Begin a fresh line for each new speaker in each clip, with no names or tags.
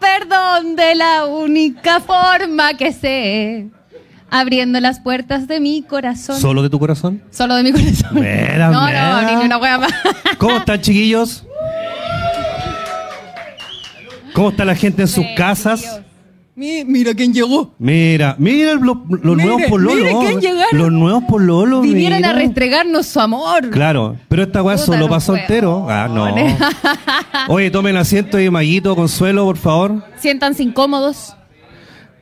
corazón de la única forma que sé. Abriendo las puertas de mi corazón.
¿Solo de tu corazón?
Solo de mi corazón.
Mira,
no,
mira.
no, ni- ni una wea más.
¿Cómo están, chiquillos? ¿Cómo está la gente en sus casas?
Mi- mira quién llegó.
Mira, mira el blo- los
Mire,
nuevos pololos.
mire quién llegaron.
Los nuevos pololos.
Vinieron
mira.
a restregarnos su amor.
Claro, pero esta weá
Puta,
solo
los
para soltero. Ah, no.
hueones.
Oye, tomen asiento y Mayito, Consuelo, por favor.
Siéntanse incómodos.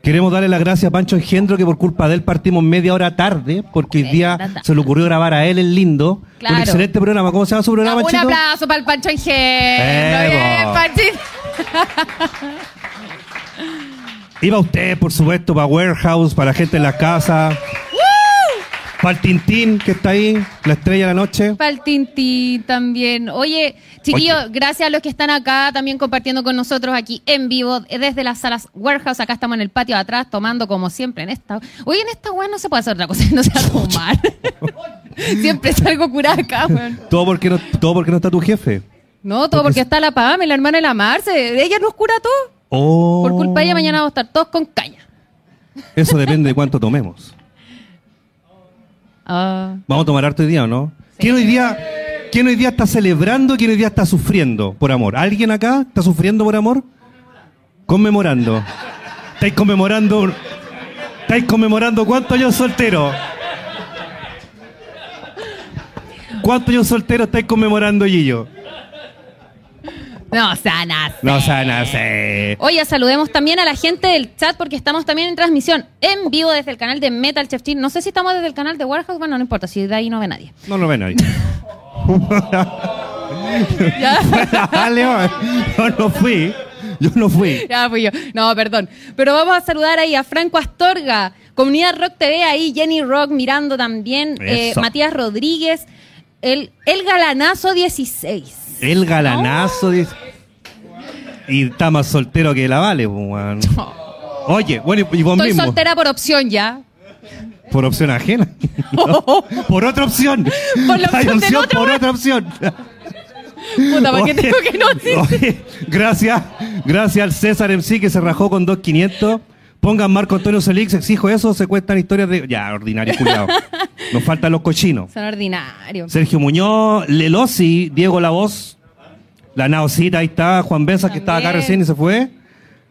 Queremos darle las gracias a Pancho Engendro que por culpa de él partimos media hora tarde porque hoy día
Media
se le ocurrió grabar a él el lindo.
Claro.
Un excelente programa. ¿Cómo se llama su programa,
un
chicos?
aplauso para el Pancho Angel.
Eh,
Bien,
po.
Panchito.
Iba usted, por supuesto, para Warehouse, para la gente en la casa. Para el Tintín que está ahí, la estrella de la noche.
Para el Tinti también. Oye, chiquillos, gracias a los que están acá también compartiendo con nosotros aquí en vivo desde las salas Warehouse. Acá estamos en el patio de atrás tomando como siempre en esta. Oye, en esta weá no se puede hacer otra cosa, no se va a tomar. siempre salgo curada acá, weón.
Todo porque no, todo porque no está tu jefe.
No, todo porque está la Pame, la hermana de la Marce. Ella nos cura todo.
Oh,
Por culpa de ella mañana vamos a estar todos con caña.
Eso depende de cuánto tomemos.
Ah,
Vamos a tomar harto hoy día, ¿o no? ¿Quién hoy día, quién hoy día está celebrando, quién hoy día está sufriendo por amor? ¿Alguien acá está sufriendo por amor? Conmemorando. ¿Estáis conmemorando? ¿Estáis conmemorando cuántos años soltero? ¿Cuántos años soltero estáis conmemorando, Gillo?
no, sana.
No, o sea, no sé.
Oye, saludemos también a la gente del chat porque estamos también en transmisión en vivo desde el canal de Metal Chef Team. No sé si estamos desde el canal de Warehouse, bueno, no importa, si de ahí no ve nadie.
No lo ven ahí.
Ya,
Dale, yo no fui. Yo no fui.
ya fui yo. No, perdón. Pero vamos a saludar ahí a Franco Astorga, Comunidad Rock TV, ahí Jenny Rock mirando también, eh,
Eso.
Matías Rodríguez, el, el Galanazo 16.
El galanazo dice. Y está más soltero que la vale, pues, weón. Oye, bueno, y y vos
Estoy
mismo.
soltera por opción ya.
Por opción ajena. No, por otra opción.
Por la
Hay
opción del otro,
por
weón.
otra opción.
Puta, ¿para qué
Oye,
tengo que no? Sí.
oye, gracias, gracias al César MC que se rajó con 2.500. Pongan Marco Antonio Solix, exijo eso, se cuentan historias de. Ya, ordinario, cuidado. Nos faltan los cochinos.
Son ordinarios.
Sergio Muñoz, Lelosi, Diego La Voz, la Naocita, ahí está, Juan Benza, que estaba acá
También.
recién y se fue.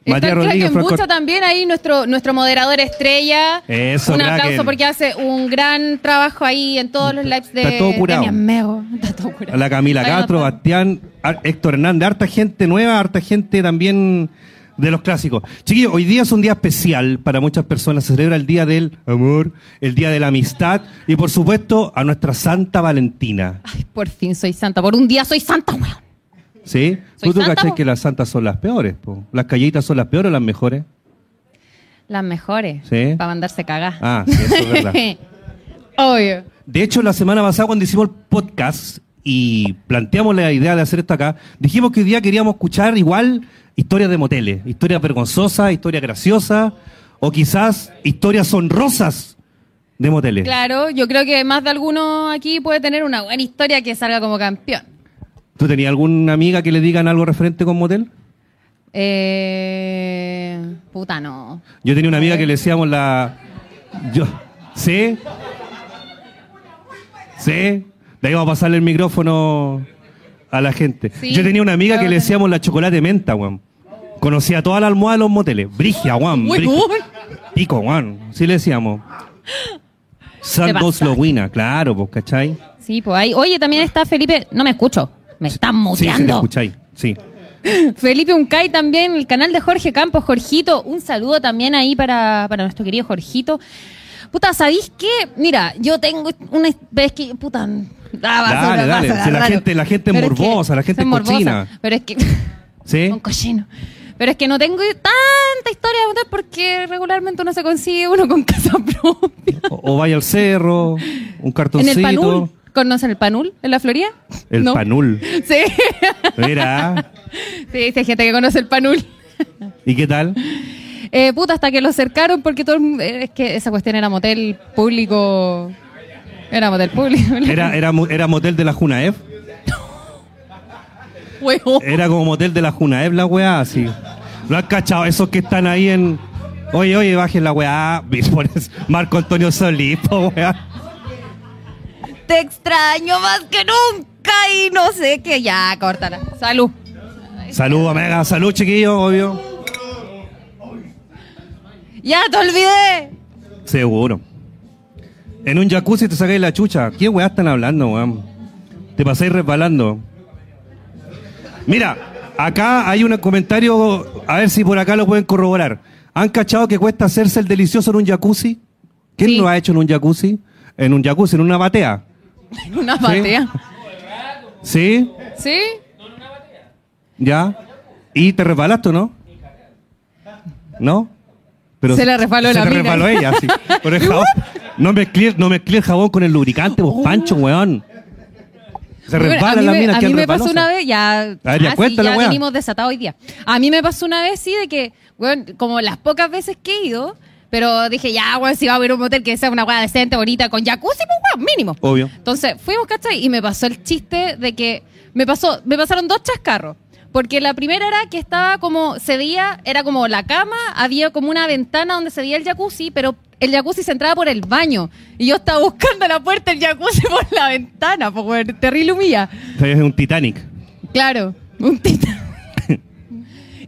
Está
Matías
el crack
Rodríguez,
en
Franco-
Bucha también ahí, nuestro, nuestro moderador estrella.
Eso,
un
Kraken.
aplauso porque hace un gran trabajo ahí en todos los lives de,
Está todo curado.
de mi amigo. Está todo curado.
la Camila
Ahí
Castro,
no está.
Bastián, Ar- Héctor Hernández, harta gente nueva, harta gente también de los clásicos. Chiquillos, hoy día es un día especial para muchas personas. Se celebra el Día del Amor, el Día de la Amistad y, por supuesto, a nuestra Santa Valentina.
Ay, por fin soy santa. Por un día soy santa, weón.
¿Sí?
¿Soy
¿Tú, tú
santa,
cachai
po?
que las santas son las peores? po? ¿Las calladitas son las peores o las mejores?
Las mejores.
Sí.
Para mandarse cagar.
Ah, sí, eso es verdad.
Obvio.
De hecho, la semana pasada cuando hicimos el podcast y planteamos la idea de hacer esto acá, dijimos que hoy día queríamos escuchar igual historias de moteles, historias vergonzosas, historias graciosas o quizás historias honrosas de moteles.
Claro, yo creo que más de alguno aquí puede tener una buena historia que salga como campeón.
¿Tú tenías alguna amiga que le digan algo referente con motel?
Eh, puta, no.
Yo tenía una amiga que le decíamos la... Yo... ¿Sí? ¿Sí? De ahí vamos a pasarle el micrófono a la gente.
Sí.
Yo tenía una amiga que
Ahora
le decíamos la chocolate menta, weón. Conocía toda la almohada de los moteles. Brigia, weón.
Muy
brigia.
cool.
Pico, weón. Sí le decíamos.
Te
San
pasaste.
Goslowina, claro, pues, ¿cachai?
Sí, pues ahí. Oye, también está Felipe. No me escucho. Me están
Sí, sí, te
muteando.
escucháis. Sí.
Felipe Uncay también, el canal de Jorge Campos, Jorgito, un saludo también ahí para, para nuestro querido Jorgito. Puta, ¿sabéis qué? Mira, yo tengo una vez que, puta, ah, va a sonar-
Dale,
va a
dale,
sonar
si la
raro.
gente- la gente es
Pero que-
morbosa, la gente
soy
es cochina.
morbosa, Pero es que
¿Sí?
son cochinos. Pero es que no tengo tanta historia de contar porque regularmente uno se consigue uno con casa propia.
O, o vaya al cerro, un
En
cartoncito.
el Panul. ¿Conocen el Panul en la Florida?
El
No.
panul.
Sí.
Mira,
Sí, sí, hay gente que conoce el Panul.
¿y qué tal?
Eh, puta, hasta que lo cercaron porque todo el mu- eh, es que esa cuestión era motel público. Era motel público.
Era, era, mo- era motel de la Junaef.
Huevo.
Era como motel de la Junaef la weá, así. ¿Lo han cachado? Esos que están ahí en. Oye, oye, bajen la weá. Y pones Marco Antonio Solís, po, weá.
Te extraño más que nunca y no sé qué. Ya, córtala. Salud.
Salud, Omega. Salud, chiquillo, obvio.
Ya, te olvidé.
Seguro. En un jacuzzi te sacáis la chucha. ¿Qué weá están hablando, weón? Te pasáis resbalando. Mira, acá hay un comentario, a ver si por acá lo pueden corroborar. ¿Han cachado que cuesta hacerse el delicioso en un jacuzzi? ¿Quién
Sí.
lo ha hecho en un jacuzzi? En un jacuzzi, en una batea.
Una batea.
¿Sí?
¿Sí?
¿Ya? ¿Y te resbalaste o no? ¿No? Pero
Se le resbaló la
Se le
mina.
resbaló ella, sí. Con el jabón. No mezclé, no mezclé el jabón con el lubricante, vos, Pancho, weón. Se
Bueno, a
resbala
mí
la
me,
mina.
a
qué
mí me pasó
resbalosa.
una vez, ya,
ver, ya,
ah, sí,
cuéntala,
ya
weá.
venimos desatados hoy día. A mí me pasó una vez, sí, de que, bueno, como las pocas veces que he ido, pero dije, ya, bueno, si va a haber un motel que sea una weá decente, bonita, con jacuzzi, pues, weón, mínimo.
Obvio.
Entonces, fuimos, ¿cachai? Y me pasó el chiste de que me pasó, me pasaron dos chascarros. Porque la primera era que estaba como, se veía, era como la cama, había como una ventana donde se veía el jacuzzi, pero el jacuzzi se entraba por el baño. Y yo estaba buscando la puerta del jacuzzi por la ventana, pues, weón, terrible humilla.
Es un Titanic.
Claro, un tita.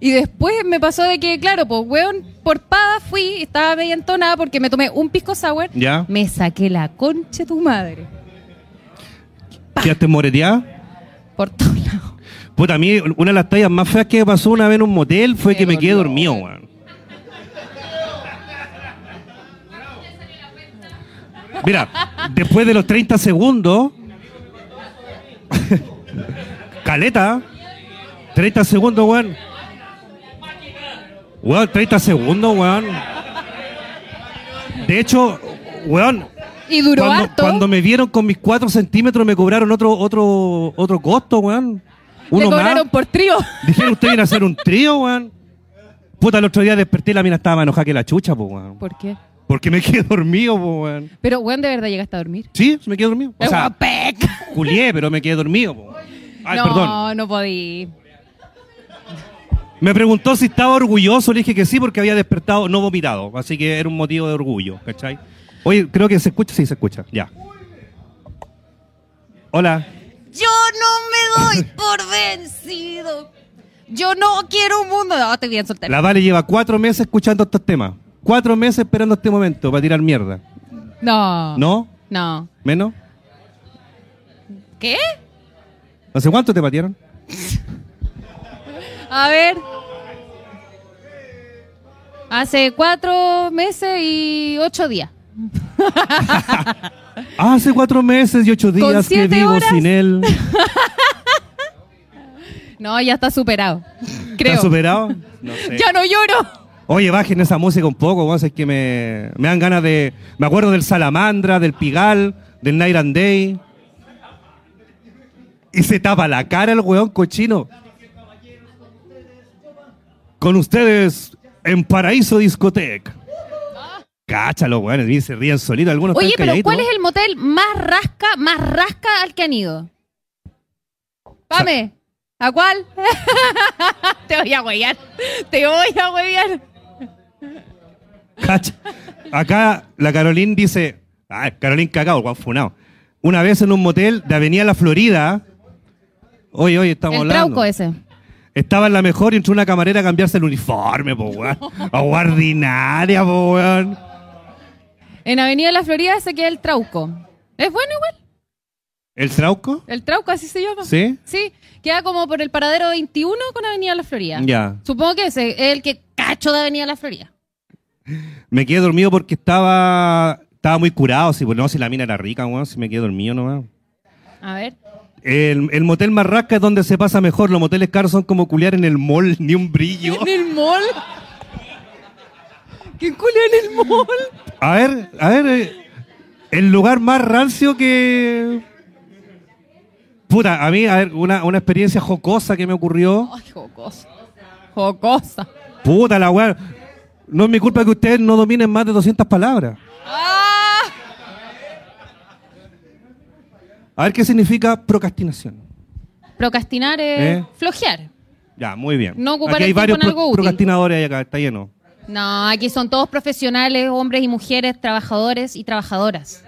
Y después me pasó de que, claro, pues, weón, por pava fui, estaba media entonada porque me tomé un pisco sour,
Ya.
me saqué la concha de tu madre,
¿Quedaste moreteada?
por todos lados.
Puta, a mí una de las tallas más feas que me pasó una vez en un motel fue
Me
que me quedé
dolió.
dormido, weón. Mira, después de los 30 segundos. Caleta. 30 segundos, weón. Weón, 30 segundos, weón. De hecho, weón,
Y duró
cuando,
harto.
cuando me vieron con mis 4 centímetros me cobraron otro otro otro costo, weón. Uno
Te cobraron
más.
por trío.
Dijeron, usted viene a hacer un trío, weón. Puta, el otro día desperté y la mina estaba más enojada que la chucha, po, weón.
¿Por qué?
Porque me quedé dormido, po, weón.
Pero, weón, de verdad llegaste a dormir.
Sí, me quedé dormido. O
Es
sea,
una peca.
culié, pero me quedé dormido, po. Ay,
no,
perdón.
no podí.
Me preguntó si estaba orgulloso, le dije que sí porque había despertado no vomitado, así que era un motivo de orgullo, ¿cachai? Oye, creo que se escucha, sí se escucha, ya. Hola.
Yo no me doy por vencido. Yo no quiero un mundo. No, estoy bien soltera.
La Vale lleva cuatro meses escuchando estos temas. Cuatro meses esperando este momento para tirar mierda.
No.
¿No?
No.
¿Menos?
¿Qué?
No sé cuánto te patearon.
A ver. Hace cuatro meses y ocho días.
Hace cuatro meses y ocho días que
siete
vivo
horas.
sin él.
No, ya está superado.
¿Te
Creo.
has superado? No sé.
Ya no lloro. Oye,
Oye, bajen esa música un poco, vos es que me, me dan ganas de. Me acuerdo del Salamandra, del Pigal, del Night and Day. Y se tapa la cara el weón cochino. Con ustedes en Paraíso Discotec. Cáchalo, weón, y se ríen solitos. Algunos están
pero
calladitos,
¿cuál
¿no?
es el motel más rasca, más rasca al que han ido? Pame, ¿a cuál? Te voy a huevear. Te voy a huevear.
Cacha. Acá la Carolín dice, ah, Carolín cagado, guau, funao. Una vez en un motel de Avenida La Florida, oye, oye, estamos
El
hablando.
trauco ese.
Estaba en la mejor y entró una camarera a cambiarse el uniforme, po, weón. Aguardinaria, po, weón.
En Avenida La Florida se queda el trauco. ¿Es bueno igual?
¿El trauco?
El trauco, así se llama.
¿Sí?
Sí, queda como por el paradero 21 con Avenida La Florida.
Ya.
Supongo que ese es el que cacho de Avenida La Florida.
Me quedé dormido porque estaba estaba muy curado, si, no, si la mina era rica, weón, si me quedé dormido nomás.
A ver.
El, el motel más rasca es donde se pasa mejor. Los moteles caros son como culiar en el mall, ni un brillo.
¿En el mall? ¿Qué culia en el mall?
A ver, a ver, eh, el lugar más rancio que... Puta, a mí, a ver, una, una experiencia jocosa que me ocurrió.
Ay, jocosa. Jocosa.
Puta la weá. No es mi culpa que ustedes no dominen más de 200 palabras.
¡Ah!
A ver qué significa procrastinación.
Procrastinar es
¿Eh?
flojear.
Ya, muy bien.
No ocupar
Aquí
el
hay
tiempo
varios
en algo
pro-
útil.
procrastinadores ahí acá, está lleno.
No, aquí son todos profesionales, hombres y mujeres, trabajadores y trabajadoras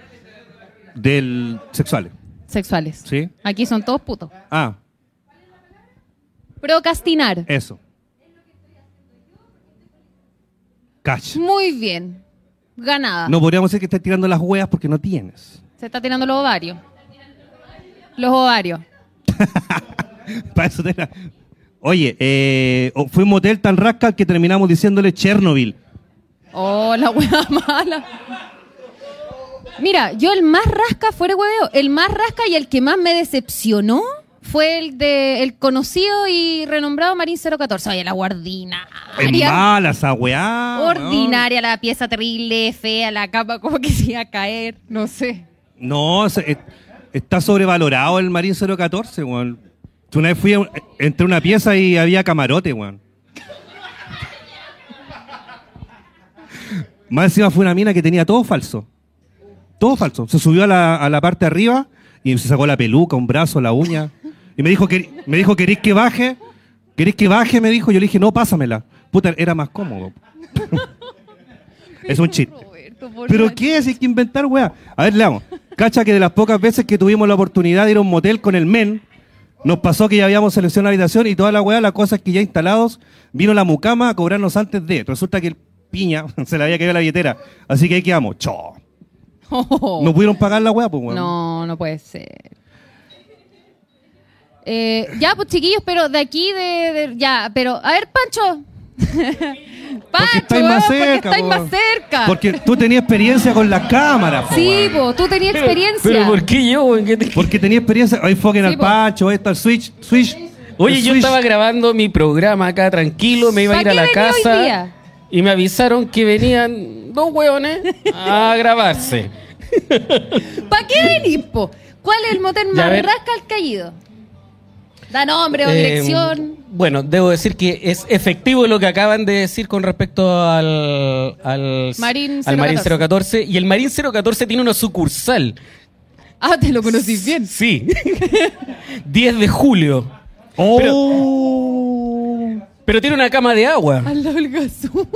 Del sexuales.
sexuales.
Sí.
Aquí son todos putos.
Ah,
Procrastinar.
eso. Cash.
Muy bien. Ganada.
No podríamos decir que estás tirando las hueas porque no tienes.
Se está tirando los ovarios. Los ovarios.
Para eso te la- Oye, eh, o- fue un motel tan rasca que terminamos diciéndole Chernobyl.
Oh, la hueá mala. Mira, yo el más rasca, fuera de hueveo, el más rasca y el que más me decepcionó fue el de el conocido y renombrado Marín 014. Oye, la guardina.
Es mala esa weá. weón.
ordinaria la pieza terrible, fea, la capa como que se iba a caer, no sé.
No, se- eh, está sobrevalorado el Marín 014, weón. Yo Una vez fui a un- eh, entre una pieza y había camarote, weón. Más encima fue una mina que tenía todo falso. Todo falso. Se subió a la, a la parte de arriba y se sacó la peluca, un brazo, la uña. Y me dijo, que, me dijo, ¿queréis que baje? ¿Queréis que baje? Me dijo. Yo le dije, no, pásamela. Puta, era más cómodo. Es un chiste.
Roberto, por
¿Pero
favor.
qué es? Hay que inventar, weá. A ver, leamos. Cacha que de las pocas veces que tuvimos la oportunidad de ir a un motel con el men, nos pasó que ya habíamos seleccionado la habitación y toda la weá, la cosa es que ya instalados, vino la mucama a cobrarnos antes de. Resulta que el piña se le había caído la billetera. Así que ahí quedamos. Chao.
Oh,
No pudieron pagar la weá, pues, weón.
no, no puede ser. Eh, ya, pues chiquillos, pero de aquí, de, de- ya, pero, a ver, Pancho. Pancho,
Porque estáis más
weón,
cerca.
porque estáis
po.
más cerca.
Porque tú tenías experiencia con la cámara, po,
sí,
weón.
pues, tú tenías experiencia.
¿Pero por qué yo? ¿En qué te-
Porque tenías experiencia. Ahí fucking
Sí,
al
po.
pacho, ahí está el switch. switch
Oye,
el
yo
switch.
estaba grabando mi programa acá tranquilo, me iba
¿Pa'
a ir a
qué
la
venía hoy día?
casa y me avisaron que venían dos hueones a grabarse.
¿Para qué venís, po? ¿Cuál es el motel
Ya,
más
a ver.
rasca al caído? Da nombre o
Eh,
dirección.
bueno, debo decir que es efectivo lo que acaban de decir con respecto al, al,
Marín
al Marín
014.
014. Y el Marín 014 tiene una sucursal.
Ah, te lo conocí bien.
Sí. 10 de julio.
Oh.
Pero tiene una cama de agua.
Al lado del gasú.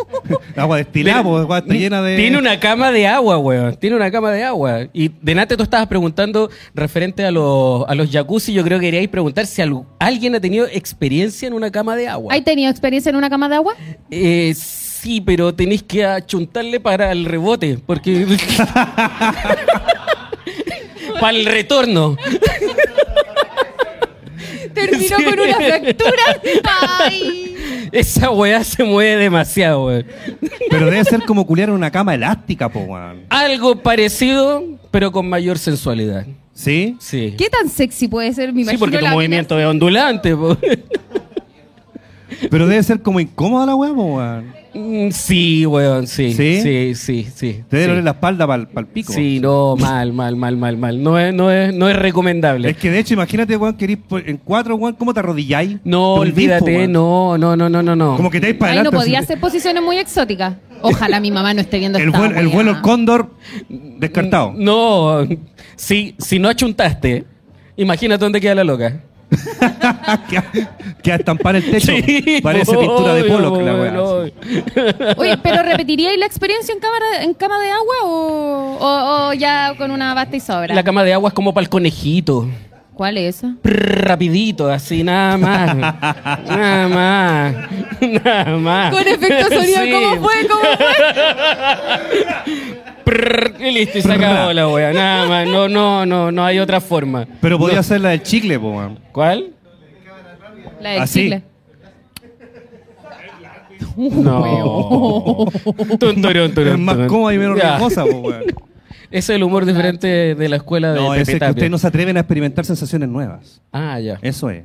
Agua destilada,
Pero-
po, agua está llena de.
Tiene una cama de agua, weón. Tiene una cama de agua. Y Denate, tú estabas preguntando referente a los, a los jacuzzi. Yo creo que queríais preguntar si algu- alguien ha tenido experiencia en una cama de agua.
¿Hay tenido experiencia en una cama de agua?
Eh, sí, pero tenéis que achuntarle para el rebote. Porque. para el retorno.
Terminó
Sí.
con una fractura. Ay.
Esa weá se mueve demasiado, weón.
Pero debe ser como culiar en una cama elástica, po, weón.
Algo parecido, pero con mayor sensualidad.
¿Sí?
Sí.
¿Qué tan sexy puede ser? Me
Sí,
imagino
porque tu
la mina-
movimiento es ondulante. po.
Pero debe ser como incómoda la weá, po, weón.
Mm, Sí, weón, sí.
¿Sí?
Sí, sí, sí. sí,
Te debe doler la espalda para el pico.
Sí, no, mal, mal, mal, mal, mal. No es, no es, no es recomendable.
Es que de hecho, imagínate, weón, que erís por- en cuatro, weón, ¿cómo te arrodilláis?
No,
Te hundís, po,
olvídate,
weón.
no, no, no, no, no, no.
Como que te vais para
Ay, no
adelante.
podía
así.
hacer posiciones muy exóticas. Ojalá mi mamá no esté viendo
El
esta
vuelo, el
wea.
vuelo cóndor descartado.
Mm, No, si, si no achuntaste, imagínate dónde queda la loca.
que a estampar el techo.
Sí,
Parece pintura de
obvio,
Pollock la weá.
obvio, obvio.
Oye, ¿pero repetiríais la experiencia en, cámara, en cama de agua o, o- o ya con una basta y sobra?
La cama de agua es como para el conejito.
¿Cuál es esa?
Prr, rapidito, así, nada más. nada más. Nada más.
Con efecto sonido,
Sí.
¿cómo fue? ¿Cómo fue?
Prr, y listo, y se acabó la wea. Nada más. No, no, no, no hay otra forma.
Pero podía ser la del chicle, po, weón.
¿Cuál?
La del
Así.
chicle.
No. Tun, turun, turun,
Es más
turun.
cómoda y menos
Ya.
riesgosa, po, weón.
Ese es el humor diferente de la escuela de
No,
Pepe
es que
Tapia.
ustedes no se atreven a experimentar sensaciones nuevas.
Ah, ya.
Eso es.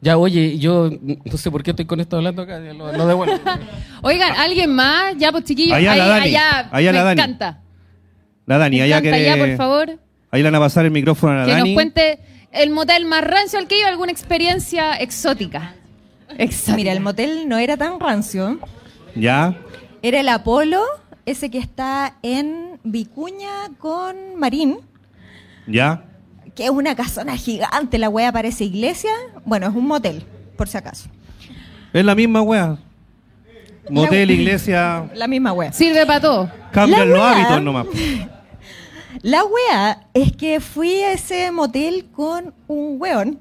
Ya, oye, yo no sé por qué estoy con esto hablando acá. ya Lo, lo devuelvo.
Oigan, ¿alguien más? Ya, pues chiquillos.
Allá la
ahí,
Dani.
Allá,
Allá la
me
Dani.
encanta.
La Dani,
Me
allá
encanta, ya,
quiere-
por favor.
Ahí le van a pasar el micrófono a la
Que
Dani.
nos cuente el motel más rancio al que iba, alguna experiencia exótica. Exacto.
Mira, el motel no era tan rancio.
Ya.
Era el Apolo, ese que está en Vicuña con Marín,
Ya.
que es una casona gigante, la wea parece iglesia. Bueno, es un motel, por si acaso.
Es la misma wea. Motel, iglesia,
La misma wea.
Sirve para todo.
cambian
La
los
wea.
hábitos nomás.
La wea es que fui a ese motel con un weón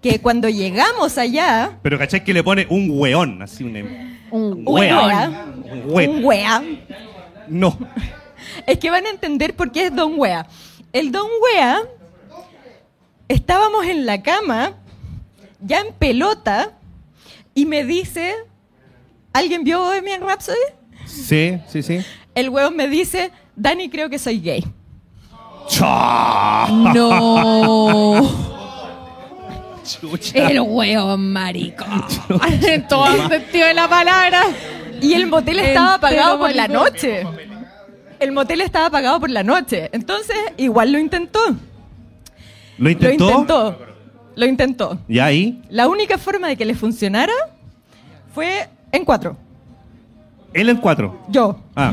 que cuando llegamos allá,
Pero cachai que le pone un weón, así un
Un-
Un
wea.
wea.
Un wea.
un wea,
No.
es que van a entender por qué es Don Wea. El Don Wea, estábamos en la cama, ya en pelota, y me dice, ¿alguien vio Bohemian Rhapsody?
Sí, sí, sí.
El weón me dice, Dani, creo que soy gay.
Chao.
No.
Chucha.
El hueón maricón. En todo sentido de la palabra.
Y el motel estaba
Entero
pagado por la
maricón.
noche. El motel estaba pagado por la noche. Entonces, igual lo intentó.
¿Lo
Lo
intentó?
intentó. Lo intentó.
Y ahí,
La única forma de que le funcionara fue en cuatro.
él en cuatro.
Yo.
Ah,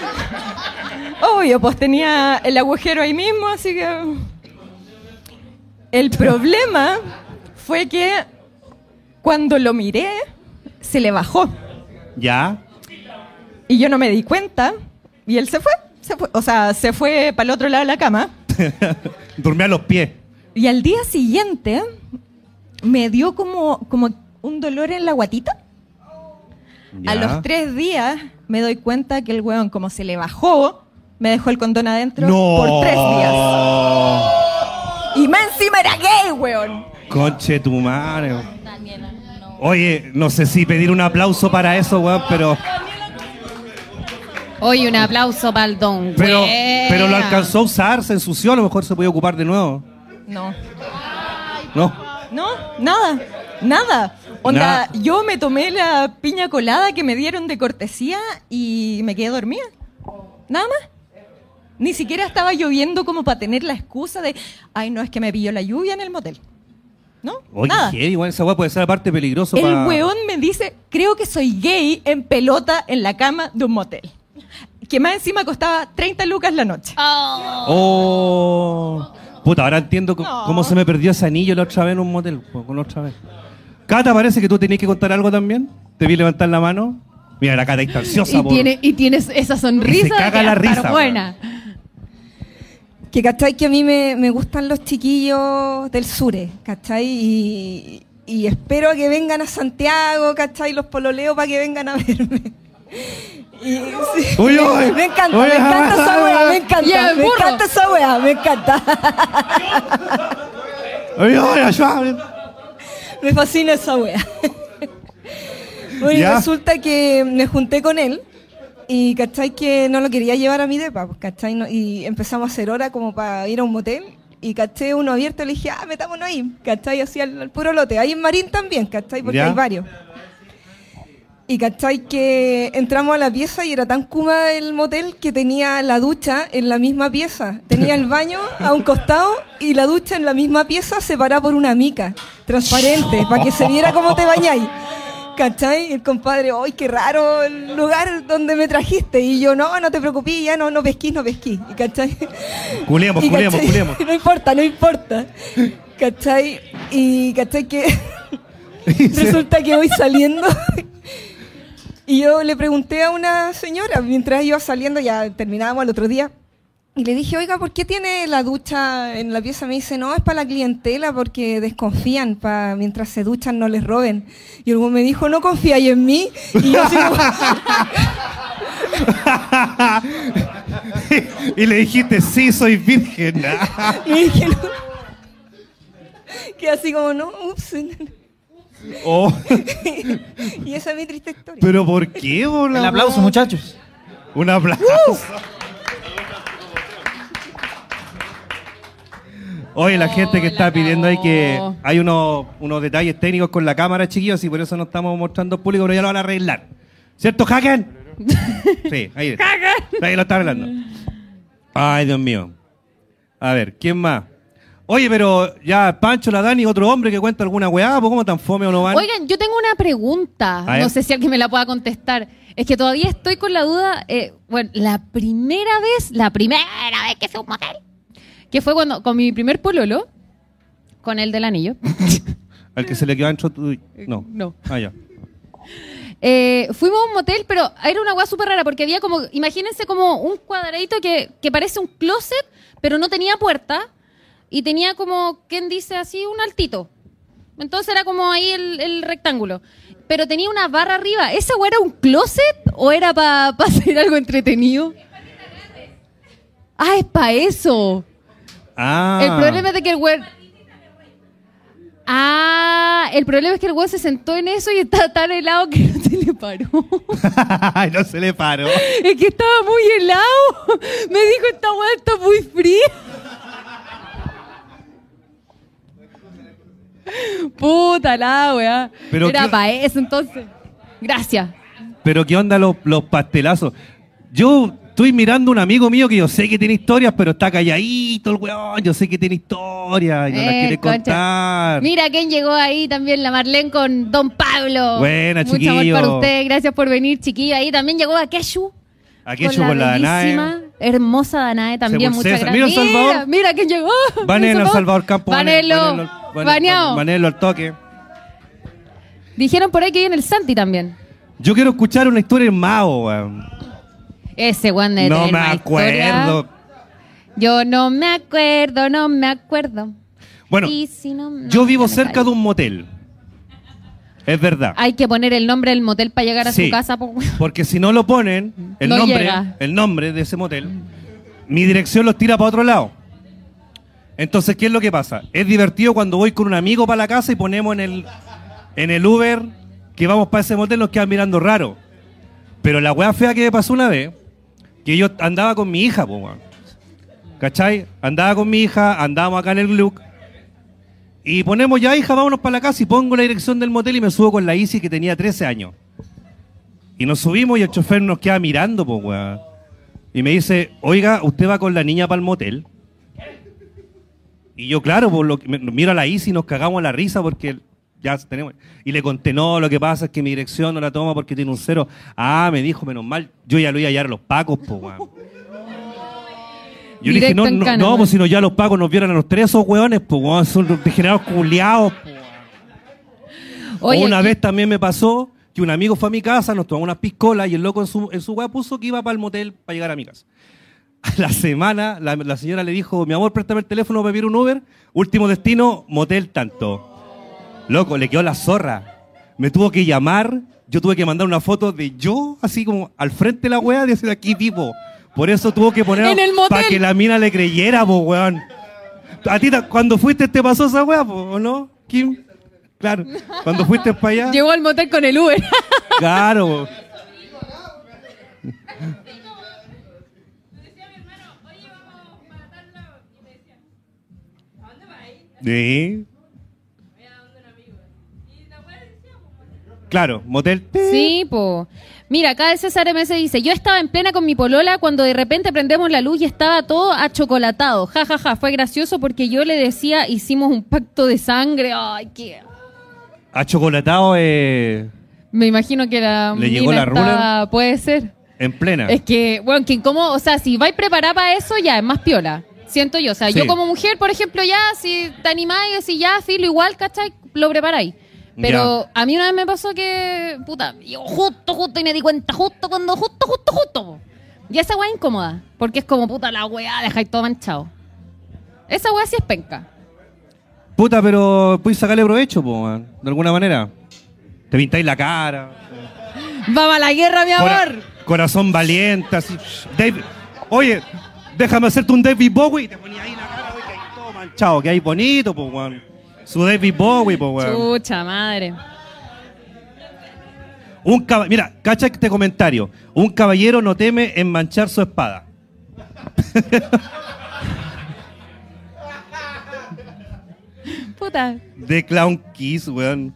Obvio, pues tenía el agujero ahí mismo, así que... El problema fue que cuando lo miré, se le bajó.
ya.
Y yo no me di cuenta. Y él se fue. Se fue. O sea, se fue para el otro lado de la cama.
Durmió a los pies.
Y al día siguiente me dio como, como un dolor en la guatita.
Ya.
A los tres días me doy cuenta que el weón, como se le bajó, me dejó el condón adentro
No.
por tres días.
Oh,
Y más encima era gay, weón.
Conche tu madre. Oye, no sé si pedir un aplauso para eso, weón, pero,
Hoy un aplauso para el don.
pero,
Wea.
pero lo alcanzó a usar, se ensució, a lo mejor se podía ocupar de nuevo.
No.
No.
No, nada. Nada. Onda,
Nada.
yo me tomé la piña colada que me dieron de cortesía y me quedé dormida. Nada más. Ni siquiera estaba lloviendo como para tener la excusa de, ay, no, es que me pilló la lluvia en el motel. ¿No?
Oye,
nada.
heavy, weón, esa weá puede ser aparte peligroso
El
pa-
weón me dice, creo que soy gay en pelota en la cama de un motel. Que más encima costaba 30 lucas la noche.
Oh.
Oh. Puta, ahora entiendo co-
No.
cómo se me perdió ese anillo la otra vez en un motel, po, con la otra vez. Cata, parece que tú tenías que contar algo también. Te vi levantar la mano. Mira, la Cata está ansiosa,
Y,
por-
tiene, y tienes esa sonrisa.
Y se
de
caga
que
la
va a estar
risa,
Buena.
Que cachai que a mí me, me gustan los chiquillos del sure, cachai, y, y espero que vengan a Santiago, cachai, los pololeo para que vengan a verme. Y- sí.
Uy, uy.
Me encanta,
Uy,
me encanta esa
ah,
weá, me encanta,
Y el
me
burro.
encanta esa weá, me encanta.
Ay, ay, ay, ay.
Me fascina esa wea. bueno, y
Ya.
resulta que me junté con él y cachai que no lo quería llevar a mi depa, pues, cachai, no- y empezamos a hacer hora como para ir a un motel y caché uno abierto y le dije, ah, metámonos ahí, cachai, así al, al puro lote. Ahí en Marín también, cachai, porque
Ya.
hay varios. Y cachai que entramos a la pieza y era tan kuma el motel que tenía la ducha en la misma pieza. Tenía el baño a un costado y la ducha en la misma pieza separada por una mica transparente para que se viera cómo te bañáis. ¿Cachai? Y el compadre, ¡ay, qué raro el lugar donde me trajiste! Y yo, no, no te preocupes, ya no, no pesquís, no pesquís. ¿Y cachai?
Culeamos,
Y,
culeamos,
¿cachai?
culeamos.
No importa, no importa. ¿Cachai? Y cachai que resulta que voy saliendo y yo le pregunté a una señora mientras iba saliendo, ya terminábamos el otro día, y le dije, oiga, ¿por qué tiene la ducha en la pieza? Me dice, no, es para la clientela porque desconfían, para mientras se duchan no les roben. Y el güey me dijo, no confíais en mí. Y yo así como-
y le dijiste, sí, soy virgen.
le dije, no. Que así como, no, ups.
Oh,
Y esa es mi triste historia.
Pero ¿por qué, boludo?
El aplauso, muchachos.
Un aplauso. Oye, la gente que
Oh,
está
la
pidiendo ahí que
cagó.
hay unos, unos detalles técnicos con la cámara, chiquillos, y por eso no estamos mostrando al público, pero ya lo van a arreglar. ¿Cierto, Haken? Sí, ahí está. Ahí lo está hablando. Ay, Dios mío. A ver, ¿quién más? Oye, pero ya Pancho, la Dani, otro hombre que cuenta alguna weá, pues cómo tan fome o no van.
Oigan, yo tengo una pregunta.
A ver.
No sé si alguien me la pueda contestar. Es que todavía estoy con la duda. eh, bueno, la primera vez, la primera vez que fui a un motel, que fue cuando con mi primer pololo, con el del anillo.
Al que se le quedó ancho, tú- no.
no.
Ah, ya.
Eh, fuimos a un motel, pero era una weá súper rara porque había como, imagínense como un cuadradito que, que parece un closet, pero no tenía puerta y tenía como, ¿quién dice así? Un altito. Entonces era como ahí el, el rectángulo. Pero tenía una barra arriba. ¿Esa weá era un closet o era para hacer algo entretenido? Ah, es para eso.
Ah.
El problema es de que el güey. Ah, el problema es que el güey se sentó en eso y estaba tan helado que no se le paró.
Ay, no se le paró.
Es que estaba muy helado. Me dijo, esta weá está muy fría. Puta la weá.
Pero
Era
qué-
para eso entonces. Gracias.
Pero ¿qué onda los, los pastelazos? Yo estoy mirando a un amigo mío que yo sé que tiene historias, pero está calladito el weón. Yo sé que tiene historias y no las
Eh,
quiere
concha.
contar.
Mira quién llegó ahí también, la Marlene con Don Pablo.
Buena,
Mucho
chiquillo.
amor para usted, gracias por venir, chiquillo. Ahí también llegó a Keshu.
Aquí con con la
bellísima,
Danae.
Hermosa Danae también,
Según
muchas
César.
gracias.
Mira, El Salvador.
mira quién llegó.
Vanelo,
Mira,
Salvador Campo.
Vanelo. Baneado.
Vanelo al toque.
Dijeron por ahí que viene el Santi también.
Yo quiero escuchar una historia en Mao, weón.
Ese Juan de
No me acuerdo.
Yo no me acuerdo, no me acuerdo.
Bueno,
Y si no, no,
yo vivo
ya me
cerca
callo.
de un motel. Es verdad.
Hay que poner el nombre del motel para llegar a
Sí,
su casa. po.
Porque si no lo ponen, el
No
nombre,
llega.
el nombre de ese motel, mi dirección los tira para otro lado. Entonces, ¿qué es lo que pasa? Es divertido cuando voy con un amigo para la casa y ponemos en el, en el Uber que vamos para ese motel, nos quedan mirando raro. Pero la weá fea que me pasó una vez, que yo andaba con mi hija, po, weón. ¿Cachai? Andaba con mi hija, andábamos acá en el Gluck. Y ponemos ya, hija, vámonos para la casa y pongo la dirección del motel y me subo con la Isi que tenía 13 años. Y nos subimos y el chofer nos queda mirando, pues, weón. Y me dice, oiga, usted va con la niña para el motel. Y yo, claro, por lo que, me- miro a la Isi y nos cagamos la risa porque ya tenemos. Y le conté, no, lo que pasa es que mi dirección no la toma porque tiene un cero. Ah, me dijo, menos mal, yo ya lo iba a hallar a los pacos, pues, weón. Yo le dije,
Directo
no,
en
no,
cana,
no,
weón.
pues si no ya los pacos nos vieran a los tres esos weones, pues, weón, son los degenerados culiados,
Oye,
una
aquí-
vez también me pasó que un amigo fue a mi casa, nos tomamos unas piscolas y el loco en su, en su weá puso que iba para el motel para llegar a mi casa. A la semana, la, la señora le dijo, mi amor, préstame el teléfono para pedir un Uber. Último destino, motel tanto. Loco, le quedó la zorra. Me tuvo que llamar, yo tuve que mandar una foto de yo, así como al frente de la weá, de decir aquí tipo. Por eso tuvo que poner
En el motel.
para que la mina le creyera, po, weón. A ti, ta- cuando fuiste, te pasó esa weá, po, ¿o no, Kim? Claro, cuando fuiste para allá.
Llegó al motel con el Uber.
Claro. Sí. Claro, motel.
Sí, po. Mira, acá de César MS dice, yo estaba en plena con mi polola cuando de repente prendemos la luz y estaba todo achocolatado. Ja, ja, ja, fue gracioso porque yo le decía, hicimos un pacto de sangre. Ay, qué...
Achocolatado eh,
Me imagino que la...
¿Le llegó
mina
la rula?
estaba- Puede ser.
en plena.
Es que, bueno, que incómodo, o sea, si vais preparada para eso, ya es más piola. Siento yo. O sea,
Sí.
yo como mujer, por ejemplo, ya, si te animáis y decís, ya, filo, igual, ¿cachai? Lo preparáis. Pero a mí una vez me pasó que, puta, yo justo, justo, y me di cuenta, justo, cuando, justo, justo, justo. po. Y esa weá es incómoda, porque es como, puta, la weá, dejáis todo manchado. Esa weá sí es penca.
Puta, pero puedes sacarle provecho, po, man, de alguna manera. Te pintáis la cara.
¡Vamos a la guerra, mi
Cora-
amor!
corazón valiente, así. David- oye, déjame hacerte un David Bowie. Y te ponía ahí la cara, güey, que ahí todo manchado, que ahí bonito, pues, weón. Su David Bowie, pues, weón.
Chucha madre.
Un caba- Mira, cacha este comentario. Un caballero no teme en manchar su espada.
Puta.
De Clown Kiss, weón.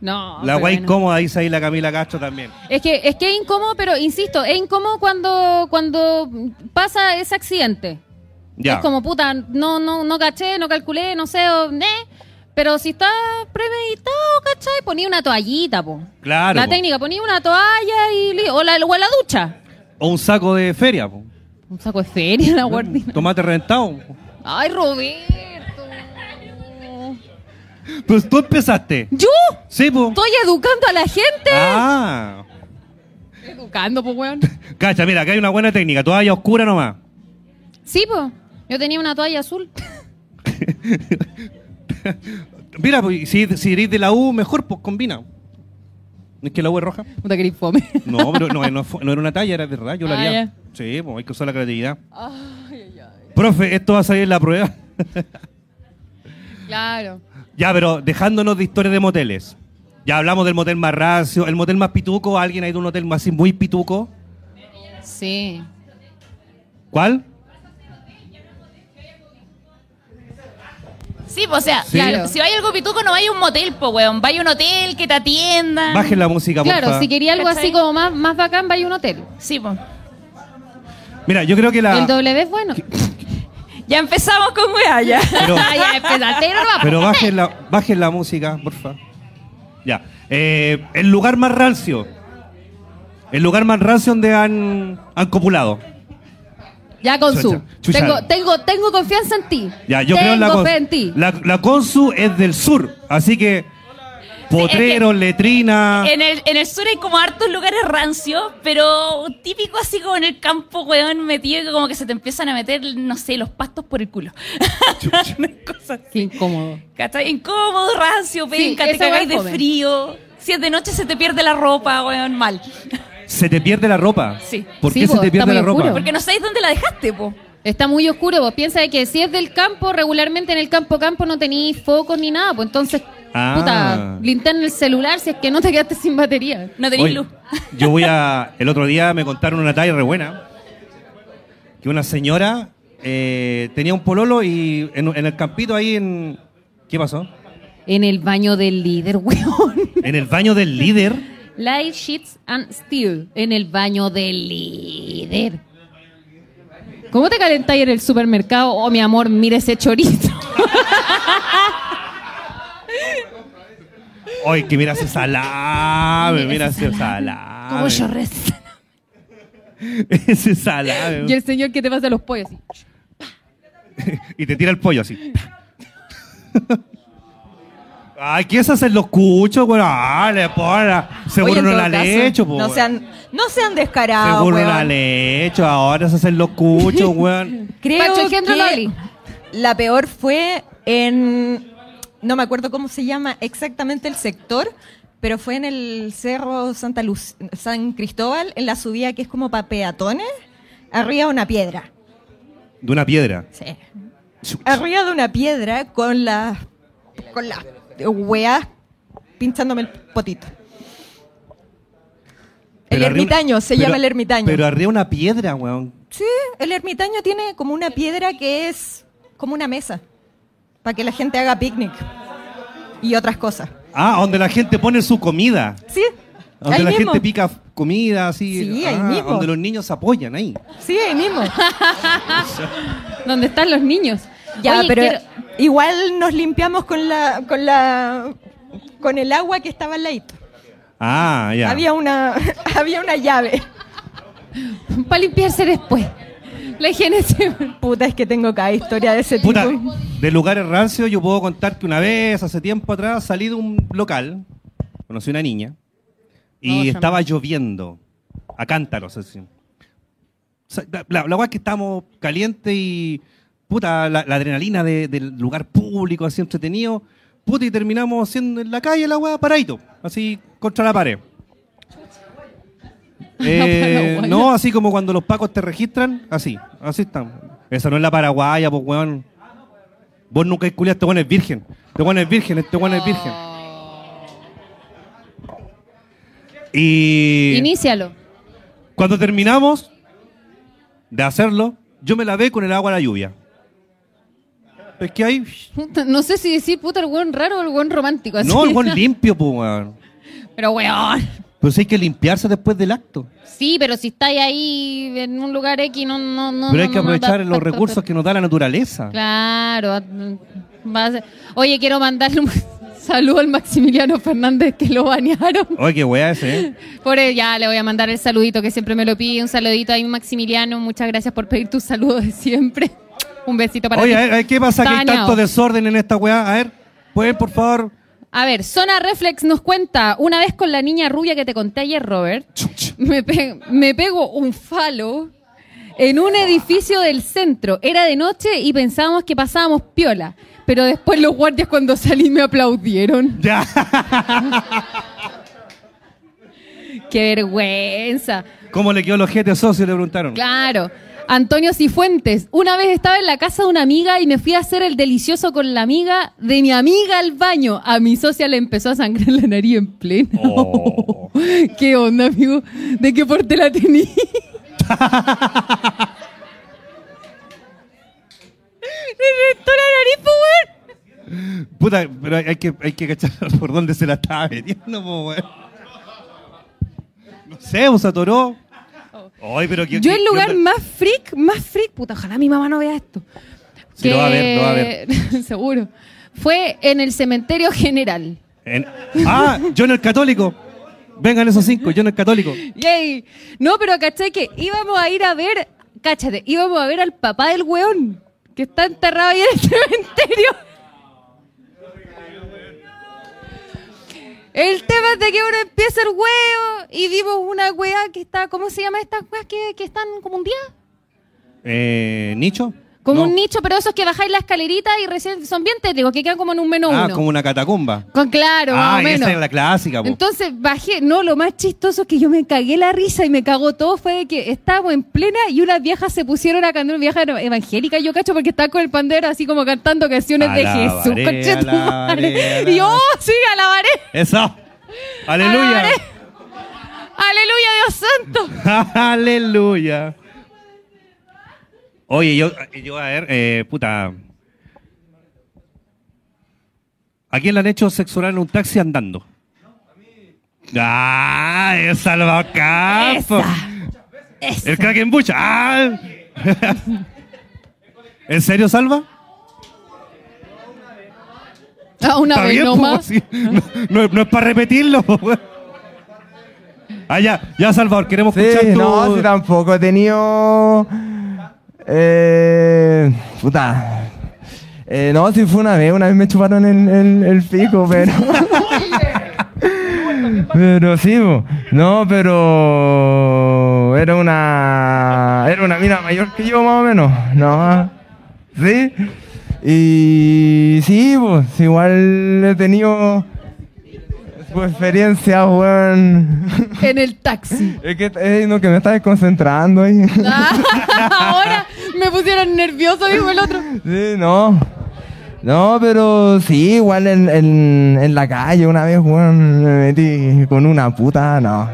No.
La
pero
guay
Ah, bueno.
cómoda, dice ahí la Camila Castro también.
Es que, es que es incómodo, pero insisto, es incómodo cuando, cuando pasa ese accidente.
Ya.
Es como puta, no, no, no caché, no calculé, no sé, o, ne. pero si está premeditado, ¿cachai? Ponía una toallita, po.
Claro,
La
po.
técnica, ponía una toalla y li- o la, o la ducha.
O un saco de feria, po.
Un saco de feria, la guardina.
Tomate reventado. po.
Ay, Roberto.
Pues tú empezaste.
¿Yo?
Sí, po.
Estoy educando a la gente.
Ah.
Educando, pues, weón.
Cacha, mira, acá hay una buena técnica. Toalla oscura nomás.
Sí, pues. Yo tenía una toalla azul.
Mira, pues, si, si eres de la U, mejor, pues combina. ¿No es que la U es roja?
Puta que eres fome.
No, pero no, no, fue- no era una talla, era verdad. Yo la
Ah,
haría.
ya.
Sí, pues hay que usar la creatividad. Profe, esto va a salir en la prueba.
Claro.
ya, pero dejándonos de historias de moteles. Ya hablamos del motel más racio, el motel más pituco. ¿Alguien ha ido a un hotel más así muy pituco?
Sí.
¿Cuál?
Sí, pues, o sea,
Sí.
claro, si hay algo pituco, no hay un motel, po, weón. Vaya un hotel que te atiendan.
Bajen la música, por
Claro, si quería algo así
¿Cachai?
como más, más bacán, vaya a un hotel.
Sí, pues.
Mira, yo creo que la...
El W es bueno.
Ya empezamos con weá, ya.
pero-
Ah, ya, empezaste, no, no,
Pero
no.
bajen la, bajen la música, porfa. Ya. Eh, el lugar más rancio. El lugar más rancio donde han, han copulado.
Ya, Consu.
Chucha, chucha.
Tengo, tengo, tengo confianza en ti.
Ya, yo creo
tengo
en la
fe en ti.
Consu. La, la Consu es del sur, así que potreros, letrina.
En el, en el sur hay como hartos lugares rancios, pero típico así como en el campo, weón, metido que como que se te empiezan a meter, no sé, los pastos por el culo. Una cosa así.
Qué incómodo.
¿Cachai? Incómodo, rancio, penca, te
esa weá
cagáis de
joven.
frío. Si es de noche se te pierde la ropa, weón, mal.
Se te pierde la ropa.
Sí.
¿Por
Sí,
qué
po,
se te
está
pierde
muy
la ropa?
oscuro.
Porque no sabéis dónde la dejaste, po.
Está muy oscuro. Vos piensa de que si es del campo, regularmente en el campo campo no tenéis focos ni nada. Pues entonces,
Ah.
puta, linterna el celular si es que no te quedaste sin batería.
No tenéis
Oye,
luz.
Yo voy a. El otro día me contaron una talla re buena. Que una señora eh, tenía un pololo y en, en el campito ahí en. ¿Qué pasó?
En el baño del líder, weón.
En el baño del líder.
Light sheets and steel. En el baño del líder. ¿Cómo te calentáis en el supermercado? Oh, mi amor, mire ese chorizo.
Ay, que mira ese salame, mira ese salame.
Como yo rezo.
Ese salame.
Y el señor que te pasa los pollos. así.
Y te tira el pollo así. Ay, que esas se lo escucho, güey. Ah, le porra. Seguro
Oye, en
no
todo
la han
caso,
hecho, po,
No
güey.
sean, no sean descarados,
Seguro no la
weón.
han hecho. Ahora esas se lo escucho, güey.
Creo
Pacho, engendro
que
Loli.
la peor fue en... No me acuerdo cómo se llama exactamente el sector, pero fue en el Cerro Santa Luz, San Cristóbal, en la subida que es como para peatones, arriba de una piedra.
De una piedra.
Sí. Arriba de una piedra con las con las weas pinchándome el potito. El
Pero arriba-
ermitaño, se
pero-
llama el ermitaño.
Pero arriba una piedra, weón.
Sí, el ermitaño tiene como una piedra que es como una mesa para que la gente haga picnic y otras cosas.
Ah, donde la gente pone su comida.
Sí,
Donde
ahí
la
mismo.
gente pica comida, así.
Sí, ahí
Ah,
mismo.
Donde los niños se apoyan ahí.
Sí, ahí mismo.
¿Dónde están los niños?
ya,
Oye,
pero
quiero-
igual nos limpiamos con la con la con el agua que estaba al ladito.
Ah, ya.
Había una había una llave.
Para limpiarse después. La higiene siempre.
Puta, es que tengo cada historia de ese
Puta,
tipo.
de lugares rancios yo puedo contar que una vez, hace tiempo atrás, salí de un local, conocí una niña, y
No, ya
estaba lloviendo, a cántaros así. O sea, La, la, la weá es que estamos calientes y, puta, la, la adrenalina de- del lugar público, así entretenido, puta, y terminamos siendo en la calle la weá paradito, así contra la pared. Eh,
paraguaya.
no, así como cuando los pacos te registran, así, así están. Esa no es la paraguaya, pues, weón. Vos nunca escuchaste, este weón es virgen. Este weón es virgen, este weón es virgen. Y
Inícialo.
cuando terminamos de hacerlo, yo me lavé con el agua de la lluvia. Es que ahí.
Puta, No sé si decir puta el buen raro o el buen romántico. así.
No, el weón limpio, pues, weón.
Pero weón.
Pero sí hay que limpiarse después del acto.
Sí, pero si estáis ahí en un lugar X, no, no, no.
Pero hay
no,
que
no, no,
aprovechar
da-
los
da-
recursos que nos da la naturaleza.
Claro. va a ser- Oye, quiero mandarle un saludo al Maximiliano Fernández que lo banearon.
Oye, qué weá ese, ¿eh?
Por él, ya le voy a mandar el saludito que siempre me lo pide. Un saludito ahí, Maximiliano. Muchas gracias por pedir tu saludo de siempre. Un besito para
Oye,
ti.
a ver, ¿qué pasa que hay
Está
tanto
baneado.
desorden en esta weá? A ver, ¿Pueden, por favor?
A ver, Zona Reflex nos cuenta, una vez con la niña rubia que te conté ayer, Robert, me, pe- me pego un falo en un edificio del centro. Era de noche y pensábamos que pasábamos piola, pero después Pues los guardias cuando salí me aplaudieron.
Ya.
¡Qué vergüenza!
¿Cómo le quedó los ojete socio? Le preguntaron.
Claro. Antonio Cifuentes, una vez estaba en la casa de una amiga y me fui a hacer el delicioso con la amiga de mi amiga al baño. A mi socia le empezó a sangrar la nariz en pleno.
Oh.
¿Qué onda, amigo? ¿De qué porte la tení? Le reventó la nariz, po, weón.
Puta, pero hay hay que, hay que cachar por dónde se la estaba metiendo, po, weón. No sé, o se atoró. Ay, pero que-
Yo el
que-
lugar
que-
más freak, más freak, puta, ojalá mi mamá no vea esto.
Sí, lo va a ver, lo va a ver.
Seguro. Fue en el cementerio general.
En- Ah, yo en el católico. Vengan esos cinco, yo en el católico.
Yay. No, pero caché que íbamos a ir a ver, cáchate, íbamos a ver al papá del weón que está enterrado ahí en el cementerio. El tema es de que uno empieza el huevo y vimos una wea que está, ¿cómo se llama estas weas que, que están como un día?
Eh, ¿Nicho?
Como
No.
un nicho, pero esos que bajáis la escalerita y recién son bien tétricos, que quedan como en un menos
Ah,
uno.
como una catacumba.
Con claro, más
ah,
o
esa
menos.
era la clásica, po.
Entonces bajé, no, lo más chistoso es que yo me cagué la risa y me cagó todo fue de que estábamos en plena y unas viejas se pusieron a cantar, una vieja era evangélica, yo cacho, porque estaba con el pandero así como cantando canciones de
Alabaré,
Jesús. conchetumare.
alabaré,
y yo, oh, sí, alabaré,
Eso. Aleluya.
Alabaré. aleluya Dios santo.
Aleluya. Oye, yo, yo a ver, eh, puta. ¿A quién le han hecho sexo oral en un taxi andando? ¡Ah! ¡El Salvador Campo! ¡El Krakenbucha! ¡Ah! ¿En serio, Salva?
Ah, una
Está
vez
bien, po,
nomás.
sí. no, no es- no es para repetirlo. po, weón. Ah, ya, ya, Salvador, queremos
Sí,
escuchar tu...
no, sí, tampoco he tenido. Eh, puta. Eh, no, sí fue una vez, una vez me chuparon el, el, el pico, pero. pero sí, po. no, pero. Era una. Era una mina mayor que yo, más o menos. No, sí. Y. Sí, pues, igual he tenido. Su experiencia, weón.
En el taxi.
Es que eh, no, que me estás desconcentrando ahí.
Ah, ahora me pusieron nervioso, dijo el otro.
sí, no. No, pero sí, igual en, en, en la calle una vez, weón, me metí con una puta, no.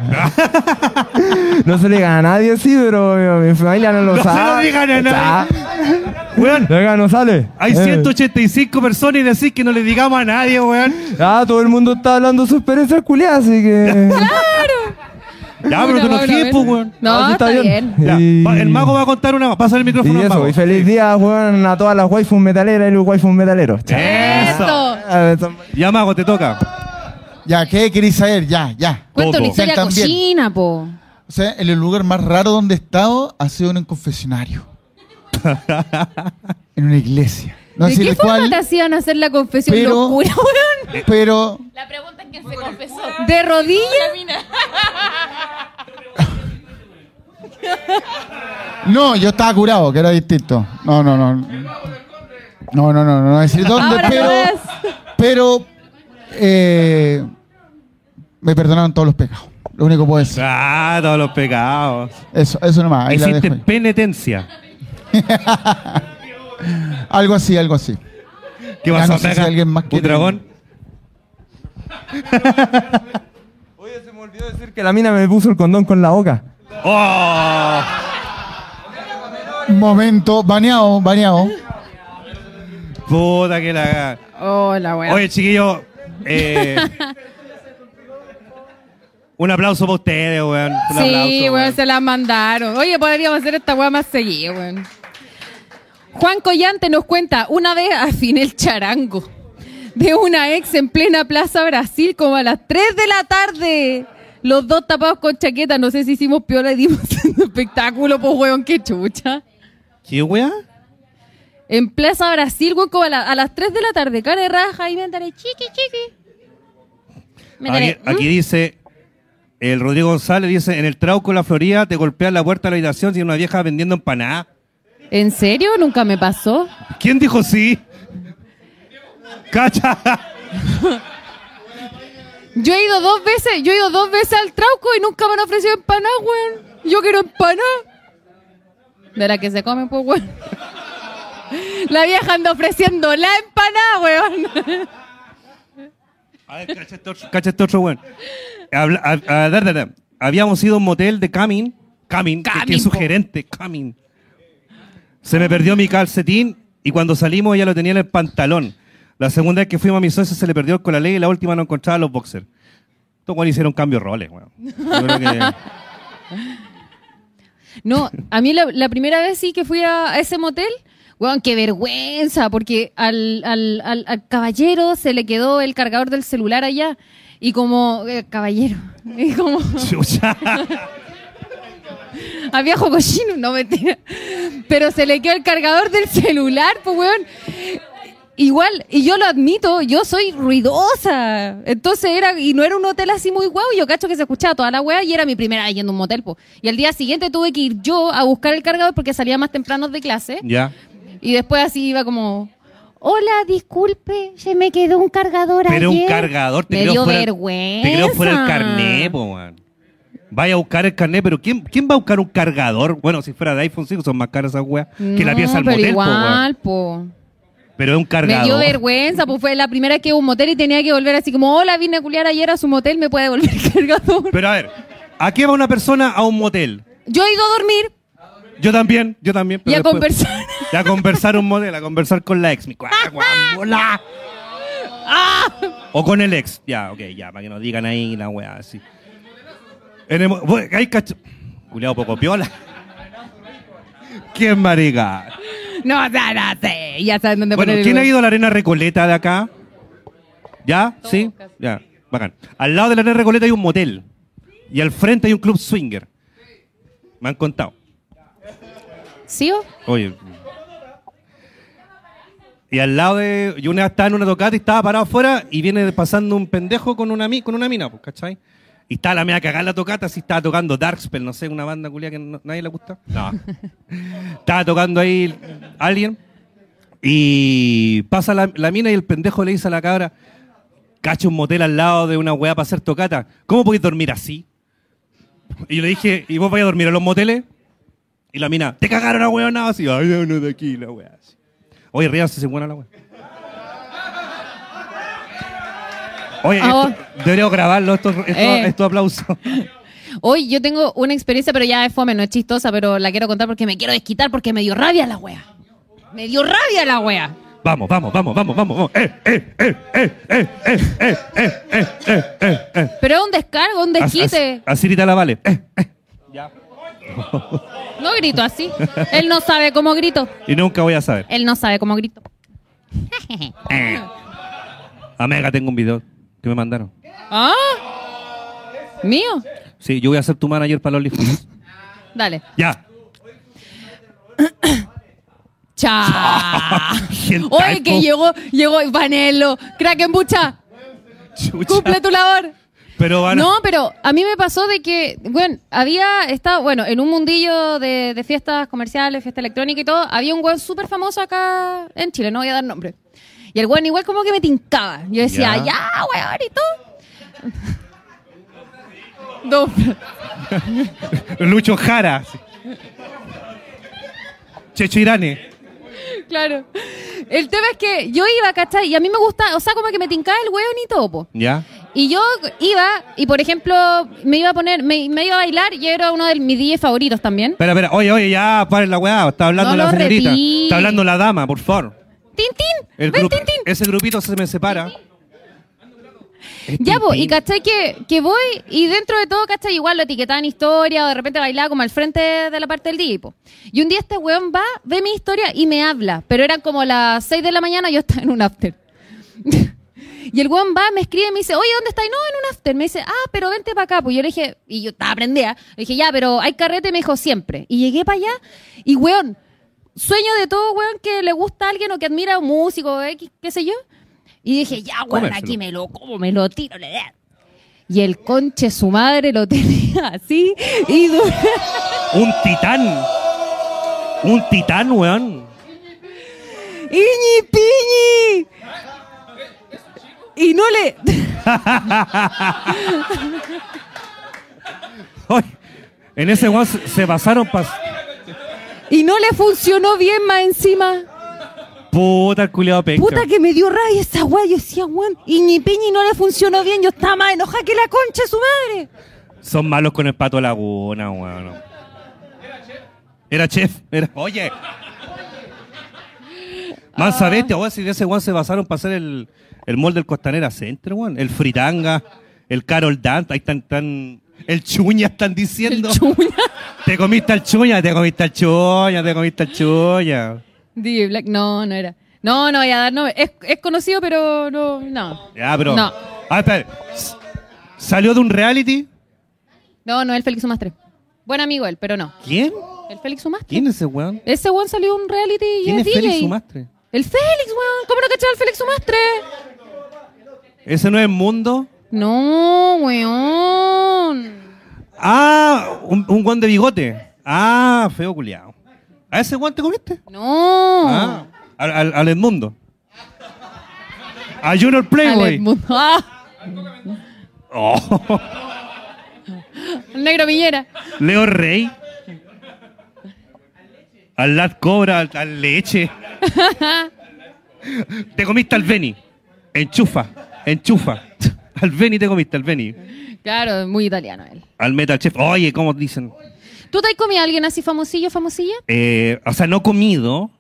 no se le gana a nadie, sí, pero mi, mi familia no lo
No se
sabe.
lo digan a nadie.
Está.
Weón,
Venga, no sale.
Hay
Eh,
185 personas y decís que no le digamos a nadie, weón.
Ah, todo el mundo está hablando de su experiencia culiada, así que...
Ya, pero tú no
Una
quieres,
vez.
pues, weón.
No,
sí,
está bien.
Ya,
Y-
va- el mago va a contar una más. Pasa el micrófono
Y
al mago.
eso, y feliz día, weón, a todas las waifus metaleras y los waifus metaleros. Chao.
Eso.
Eso.
Ah,
A ver, son-
Ya, mago, te toca.
Ya, ¿qué queréis saber? Ya, ya.
Cuenta una
Todo.
historia
También.
cochina, po.
O sea, el lugar más raro donde he estado ha sido en un confesionario. en una iglesia. No
¿De qué
decirles
forma
cuál,
te hacían hacer la confesión
pero-
locura, weón?
pero
La pregunta es quién se confesó.
¿De rodillas?
No, yo estaba curado, que era distinto. No, no, no. No, no, no, no, no decir dónde,
Ahora
pero.
no es.
Pero. eh, me perdonaron todos los pecados. Lo único que puedo decir.
Ah, todos los pecados.
Eso, eso nomás. Ahí la
Hiciste
dejo ahí.
penitencia.
Algo así, algo así.
¿Qué
Ya
vas
no
a
sé
hacer?
si alguien más
¿Un
quiere-
dragón?
Oye, se me olvidó decir que la mina me puso el condón con la boca.
¡Oh!
Ah. Momento, baneado, baneado.
Puta que la.
Hola, weón.
Oye, chiquillo. eh, un aplauso para ustedes, weón. Un aplauso,
Sí, weón, se la mandaron. Oye, podríamos hacer esta weá más seguida, weón. Juan Collante nos cuenta, una vez afiné el charango de una ex en plena Plaza Brasil como a las 3 de la tarde. Los dos tapados con chaqueta, no sé si hicimos piola y dimos un espectáculo, pues weón, qué chucha.
¿Qué, weón?
En Plaza Brasil, weón, como a, la- a las 3 de la tarde, cara de raja, y me andaré chiqui, chiqui. Me
Aquí,
andaré, ¿mm?
aquí dice, el Rodrigo González dice, en el Trauco, la Florida, te golpean la puerta de la habitación y una vieja vendiendo empanadas.
¿En serio? Nunca me pasó.
¿Quién dijo sí? ¡Cacha!
Yo he ido dos veces, yo he ido dos veces al Trauco y nunca me han ofrecido empaná, weón. Yo quiero empaná. De la que se come, pues, weón. La vieja anda ofreciendo la empaná, weón.
A ver, cacha este otro, cacha este otro weón. Habla- a- a- dar, dar, dar. Habíamos ido a un motel de Camin. Camin, que- que, es su gerente, Camin. Se me perdió mi calcetín y cuando salimos ella lo tenía en el pantalón. La segunda vez que fuimos a mi socio se le perdió con la ley y la última no encontraba los boxers. Estos weón hicieron cambio de roles, weón. Yo creo que-
No, a mí la, la primera vez sí que fui a, a ese motel, weón, qué vergüenza, porque al, al- al- al caballero se le quedó el cargador del celular allá. Y como, eh, caballero, y como...
Chucha.
a viejo cochino, no mentira. Pero se le quedó el cargador del celular, pues weón. Igual, y yo lo admito, yo soy ruidosa. Entonces era, y no era un hotel así muy guau, yo cacho que se escuchaba toda la wea y era mi primera vez yendo a un motel, pues. Y al día siguiente tuve que ir yo a buscar el cargador porque salía más temprano de clase.
Ya.
Y después así iba como, hola, disculpe, se me quedó un cargador
Pero
ayer".
un cargador te
Me
creo
dio
fuera,
vergüenza.
Te creo fuera el carné, po, weón. Vaya a buscar el carné, pero ¿quién, ¿quién va a buscar un cargador? Bueno, si fuera de iPhone 5 son más caras esas weas que la
No,
pieza al
pero
motel, po, weón.
igual, po.
Pero es un cargador.
Me dio vergüenza, pues fue la primera que iba a un motel y tenía que volver así como, hola, vine a culiar ayer a su motel, ¿me puede volver el cargador?
Pero a ver, ¿a qué va una persona a un motel?
Yo he ido a dormir
Yo también, yo también.
y
pero
a
después-
conversar.
Y a conversar un motel, a conversar con la ex. Mi cua- guambola. Ah. O con el ex. Ya, ok, ya, para que nos digan ahí la weá así. En el mo- Bueno, Hay cacho. Culeado poco piola. ¿Quién marica?
No, o sea, no sé, ya saben dónde
Bueno,
poner el
¿quién ha
huevo.
ido a la arena Recoleta de acá? ¿Ya? ¿Sí? Ya, bacán. Al lado de la arena Recoleta hay un motel. Y al frente hay un club swinger. Me han contado.
¿Sí o?
Oye. Y al lado de. Yo una vez estaba en una tocata y estaba parado afuera y viene pasando un pendejo con una, mi- con una mina, pues, ¿cachai? Y estaba la media cagada en la tocata, así estaba tocando Darkspell, no sé, una banda culia que no- nadie le gusta. No. estaba tocando ahí alguien y pasa la, la mina y el pendejo le dice a la cabra: Cacha un motel al lado de una weá para hacer tocata. ¿Cómo podéis dormir así? Y yo le dije: ¿Y vos vais a dormir a los moteles? Y la mina, te cagaron a weón, así, ay, uno de aquí, la weá. así. Oye, ríase, se buena la weá. Oye,
Ah,
esto- deberíamos grabarlo, estos estos-
Eh.
estos aplausos.
Hoy yo tengo una experiencia, pero ya es fome, no es chistosa, pero la quiero contar porque me quiero desquitar porque me dio rabia la wea. Me dio rabia la wea.
Vamos, vamos, vamos, vamos, vamos. vamos. Eh, eh, eh, eh, eh, eh, eh, eh, eh, eh, eh, eh.
Pero es un descargo, un
Así-
desquite.
así- Así grita la vale. Eh, eh.
No grito así. Él no sabe cómo grito.
Y nunca voy a saber.
Él no sabe cómo grito.
Eh. Amiga, tengo un video que me mandaron.
¿Ah? ¿Mío?
Sí, yo voy a ser tu manager para los
Ah.
OnlyFans.
Dale.
Ya.
Cha.
Gentai,
Oye, que
po.
llegó, llegó Vanello, Kraken Bucha,
Chucha.
cumple tu labor.
Pero van a-
No, pero a mí me pasó de que, bueno, había estado, bueno, en un mundillo de, de fiestas comerciales, fiesta electrónica y todo, había un weón súper famoso acá en Chile, no voy a dar nombre. Y el weón igual como que me tincaba. Yo decía,
Ya.
ya, weón, y todo. Don-
Lucho Jara. sí. Checho Irane.
claro. El tema es que yo iba, ¿cachai? Y a mí me gusta, o sea, como que me tincaba el weón y todo, po.
Ya.
Y yo iba, y por ejemplo, me iba a poner, me, me iba a bailar y era uno de mis 10 favoritos también.
Espera, espera. Oye, oye, ya, paren la weá. Está hablando
No
la
lo
señorita.
repite.
Está hablando la dama, por favor.
¡Tintín!
El
¡Ven,
grupo-
Tintín!
Ese grupito se me separa. Es
Ya, pues, y
Tintín.
cachai que, que voy y dentro de todo, cachai, igual lo etiquetaba en historia o de repente bailaba como al frente de la parte del DJ, po. Y un día este weón va, ve mi historia y me habla, pero eran como las 6 de la mañana, yo estaba en un after. Y el weón va, me escribe y me dice, oye, ¿dónde estáis? No, en un after. Me dice, ah, pero vente para acá. Pues yo le dije, y yo estaba prendida. Le dije, ya, pero hay carrete, me dijo, siempre. Y llegué para allá y, weón, sueño de todo, weón, que le gusta a alguien o que admira a un músico, eh, qué, qué sé yo. Y dije, ya, weón,
Comérselo.
aquí me lo como, me lo tiro, le da. Y el conche su madre lo tenía así y du-
Un titán. Un titán, weón.
¡Iñi, piñi! Y no le...
Ay, en ese weón se se pasaron pas.
Y no le funcionó bien más encima.
Puta el culiado penca.
Puta que me dio rabia esa weá. Yo decía, weón, Iñi, piñi no le funcionó bien. Yo estaba más enojada que la concha de su madre.
Son malos con el pato laguna, weón. Era chef. Era Oye. Mansa bestia, weón, si de ese weón se basaron para hacer el, el molde del Costanera Centro, weón. El Fritanga, el Carol Dant, ahí están, tan El Chuña están diciendo. Te comiste al Chuña, te comiste al Chuña, te comiste al Chuña.
DJ Black, no, no era. No, no voy a dar, no, es, es conocido, pero no, no.
Ya, pero.
No.
Ah, espera. S- ¿Salió de un reality?
No, no, el Félix Sumastre. Buen amigo él, pero no.
¿Quién?
El Félix Sumastre.
¿Quién es ese weón?
Ese weón salió un reality y
¿Quién es
DJ.
Félix Sumastre?
El Félix, weón. ¿Cómo no cachaba el Félix Sumastre?
¿Ese no es Mundo?
No, weón.
Ah, un, un guan de bigote. Ah, feo culiao. ¿A ese guante comiste?
No.
Ah, al, al, al Edmundo. A Junior
Al
Playboy.
Edmundo. Ah,
Oh,
negro Millera.
Leo Rey. Al Lat Cobra, al, al Leche. te comiste al Beni. Enchufa, enchufa. Al Beni te comiste, al Beni.
Claro, muy italiano él.
Al Metal Chef. Oye, ¿cómo dicen?
¿Tú te has comido a alguien así famosillo, famosilla?
Eh, o sea, no comido,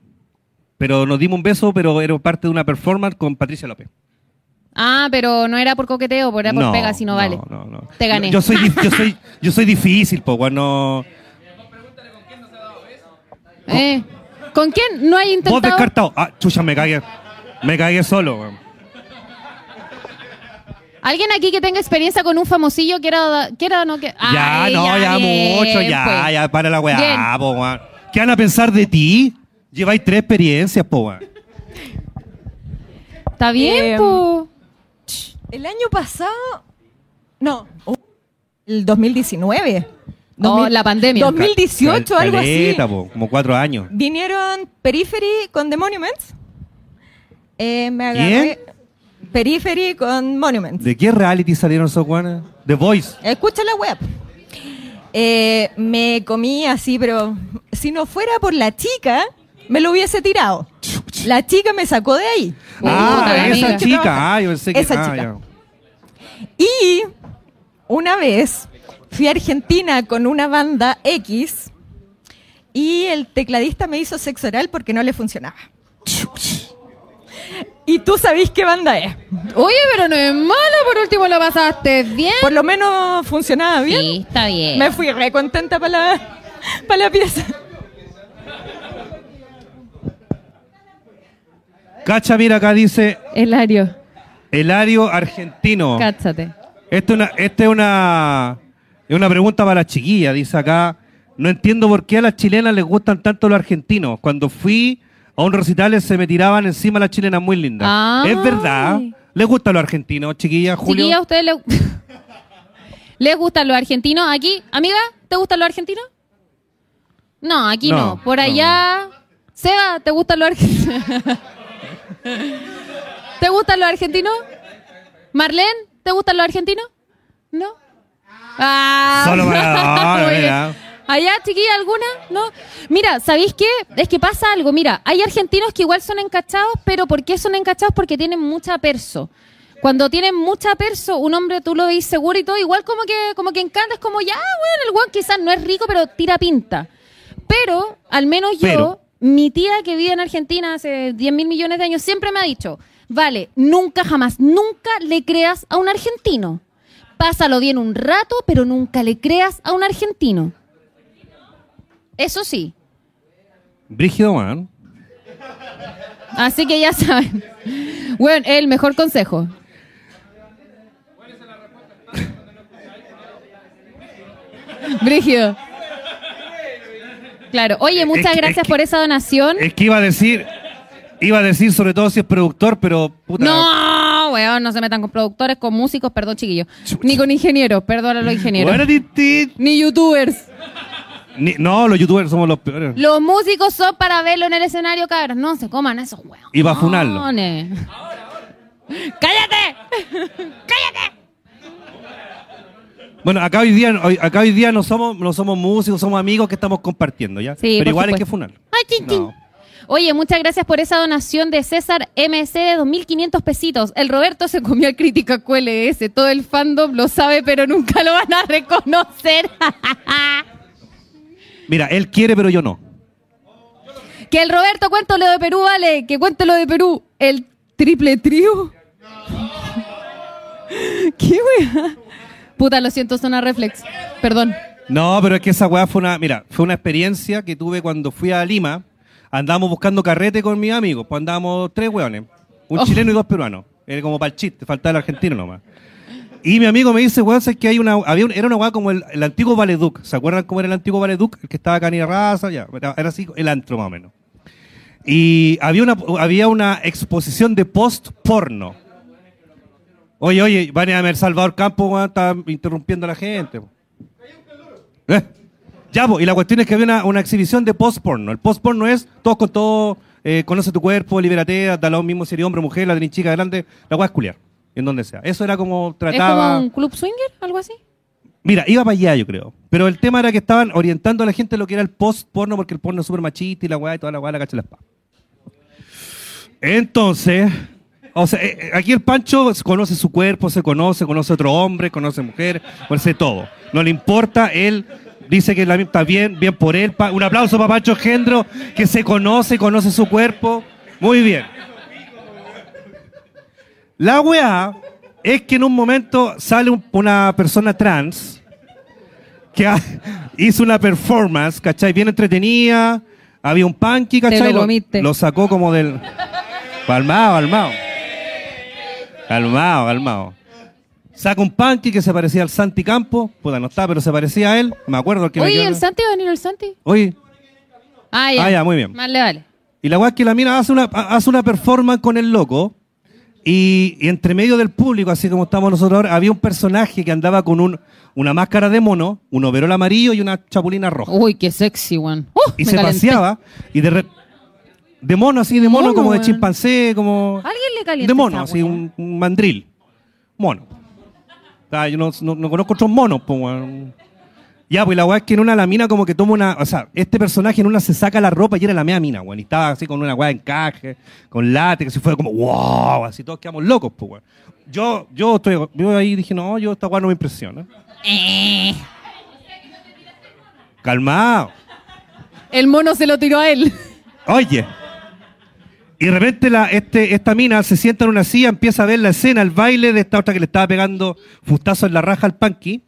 pero nos dimos un beso, pero era parte de una performance con Patricia López.
Ah, pero no era por coqueteo, por- era por
No,
pega, si no vale.
no, no.
Te gané.
Yo soy, dif- yo soy, yo soy difícil, po, weón, no.
Eh, ¿Con quién no hay
Vos
intentado?
descartado. Ah, chucha, me cagué. Me cagué solo, weón.
¿Alguien aquí que tenga experiencia con un famosillo quiera, quiera no que
Ya,
Ay,
no, ya,
bien,
mucho, ya,
pues.
ya, para la weá,
Bien.
po, weón. ¿Qué van a pensar de ti? Lleváis tres experiencias, po, weón.
Está bien,
Em,
po.
El año pasado. No. oh, El 2019.
No, Oh, la pandemia.
2018, algo así.
Caleta, po, como cuatro años.
Vinieron Periphery con The Monuments. Eh, me agarré. Periphery con Monuments.
¿De qué reality salieron esos weones? The Voice.
Escucha la web. Eh, me comí así, pero si no fuera por la chica, me lo hubiese tirado. La chica me sacó de ahí.
ah,
puta,
esa
amiga.
chica. Ah, yo pensé que.
Esa
ah,
chica. Y una vez fui a Argentina con una banda X y el tecladista me hizo sexo oral porque no le funcionaba. Y tú sabís qué banda es.
Oye, pero no es mala, por último lo pasaste bien.
Por lo menos funcionaba bien.
Sí, está bien.
Me fui re contenta para la, pa' la pieza.
ya. Cacha, mira, acá dice
Elario,
Elario Argentino.
cáchate.
Esta es una, esta es una, es una pregunta para la chiquilla, dice acá. No entiendo por qué a las chilenas les gustan tanto los argentinos. Cuando fui a un recital se me tiraban encima las chilenas muy lindas.
Ay.
Es verdad. ¿Les gustan los argentinos, chiquilla, Julio?
Ah. Chiquilla, ¿a ustedes le- les gustan los argentinos? Aquí, amiga, ¿te gustan los argentinos? No, aquí no.
No,
Por
no.
allá. Seba, ¿te gustan los argentinos? ¿Te gustan los argentinos? Marlene, ¿te gustan los argentinos? ¿No? Ah,
Solo para-
muy bien.
mira.
¿Allá, chiquilla, alguna? ¿No? Mira, ¿sabéis qué? Es que pasa algo. Mira, hay argentinos que igual son encachados, pero ¿por qué son encachados? Porque tienen mucha perso. Cuando tienen mucha perso, un hombre tú lo veis seguro y todo, igual como que, como que encanta, es como ya, bueno, el guan quizás no es rico, pero tira pinta. Pero, al menos yo,
Pero.
mi tía que vive en Argentina hace 10 mil millones de años, siempre me ha dicho, vale, nunca jamás, nunca le creas a un argentino. Pásalo bien un rato, pero nunca le creas a un argentino. Eso sí.
Brígido, man.
Así que ya saben. Bueno, el mejor consejo. Brígido. Claro. Oye, muchas
que- es
gracias
que-
por esa donación.
Es que iba a decir, iba a decir sobre todo si es productor, pero puta.
No, weón, no se metan con productores, con músicos, perdón, chiquillos.
Chucha.
Ni con ingenieros, perdón a los ingenieros.
Bueno, ti, ti,
Ni youtubers.
ni- no, los youtubers somos los peores.
Los músicos son para verlo en el escenario, cabros. No se coman a esos weón.
Y va a funarlo.
¡Cállate!
Bueno, acá hoy día, hoy- acá hoy día no somos, no somos músicos, somos amigos que estamos compartiendo, ¿ya?
Sí,
pero
por
igual hay
supuesto.
que funar.
Ay, chin, chin.
No.
Oye, muchas gracias por esa donación de César MC de 2.500 pesitos. El Roberto se comió el crítica QLS. Todo el fandom lo sabe, pero nunca lo van a reconocer.
Mira, él quiere, pero yo no.
que el Roberto cuento lo de Perú, vale. Que cuente lo de Perú. El triple trío. ¿Qué wea? Puta, lo siento, zona reflex. Perdón.
No, pero es que esa weá fue una, mira, fue una experiencia que tuve cuando fui a Lima. Andábamos buscando carrete con mis amigos, pues andábamos tres weones, un
Oh.
chileno y dos peruanos. Era como para el chiste, faltaba el argentino nomás. Y mi amigo me dice, weón, es que hay una, había un- era una weá como el, el antiguo Valeduc. ¿Se acuerdan cómo era el antiguo Valeduc? El que estaba acá en Raza, ya. Era era así el antro más o menos. Y había una, había una exposición de post porno. Oye, oye, van a ver Salvador Campos, weón, está interrumpiendo a la gente. po. Eh, Ya, po, y la cuestión es que había una, una exhibición de post-porno. El post-porno es todos con todo, eh, conoce tu cuerpo, libérate, da lo mismo si eres hombre o mujer, la tenés chica grande, la voy a culiar, en donde sea. Eso era como
¿Es como
trataba...
un club swinger? ¿Algo así?
Mira, iba para allá, yo creo. Pero el tema era que estaban orientando a la gente lo que era el post-porno, porque el porno es súper machista y la weá y toda la weá, la cacha y la espada. Entonces, o sea, eh, eh, aquí el Pancho conoce su cuerpo, se conoce, conoce otro hombre, conoce mujer, conoce todo. No le importa, él dice que la, está bien, bien por él. Pa- un aplauso para Pancho Gendro, que se conoce, conoce su cuerpo. Muy bien. La weá es que en un momento sale un- una persona trans que ha- hizo una performance, ¿cachai? Bien entretenida. Había un punky,
lo
¿cachai?
comiste.
lo sacó como del. Calmado, calmado. Calmado, calmado. Saca un punky que se parecía al Santi Campo. Puta, no está, pero se parecía a él. Me acuerdo que me
Oye,
quedó-
¿el Santi va a venir el Santi?
Oye,
Ah, ya.
Ah, ya, muy bien.
Más le vale.
y la weá es que la mina hace una, ha- hace una performance con el loco. Y, y entre medio del público, así como estamos nosotros ahora, había un personaje que andaba con un, una máscara de mono, un overol amarillo y una chapulina roja.
Uy, qué Oh, sexy, weón. Uh,
y
me
se
calenté.
paseaba y de re- de mono así, de mono,
Mono,
como de
weón.
chimpancé, como
Alguien le calienta
de mono,
esa
así
weá.
un, un mandril. Mono. Ah, yo no, no- no conozco otros monos, po, weón. Ya, pues la weá es que en una la mina como que toma una. O sea, este personaje en una se saca la ropa y era la mea mina, weón. Y estaba así con una weá de encaje, con látex, así fue como, wow, así todos quedamos locos, pues, weón. Yo, yo estoy. Yo ahí dije, no, yo esta weá no me impresiona.
Eh,
Calmado.
El mono se lo tiró a él.
Oye. Y de repente la, este, esta mina se sienta en una silla, empieza a ver la escena, el baile de esta otra que le estaba pegando fustazo en la raja al punky.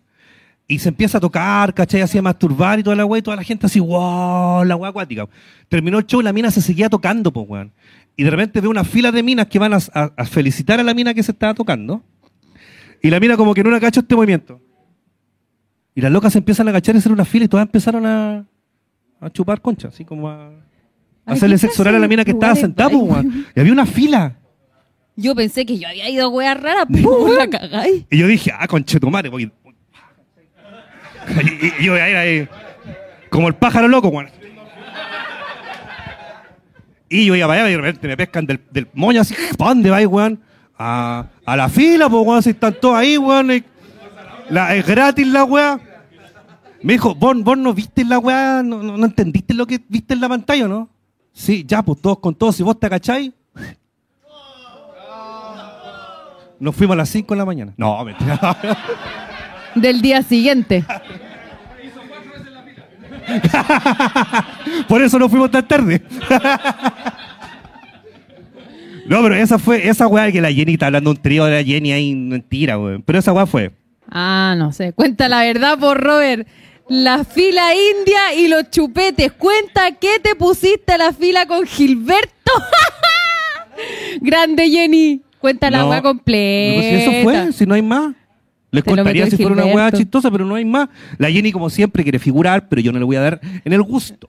Y se empieza a tocar, ¿cachai? Así a masturbar y toda la weá, y toda la gente así, wow, la weá acuática. Terminó el show y la mina se seguía tocando, pues, weón. Y de repente veo una fila de minas que van a, a- a felicitar a la mina que se estaba tocando. Y la mina como que no la cacho este movimiento. Y las locas se empiezan a agachar y hacer una fila y todas empezaron a, a chupar concha, así como a, a
Ay,
hacerle
¿qué
sexo
clase
oral a la
de
mina que estaba
lugares
sentada,
va?
pues, weón. Y había una fila.
Yo pensé que yo había ido a weas raras, pero la cagáis.
Y yo dije, ah, conchetumare, voy. Y, y- y yo voy a ir ahí, como el pájaro loco, weón. Y yo iba para allá y de repente me pescan del, del moño así, ¿para dónde vais, weón? A, a la fila, pues, weón, si están todos ahí, weón. y- la- es gratis la weá. Me dijo, vos, vos no viste la weá, no, no- no entendiste lo que viste en la pantalla, ¿no? Sí, ya, pues todos con todos, si vos te cacháis. Nos fuimos a las 5 de la mañana. No, mentira.
Del día siguiente.
Por eso no fuimos tan tarde. No, pero esa fue, esa weá que la Jenny está hablando un trío de la Jenny ahí, mentira, weón. Pero esa weá fue.
Ah, no sé. Cuenta la verdad por Robert. La fila india y los chupetes. Cuenta que te pusiste a la fila con Gilberto. Grande Jenny. Cuenta la
No,
wea completa.
no, si eso fue, si no hay más. Les
Eh, Te lo
contaría
metió
si
el
fuera una weá
Gilberto.
chistosa, pero no hay más. La Jenny, como siempre, quiere figurar, pero yo no le voy a dar en el gusto.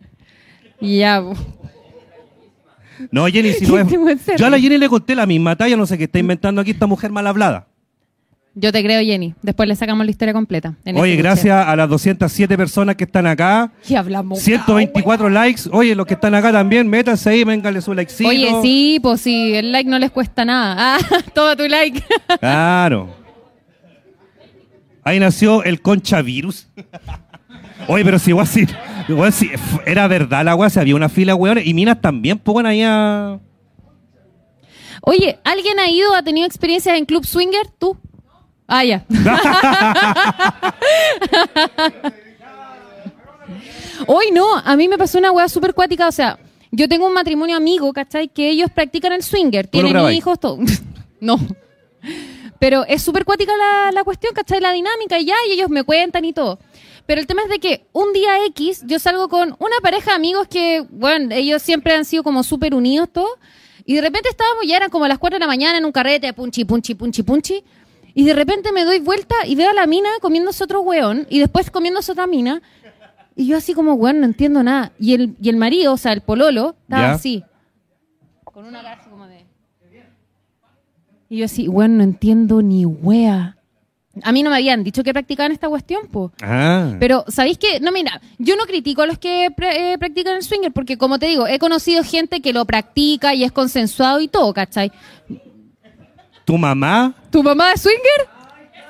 Ya, pues. po.
No, Jenny, si no es.
Qué buen ser.
Yo a la Jenny le conté la misma talla, no sé qué está inventando aquí esta mujer mal hablada.
yo te creo, Jenny. Después le sacamos la historia completa. en
Oye,
este
gracias a las 207 personas que están acá.
coche. Y hablamos.
124 likes. Oye, los que están acá también, métanse ahí, vénganle su likecito.
Oye, sí, pues sí, el like no les cuesta nada. Ah, todo tu like.
Claro. Ahí nació el concha virus. Oye, pero si igual si, igual si f- era verdad la weá, si había una fila, weón, y minas también, pongan ahí a.
Oye, ¿alguien ha ido, ha tenido experiencias en Club Swinger? ¿Tú? Ah, ya. Hoy no, a mí me pasó una weá súper cuática, o sea, yo tengo un matrimonio amigo, ¿cachai? Que ellos practican el swinger,
¿Tú lo
tienen
grabáis?
hijos, todo. no. Pero es súper cuática la, la cuestión, ¿cachai? La dinámica y ya, y ellos me cuentan y todo. Pero el tema es de que un día X yo salgo con una pareja de amigos que, bueno, ellos siempre han sido como súper unidos todo. Y de repente estábamos, ya eran como las 4 de la mañana en un carrete, punchi, punchi, punchi, punchi. Y de repente me doy vuelta y veo a la mina comiéndose otro hueón y después comiéndose otra mina. Y yo así como, weón, no entiendo nada. Y el, y el marido, o sea, el pololo, estaba
Ya.
así. Con una cara así como de... Y yo así, weón, no entiendo ni wea. A mí no me habían dicho que practicaban esta cuestión, po.
Ah.
Pero, ¿sabéis qué? No, mira, yo no critico a los que pra- eh, practican el swinger, porque como te digo, he conocido gente que lo practica y es consensuado y todo, ¿cachai?
¿Tu mamá?
¿Tu mamá es swinger?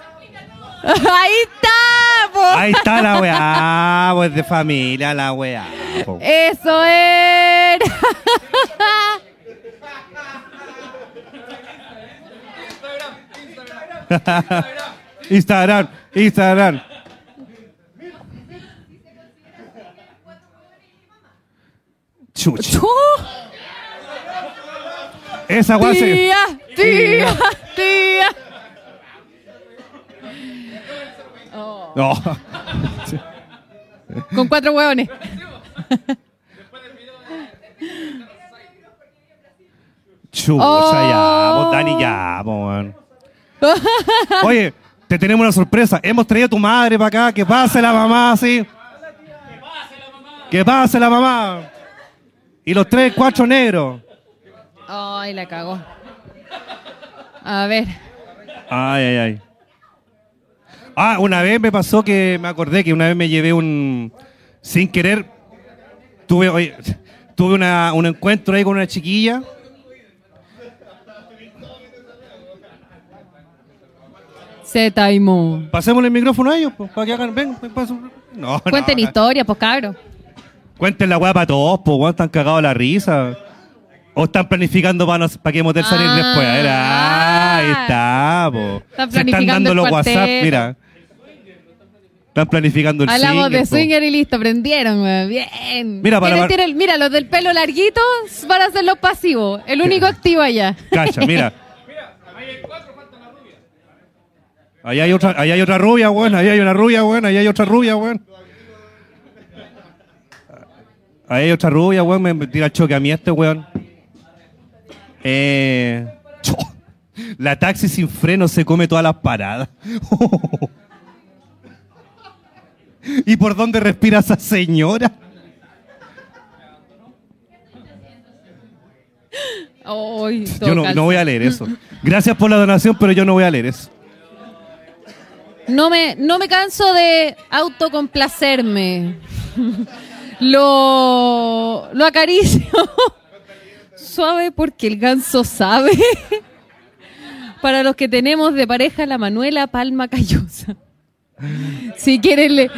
Ahí está, po.
Ahí está la weá, pues de familia la weá. po.
Eso era.
Instagram, Instagram. Chucha. Esa weá se.
Tía, tía, tía.
No.
Con cuatro hueones.
Chucha, ya, vos, Dani, ya, po, weón. Oye, te tenemos una sorpresa. Hemos traído a tu madre para acá. Que pase la mamá, sí. Que pase la mamá. Y los tres, cuatro negros.
Ay, la cagó. A ver.
Ay, ay, ay. Ah, una vez me pasó que me acordé que una vez me llevé un. Sin querer, tuve, oye, tuve una- un encuentro ahí con una chiquilla.
Se taimó.
Pasémosle el micrófono a ellos, pues, para que hagan. Ven, ven, pasen. No, no,
Cuenten
no.
historia, pues cabro.
Cuenten la weá para todos, pues, weón, están cagados la risa. O están planificando para, que Motel salir
Ah.
después. Era, ahí está, po.
Están
Se están
planificando
dando
el
los WhatsApp,
cuarteto.
mira. Están planificando el
Hablamos de
po.
swinger y listo, prendieron, weón. Bien.
Mira, para
¿Quiénes
la-
tienen- mira, los del pelo larguito van a ser los pasivos. El único activo allá.
Cacha, mira. Allá hay otra, allá hay otra rubia, weón. Allá hay una rubia, weón. Allá hay otra rubia, weón. Ahí hay otra rubia, weón. Me- Me tira el choque a mí este, weón. Eh, cho. la taxi sin freno se come todas las paradas. ¿Y por dónde respira esa señora?
Ay, todo
Yo no,
calza.
no voy a leer eso. Gracias por la donación, pero yo no voy a leer eso.
No me, no me canso de autocomplacerme. lo, lo acaricio suave porque el ganso sabe. Para los que tenemos de pareja la Manuela Palma Callosa. Si quieren le...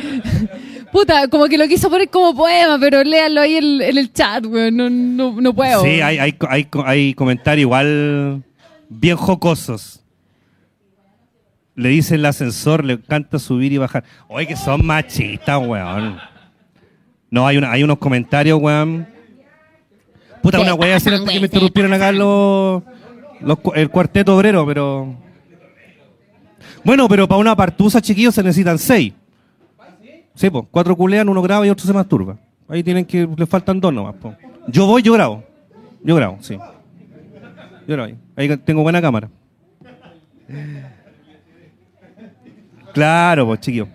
Puta, como que lo quiso poner como poema, pero léanlo ahí en, en el chat, weón. No, no, no puedo.
Sí, hay, hay, hay, hay comentarios igual bien jocosos. Le dice el ascensor, le encanta subir y bajar. Oye, que son machistas, weón. No, hay, una, hay unos comentarios, weón. Puta, una weá así antes que me interrumpieron acá los, los cu- el cuarteto obrero, pero. Bueno, pero para una partusa, chiquillos, se necesitan seis. Sí, pues, cuatro culean, uno graba y otro se masturba. Ahí tienen que, le faltan dos nomás, po. Yo voy, yo grabo. Yo grabo, sí. Yo grabo ahí. Ahí tengo buena cámara. Claro, pues, chiquillo.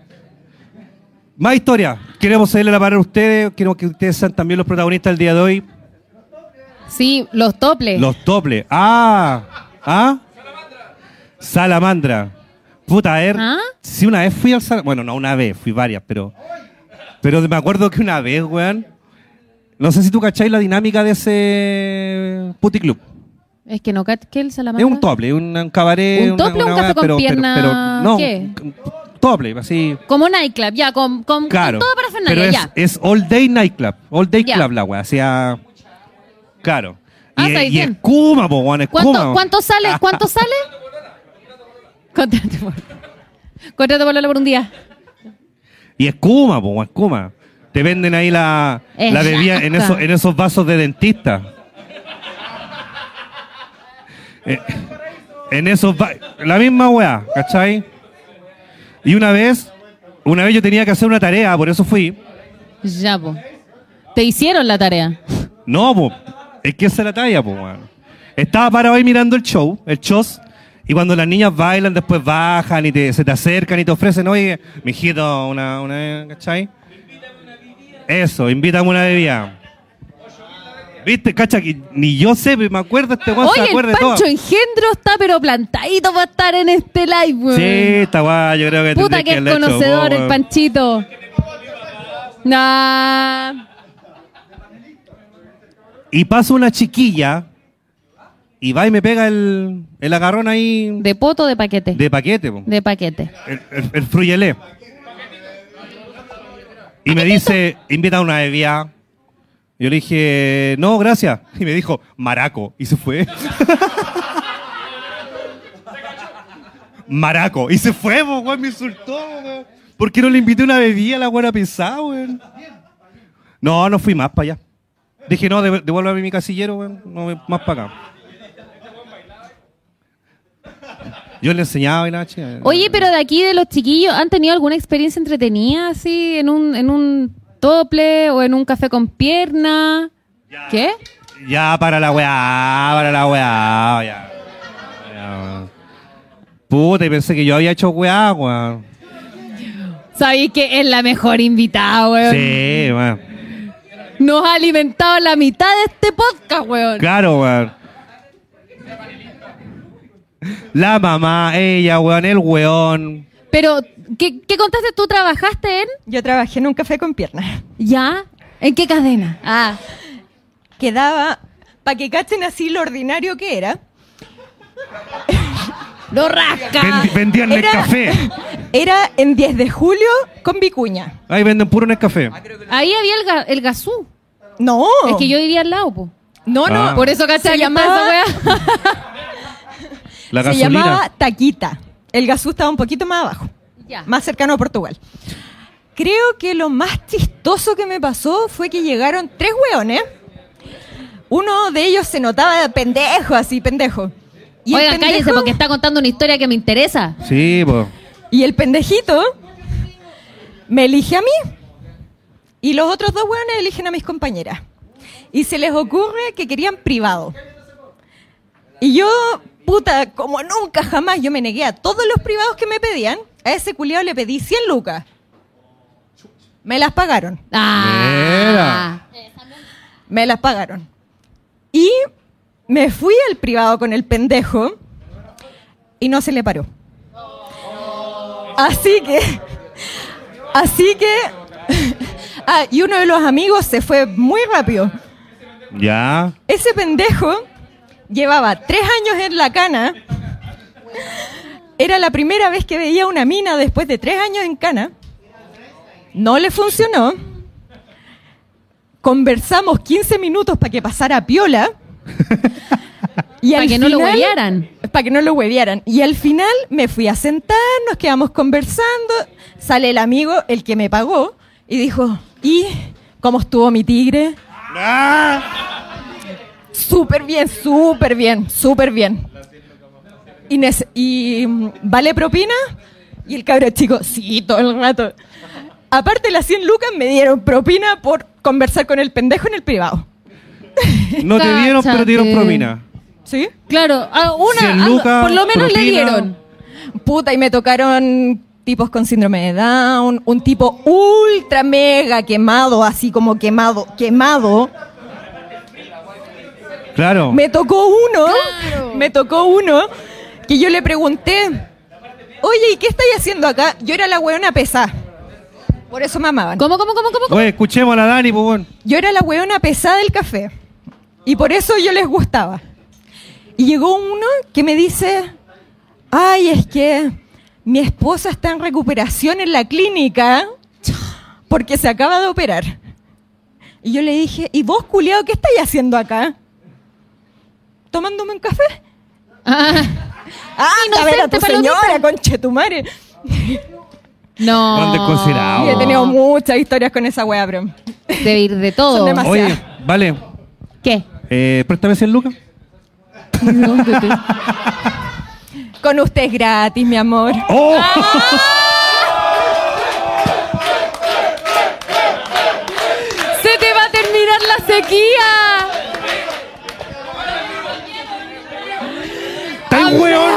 Más historia. queremos cederle la palabra a ustedes. Queremos que ustedes sean también los protagonistas del día de hoy.
Sí, los toples.
Los dobles. Ah, ah. Salamandra. Puta, a ver.
¿Ah?
Sí, una vez fui al Salamandra. Bueno, no una vez, fui varias, pero. Pero me acuerdo que una vez, weón. No sé si tú cacháis la dinámica de ese puticlub.
Es que no, cat- ¿qué el salamandra?
Es un tople, un, un cabaret.
¿Un tople o un
weá,
café con
pero, pero-
pierna?
Pero, no,
¿Qué?
un- un tople, así.
Como nightclub, ya, con, con,
Claro.
con todo para
pero
Fernanda,
es,
ya.
es all day nightclub. All day
Ya.
club la weá. O sea. Claro.
Ah,
y,
está
y
bien.
es Kuma, po, weón, es Kuma.
¿Cuánto, ¿Cuánto sale? ¿Cuánto sale? Contrato por Contrato por Lola por un día.
Y es Kuma, po, es Kuma. Te venden ahí la,
Es
la bebida en
yaca.
esos, en esos vasos de dentista. Eh, en esos va- La misma weá, ¿cachai? Y una vez, una vez yo tenía que hacer una tarea, por eso fui.
Ya, po. Te hicieron la tarea.
No, po, es que esa es la talla, po, weón. Estaba parado ahí mirando el show, el shows, y cuando las niñas bailan, después bajan y te, se te acercan y te ofrecen, oye, mijito, una, una, ¿cachai? Eso, invítame una bebida. ¿Viste, cacha? Que ni yo sé, pero me acuerdo este weón, se
Oye, el
acuerda de
Pancho
todo.
Engendro está pero plantadito para estar en este live, weón.
Sí, está guay, yo creo que
Puta
tendría
que es
haberle hecho,
conocedor el
po, weón.
Panchito. Nah.
Y pasa una chiquilla y va y me pega el, el agarrón ahí
De poto o de paquete.
de paquete, po.
De paquete.
el, el, el fruyelé. Y me dice, invita a una bebida. Yo le dije, no, gracias. Y me dijo, maraco. Y se fue. maraco. Y se fue, po, weón, me insultó, weón. ¿Por qué no le invité una bebida a la buena pesada, weón? No, no fui más para allá. Dije, no, dev- devuélvame mi casillero, weón. No, voy más para acá. Yo le enseñaba y nada, chica.
Oye, pero de aquí de los chiquillos, ¿han tenido alguna experiencia entretenida así en un, en un tople o en un café con pierna? ¿Qué?
Ya, para la weá, para la weá, ya. Ya. Puta, y pensé que yo había hecho weá, weón.
Sabéis que es la mejor invitada, weón.
Sí, weón.
Nos ha alimentado la mitad de este podcast, weón.
Claro, weón. La mamá, ella, weón, el weón.
Pero, ¿qué, qué contaste tú? ¿Trabajaste en?
Yo trabajé en un café con piernas.
¿Ya? ¿En qué cadena? Ah,
Quedaba, para que cachen así lo ordinario que era,
lo rasca.
Vendi- vendían el
Era-
café.
era en 10 de julio con vicuña.
Ahí venden puro en el café.
Ah,
Ahí había el, ga- Ah, el gasú.
No.
Es que yo vivía al lado, po.
No, no.
Ah.
Por eso
Se
cachai que más
llamaba-
esa weá.
La
se
gasolina.
llamaba Taquita. El gasú estaba un poquito más abajo,
Ya.
más cercano a Portugal. Creo que lo más chistoso que me pasó fue que llegaron tres hueones. Uno de ellos se notaba pendejo, así, pendejo. Y el
Oigan, cállense
pendejo-
porque está contando una historia que me interesa.
Sí, po.
Y el pendejito me elige a mí. Y los otros dos hueones eligen a mis compañeras. Y se les ocurre que querían privado. Y yo, puta, como nunca jamás, yo me negué a todos los privados que me pedían. A ese culiao le pedí 100 lucas. Me las pagaron.
Ah.
Me las pagaron. Y me fui al privado con el pendejo y no se le paró. Así que, así que, ah, y uno de los amigos se fue muy rápido.
Ya.
Ese pendejo llevaba tres años en la cana. Era la primera vez que veía una mina después de tres años en cana. No le funcionó. Conversamos 15 minutos para que pasara piola. Y
Pa'
al
que no lo
final-
huevearan.
Para que no lo huevearan. Y al final me fui a sentar, nos quedamos conversando. Sale el amigo, el que me pagó, y dijo: ¿Y cómo estuvo mi tigre? Súper bien, súper bien, súper bien. Y, nece- y, mm, vale propina. Y el cabro chico, sí, todo el rato. Aparte, las 100 lucas me dieron propina por conversar con el pendejo en el privado.
No te dieron, pero te dieron
Cáchate.
propina.
¿Sí?
Claro, a una,
Cien
algo-
lucas,
por lo menos le
propina.
dieron.
Puta, y me tocaron tipos con síndrome de Down, un tipo ultra mega quemado, así como quemado, quemado.
Claro.
Me tocó uno, me tocó uno que yo le pregunté, oye, ¿y qué estáis haciendo acá? Yo era la weona pesada. Por eso me amaban.
¿Cómo, cómo, cómo, cómo? cómo?
Oye, escuchemos a la Dani, pues bueno.
Yo era la weona pesada del café. Y por eso yo les gustaba. Y llegó uno que me dice, ay, es que mi esposa está en recuperación en la clínica porque se acaba de operar. Y yo le dije, ¿y vos, culiao, qué estáis haciendo acá? ¿Tomándome un café?
Ah,
Ah, a ver a tu
Inocente palomita.
señora, conche tu madre.
no.
Mal desconsiderado.
Y he tenido muchas historias con esa wea, pero...
Debe ir de todo.
Son demasiado.
Oye, vale.
¿Qué?
Eh, préstame 100 lucas.
Con usted es gratis, mi amor. Ah,
¡Oh!
¡Se te va a terminar la sequía! Ah,
¡Está en weón!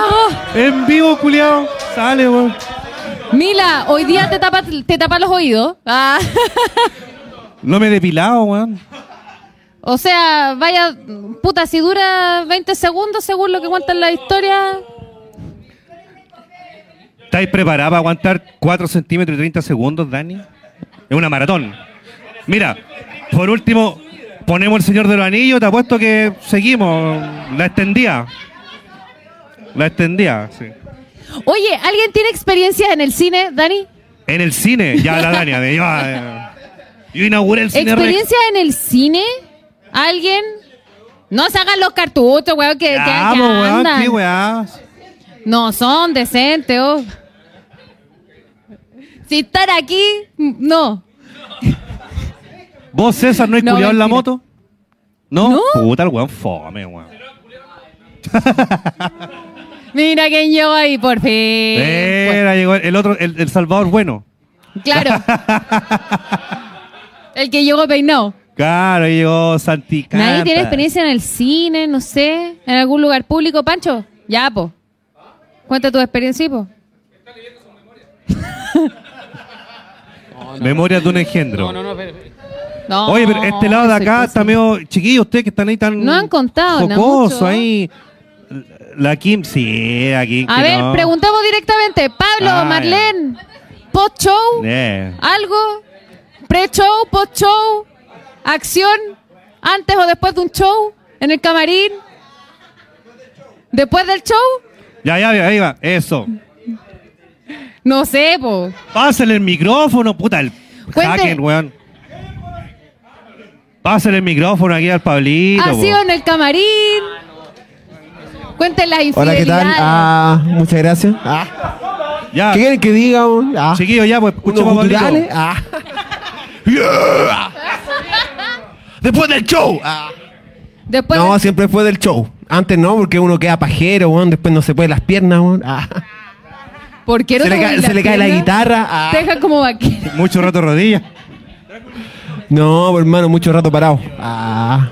En vivo, culiao. Sale, weón.
¡Oh! Mila, hoy día te tapas te tapa los oídos. Ah.
No me he depilado, weón.
O sea, vaya, puta, si dura 20 segundos según lo que cuentan las historias.
¿Estáis preparada para aguantar 4 centímetros y 30 segundos, Dani? Es una maratón. Mira, por último, ponemos el señor de los anillos, te apuesto que seguimos. La extendía. La extendía, sí.
Oye, ¿alguien tiene experiencias en el cine, Dani?
En el cine, ya la Dania. de- ya, eh. yo inauguré el cine Rex.
¿Experiencias en el cine? ¿Alguien? No se hagan los cartuchos, weón, que, que-
Ya,
que
po, weón,
andan.
qué weá.
No, son decentes, oh. Si están aquí, no.
¿Vos, César, no hay
No,
culiado en la
mentira.
moto? ¿No?
No.
Puta, el weón fome, weón.
Mira quién llegó ahí, por fin.
Era, llegó el otro, el, el Salvador bueno.
Pues, claro. el que llegó peinado.
Claro, ahí llegó Santi
Nadie
Canta.
tiene experiencia en el cine, no sé, en algún lugar público, Pancho. Ya, po. Cuenta tu experiencia, po.
Memorias de un engendro.
No, no, no, espera, espera.
No,
Oye, pero este lado de
soy
acá
cosa.
está medio chiquillo, ustedes que están ahí tan
No han contado, ¿no?
jocoso
Mucho.
ahí. La Kim, sí, la Kim.
A
que
ver,
no.
preguntamos directamente. Pablo,
Ah, ya.
Marlene, post-show,
Eh.
algo, pre-show, post-show, acción, antes o después de un show, en el camarín, después del show,
Ya, ya, ya, ahí va, eso.
no sé, po.
Pásale el micrófono, puta, el
Cuente.
hacker, weón. Pásale el micrófono aquí al Pablito.
Ha
po.
sido en el camarín. Cuenten las
Hola, ¿qué
infidelidades.
tal? Ah, muchas gracias. Ah,
Ya,
¿Qué quieren que diga? un- Ah,
chiquillo, ya, pues,
unos
escuchemos a Pablito.
guturales? Ah. Después del show. Ah.
Después
no,
del-
siempre después del show. Antes no, porque uno queda pajero, weón. Después no se puede las piernas, weón. Ah.
¿Por qué no
Se le
te
cae,
pones
se
las
le cae la
piernas?
guitarra. ah.
Te deja como vaquero.
Mucho rato rodillas.
No, pues, hermano, mucho rato parado. Ah.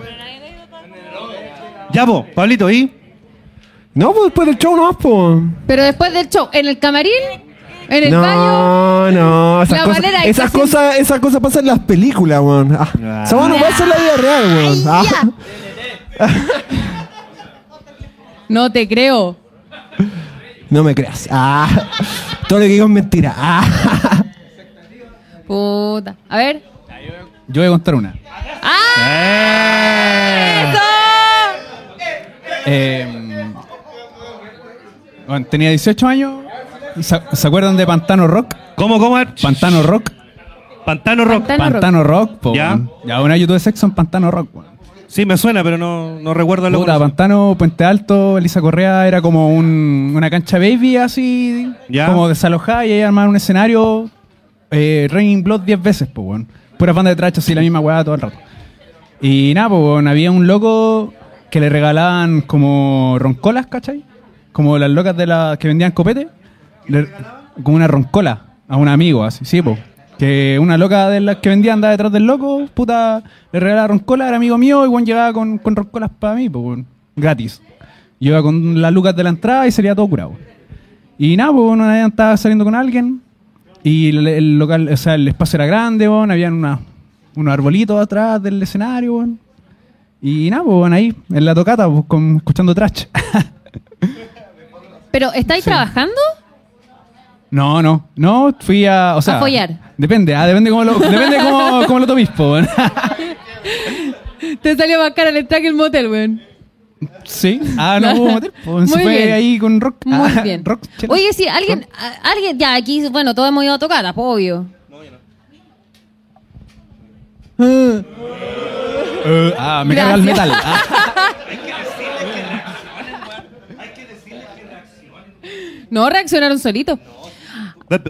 Ya, po, Pablito, ¿y?
No, pues después del show no, pues.
Pero después del show, ¿en el camarín? ¿En el
no,
baño?
no, esas
La
cosas,
manera de
esas
que
cosas, esas cosas pasan en las películas, weón. Ah.
Ah.
Esa weá no pasa en la vida real, weón. Ah.
No te creo.
No me creas. Ah. Todo lo que digo es mentira. Ah.
Puta. A ver.
Yo voy a contar una.
¡Ah!
Eh, bueno, tenía 18 años. ¿Se, se acuerdan de Pantano Rock?
¿Cómo, cómo? es?
Pantano Rock.
Pantano Rock.
Pantano-
Pantano Rock, po,
Ya.
weón. Ya, una yo tuve sexo en Pantano Rock, weón.
Sí, me suena, pero no, no recuerdo lo
Puta,
que-
Pantano, Puente Alto, Elisa Correa era como un- una cancha baby así,
Ya.
como desalojada y ahí armaban un escenario eh, Raining Blood 10 veces, pues, weón. Pura banda de tracho, así, la misma weá todo el rato. Y nada, pues, weón, había un loco que le regalaban como roncolas, ¿cachai? Como las locas de las que vendían copete. Le- como una roncola a un amigo, así, sí, pues. Que una loca de las que vendía andaba detrás del loco, puta, le regalaba roncola, era amigo mío, y weón llegaba con, con roncolas para mí, pues, weón, gratis. Yo iba con las lucas de la entrada y sería todo curado. Y nada, pues una vez estaba saliendo con alguien Y el, el local, o sea, el espacio era grande, weón, habían una- unos arbolitos atrás del escenario, weón. Y nada, pues, weón, ahí, en la tocata, pues, con- escuchando trash.
Pero ¿estáis trabajando?
no, no, no, fui a, o sea...
follar.
Depende, ah, depende cómo lo, depende cómo, cómo lo tomis, po, weón.
Te salió más cara el entrada que el motel, weón.
Sí. Ah, no,
No.
hubo motel, po, se
Muy
fue
bien.
ahí con rock.
Muy
Ah,
bien.
rock, chela.
Oye, sí, alguien, a- alguien, ya aquí, bueno, todos hemos ido a tocadas, po, obvio.
Eh, ah, me carga el
Gracias.
metal. Ah.
No reaccionaron solitos.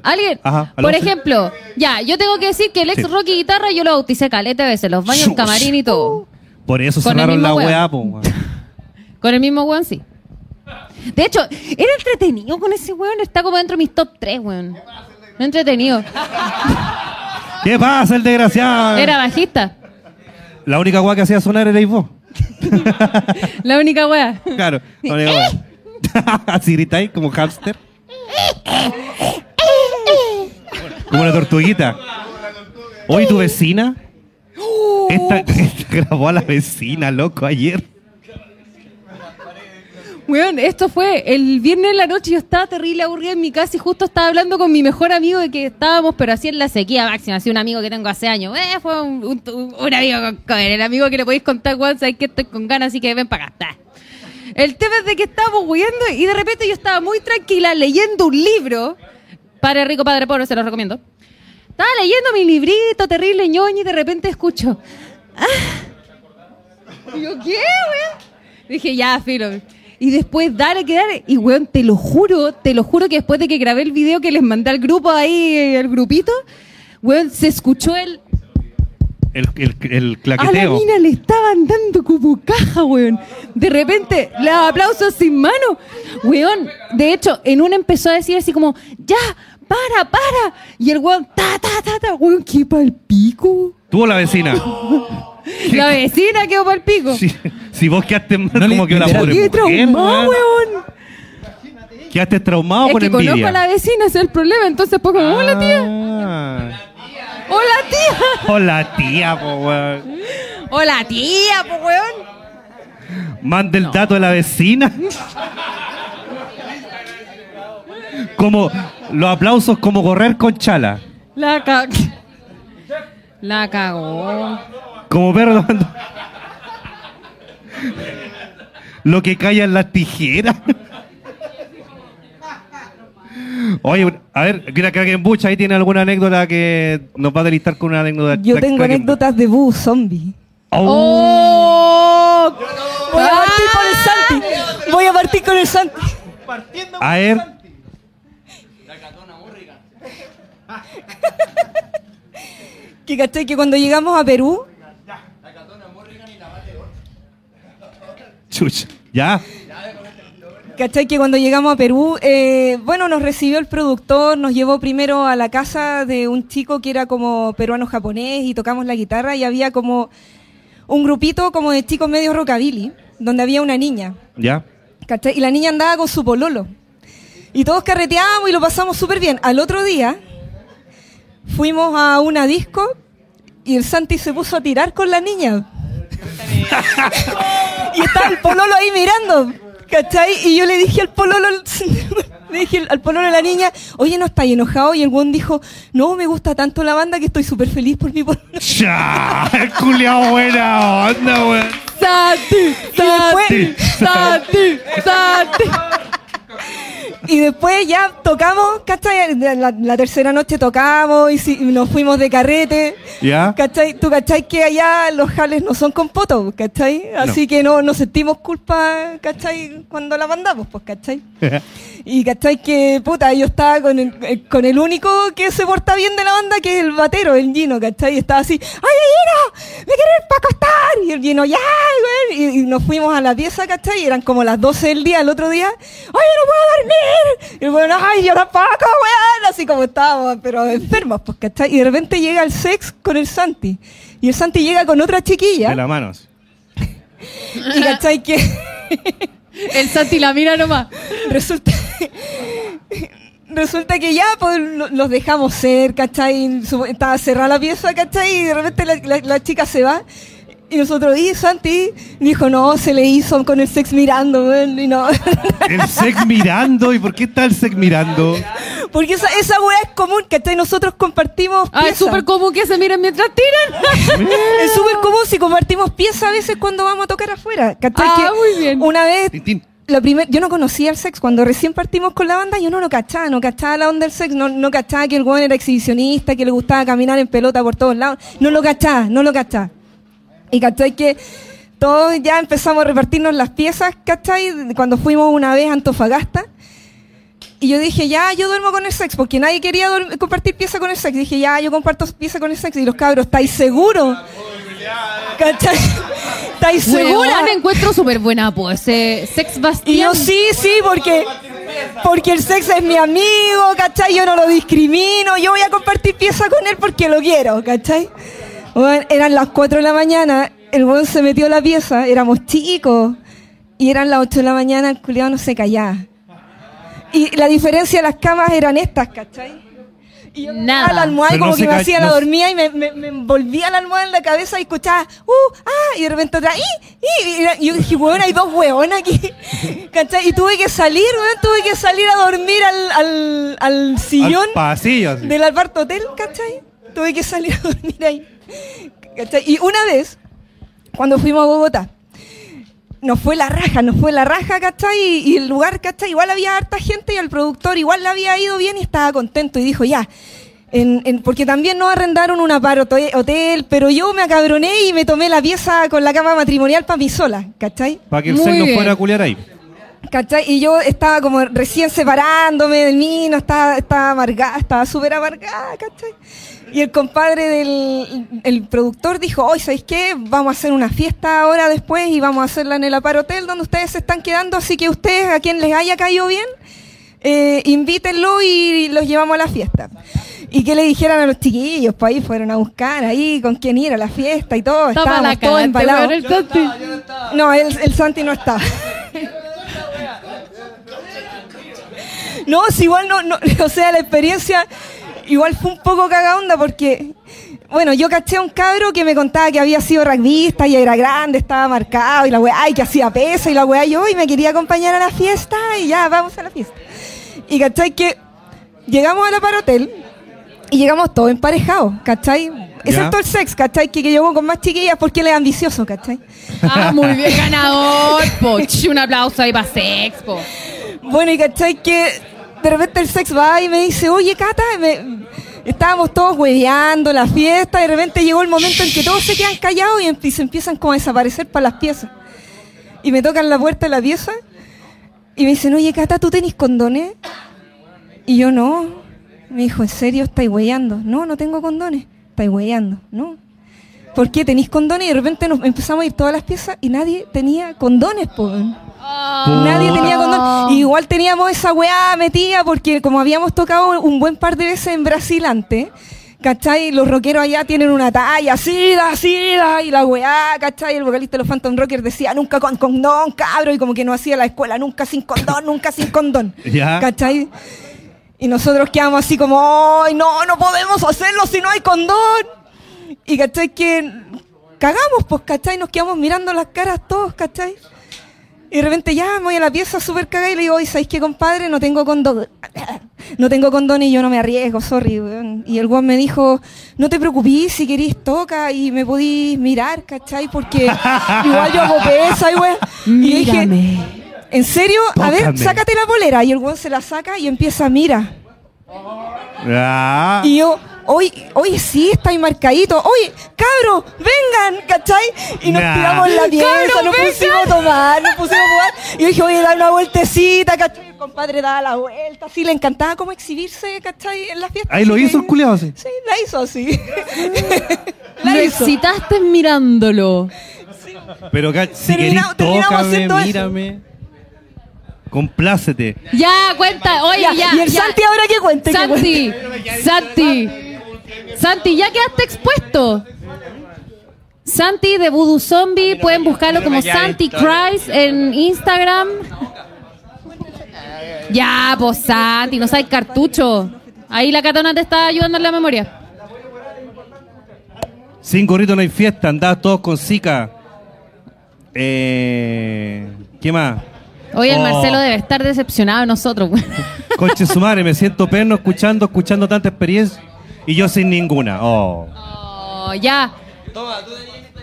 Alguien,
Ajá, aló,
por
sí.
ejemplo, ya, yo tengo que decir que el ex
Sí.
rock y guitarra yo lo bauticé caleta de veces, los baños,
Shush.
camarín y todo.
Por eso
Con el
cerraron
mismo
la
weón.
weá, po, weón.
Con el mismo weón, sí. De hecho, era entretenido con ese weón, está como dentro de mis top 3, weón. No entretenido.
¿Qué pasa, el desgraciado?
Era bajista.
La única weá que hacía sonar erais vos.
La única weá.
Claro, la única weá. Así gritáis como hámster. como una tortuguita. Hoy tu vecina. Esta, esta grabó a la vecina, loco, ayer.
Weón, esto fue el viernes en la noche. Yo estaba terrible aburrida en mi casa y justo estaba hablando con mi mejor amigo de que estábamos, pero así en la sequía máxima. Así un amigo que tengo hace años. Eh, fue un, un- un amigo con cover. El amigo que le podéis contar, weón, sabéis que estoy con ganas, así que ven para acá. Ta. El tema es de que estábamos huyendo y de repente yo estaba muy tranquila leyendo un libro. Padre rico, padre pobre, se los recomiendo. Estaba leyendo mi librito terrible ñoño y de repente escucho. "Ah". Y yo, ¿qué, weón? Dije, ya, filo. Y después, dale, que dale. Y, weón, te lo juro, te lo juro que después de que grabé el video que les mandé al grupo ahí, al grupito, weón, se escuchó el...
El, el, el
A la
claqueteo.
mina le estaban dando como caja, weón. De repente, los aplausos sin mano. Weón, de hecho, en una empezó a decir así como, ya, para, para. Y el weón, ta, ta, ta, ta. Weón, qué pa'l pico.
Tuvo la vecina.
La vecina quedó pa'l pico.
Si, si vos quedaste mal,
No,
como que una
literal.
pobre
Qué
mujer,
traumado,
weón.
weón.
Quedaste traumado
es
por
que
envidia. Ah.
conozco a la vecina, ese es el problema. Entonces, pues, como, hola tía,
tía.
hola tía,
Hola tía, po, weón.
hola tía, pues, weón.
Manda el dato de la vecina. Como los aplausos como correr con chala.
La cagó. La cagó.
Como perro tomando- Lo que callan las tijeras. Oye, un- a ver, mira, Kraken Bush, ahí tiene alguna anécdota que nos va a delistar con una anécdota.
Yo tengo
Kraken-
anécdotas de búho zombie.
Oh,
¡Oh!
Voy a partir con el Santi. Voy a partir con el Santi.
a ver,
Que caché que cuando llegamos a Perú,
chucha, ya.
¿Cachai? Que cuando llegamos a Perú, eh, bueno, nos recibió el productor, nos llevó primero a la casa de un chico que era como peruano-japonés y tocamos la guitarra y había como un grupito como de chicos medio rockabilly, donde había una niña,
Ya.
¿cachai? Y la niña andaba con su pololo. Y todos carreteamos y lo pasamos súper bien. Al otro día fuimos a una disco y el Santi se puso a tirar con la niña. y estaba el pololo ahí mirando, ¿cachai? Y yo le dije al pololo, le dije al pololo a la niña, oye, ¿no estáis enojado? Y el buen dijo, no, me gusta tanto la banda que estoy súper feliz por mi pololo.
¡Cha! El culiao buena onda, weón.
¡Santi! ¡Santi!
después-
¡Santi! ¡Santi!
Y después ya tocamos, ¿cachai? La, la tercera noche tocamos y, si- y nos fuimos de carrete.
Ya.
¿Cachai? Tú, ¿cachai? Que allá los jales no son con poto, ¿cachai? Así que no nos sentimos culpa, ¿cachai? Cuando la mandamos, pues, ¿cachai? Y ¿cachai? Que, puta, yo estaba con el, eh, con el único que se porta bien de la banda, que es el batero, el Gino, ¿cachai? Y estaba así, ¡ay, Gino! ¡Me quiero ir para acostar! Y el Gino, ¡ya, güey! Y, y nos fuimos a la pieza, ¿cachai? Y eran como las 12 del día, el otro día, ¡ay, yo no puedo dormir! Y el bueno, ¡ay, yo tampoco, weón! Así como estábamos, pero enfermos, pues, ¿cachai? Y de repente llega el sex con el Santi. Y el Santi llega con otra chiquilla.
De las manos.
Y, ¿cachai? Que...
El Santi la mira nomás.
Resulta resulta que ya pues, lo- los dejamos ser, ¿cachai? Su- Estaba cerrada la pieza, ¿cachai? Y de repente la, la- la chica se va. Y nosotros, y Santi dijo, no, se le hizo con el sex mirando, weón, y no.
El sex mirando. ¿Y por qué está el sex mirando?
Porque esa, esa weá es común, ¿cachai? Nosotros compartimos
Ah,
pieza.
es súper común que se miren mientras tiran.
Es súper común si compartimos pieza a veces cuando vamos a tocar afuera, ¿cachai?
Ah,
Que
muy bien.
Una vez
Tintín.
La primer, yo no conocía el sex. Cuando recién partimos con la banda, yo no lo cachaba, no cachaba la onda del sex, no, no cachaba que el weón era exhibicionista, que le gustaba caminar en pelota por todos lados. No lo cachaba, no lo cachaba. Y cachai que todos ya empezamos a repartirnos las piezas, cachai, cuando fuimos una vez a Antofagasta. Y yo dije, ya, yo duermo con el sex, porque nadie quería dorm- compartir pieza con el sex. Dije, ya, yo comparto pieza con el sex. Y los cabros, ¿estáis seguros? ¿Cachai? ¿Estáis seguros?
Segura. encuentro súper buena, pues. eh, sex Bastián.
Y yo sí, sí, porque, porque el sexo es mi amigo, ¿cachai? Yo no lo discrimino, yo voy a compartir pieza con él porque lo quiero, ¿cachai? Bueno, eran las 4 de la mañana, el buen se metió a la pieza, éramos chicos, y eran las 8 de la mañana, el culiado no se callaba. Y la diferencia de las camas eran estas, ¿cachai? Y yo
Nada.
agarraba la almohada y
Pero
como
no
que
se
me
ca-
hacía
no
la
se-
dormía y me, me, me envolvía la almohada en la cabeza y escuchaba, ¡uh! ¡ah! Y de repente otra, ¡ih! ¡ih! Y era- Y yo dije, weón, hay dos weones aquí. ¿Cachai? Y tuve que salir, weón, tuve que salir a dormir al, al, al sillón
Al pasillo. así.
del Alberto Hotel, ¿cachai? Tuve que salir a dormir ahí. ¿Cachai? Y una vez, cuando fuimos a Bogotá, nos fue la raja, nos fue la raja, ¿cachai? Y, y el lugar, ¿cachai? Igual había harta gente y el productor igual le había ido bien y estaba contento y dijo, ya. En, en- porque también nos arrendaron un aparato hotel, pero yo me acabroné y me tomé la pieza con la cama matrimonial para mí sola, ¿cachai?
Para que el
Muy
sex no
bien.
fuera a culiar ahí.
¿Cachai? Y yo estaba como recién separándome de mí, no estaba, estaba amargada, estaba súper amargada, ¿cachai? Y el compadre del el productor dijo, hoy, ¿sabéis qué? Vamos a hacer una fiesta ahora después y vamos a hacerla en el Apar Hotel donde ustedes se están quedando, así que ustedes, a quien les haya caído bien, eh, invítenlo y los llevamos a la fiesta. Y que le dijeran a los chiquillos, pues ahí fueron a buscar, ahí con quién ir a la fiesta y todo,
Tapa
estábamos
la
todos
cara. te voy a
embalados.
ver el Santi.
No, el, el Santi no está. No, si igual no, no, o sea, la experiencia igual fue un poco caga onda porque, bueno, yo caché a un cabro que me contaba que había sido rugbyista y era grande, estaba marcado y la weá, ay, que hacía peso y la weá, yo, y me quería acompañar a la fiesta y ya, vamos a la fiesta. Y cachai que llegamos a la parotel y llegamos todos emparejados, cachai, excepto el sex, cachai, que, que llegó con más chiquillas porque él es ambicioso, cachai.
Ah, muy bien, ganador. po. Ch, Un aplauso ahí para Sex, po.
Bueno, y cachai que de repente el sex va y me dice, oye, Cata, me- estábamos todos hueveando la fiesta, de repente llegó el momento en que todos se quedan callados y, em- y se empiezan como a desaparecer para las piezas. Y me tocan la puerta de la pieza y me dicen, oye, Cata, ¿tú tenés condones? Y yo, no. Me dijo, ¿en serio estáis hueveando? No, no tengo condones. Estáis hueveando, ¿no? ¿Por qué tenéis condones? Y de repente nos empezamos a ir todas las piezas y nadie tenía condones, po. weón. Nadie tenía condón. Y igual teníamos esa weá metida porque como habíamos tocado un buen par de veces en Brasil antes, ¿cachai? Los rockeros allá tienen una talla, así, así, y la weá, ¿cachai? El vocalista de los Phantom Rockers decía, nunca con condón, cabro, y como que no hacía la escuela, nunca sin condón, nunca sin condón.
Ya.
¿Cachai? Y nosotros quedamos así como, ¡ay, no, no podemos hacerlo si no hay condón! Y ¿cachai? Que cagamos, pues, ¿cachai? Nos quedamos mirando las caras todos, ¿cachai? Y de repente ya me voy a la pieza súper cagada y le digo, oye, ¿sabéis qué, compadre? No tengo condón. No tengo condón y yo no me arriesgo, sorry, weón. Y el weón me dijo, no te preocupes, si querís toca y me podís mirar, ¿cachai? Porque igual yo hago pesa y weón. Y le dije, ¿en serio? A ver,
Tócame.
sácate la polera. Y el weón se la saca y empieza a mirar.
Ah.
Y yo, hoy, hoy sí estáis marcadito. Oye, cabros, vengan, ¿cachai? Y nos
Nah.
tiramos la pieza,
Cabros,
nos
vengan.
pusimos a tomar, nos pusimos a jugar. Y yo dije, oye, dar una vueltecita, ¿cachai? El compadre daba la vuelta, sí, le encantaba como exhibirse, ¿cachai? En las fiestas.
Ahí lo
Así
hizo
que-
el culiado así.
Sí, la hizo así.
Lo
la hizo.
excitaste mirándolo.
Pero ca- si querís,
Terminamos- terminamos
tócame,
haciendo eso.
mírame. Complácete.
Ya, cuenta. Oye,
Ya,
ya.
y el
ya.
Santi ahora que cuente. que cuente.
Santi, Santi, Santi, ya quedaste expuesto. Santi de Voodoo Zombie, pueden buscarlo como Santi Christ en Instagram. Ya, pues Santi, no sabes cartucho. Ahí la catona te está ayudando en la memoria.
Sin gorrito no hay fiesta, andás todos con zika. Eh, ¿Qué más?
Oye, el
Oh.
Marcelo debe estar decepcionado de nosotros. güey.
Conche su madre, me siento perno escuchando, escuchando tanta experiencia y yo sin ninguna. Oh.
Oh, ya.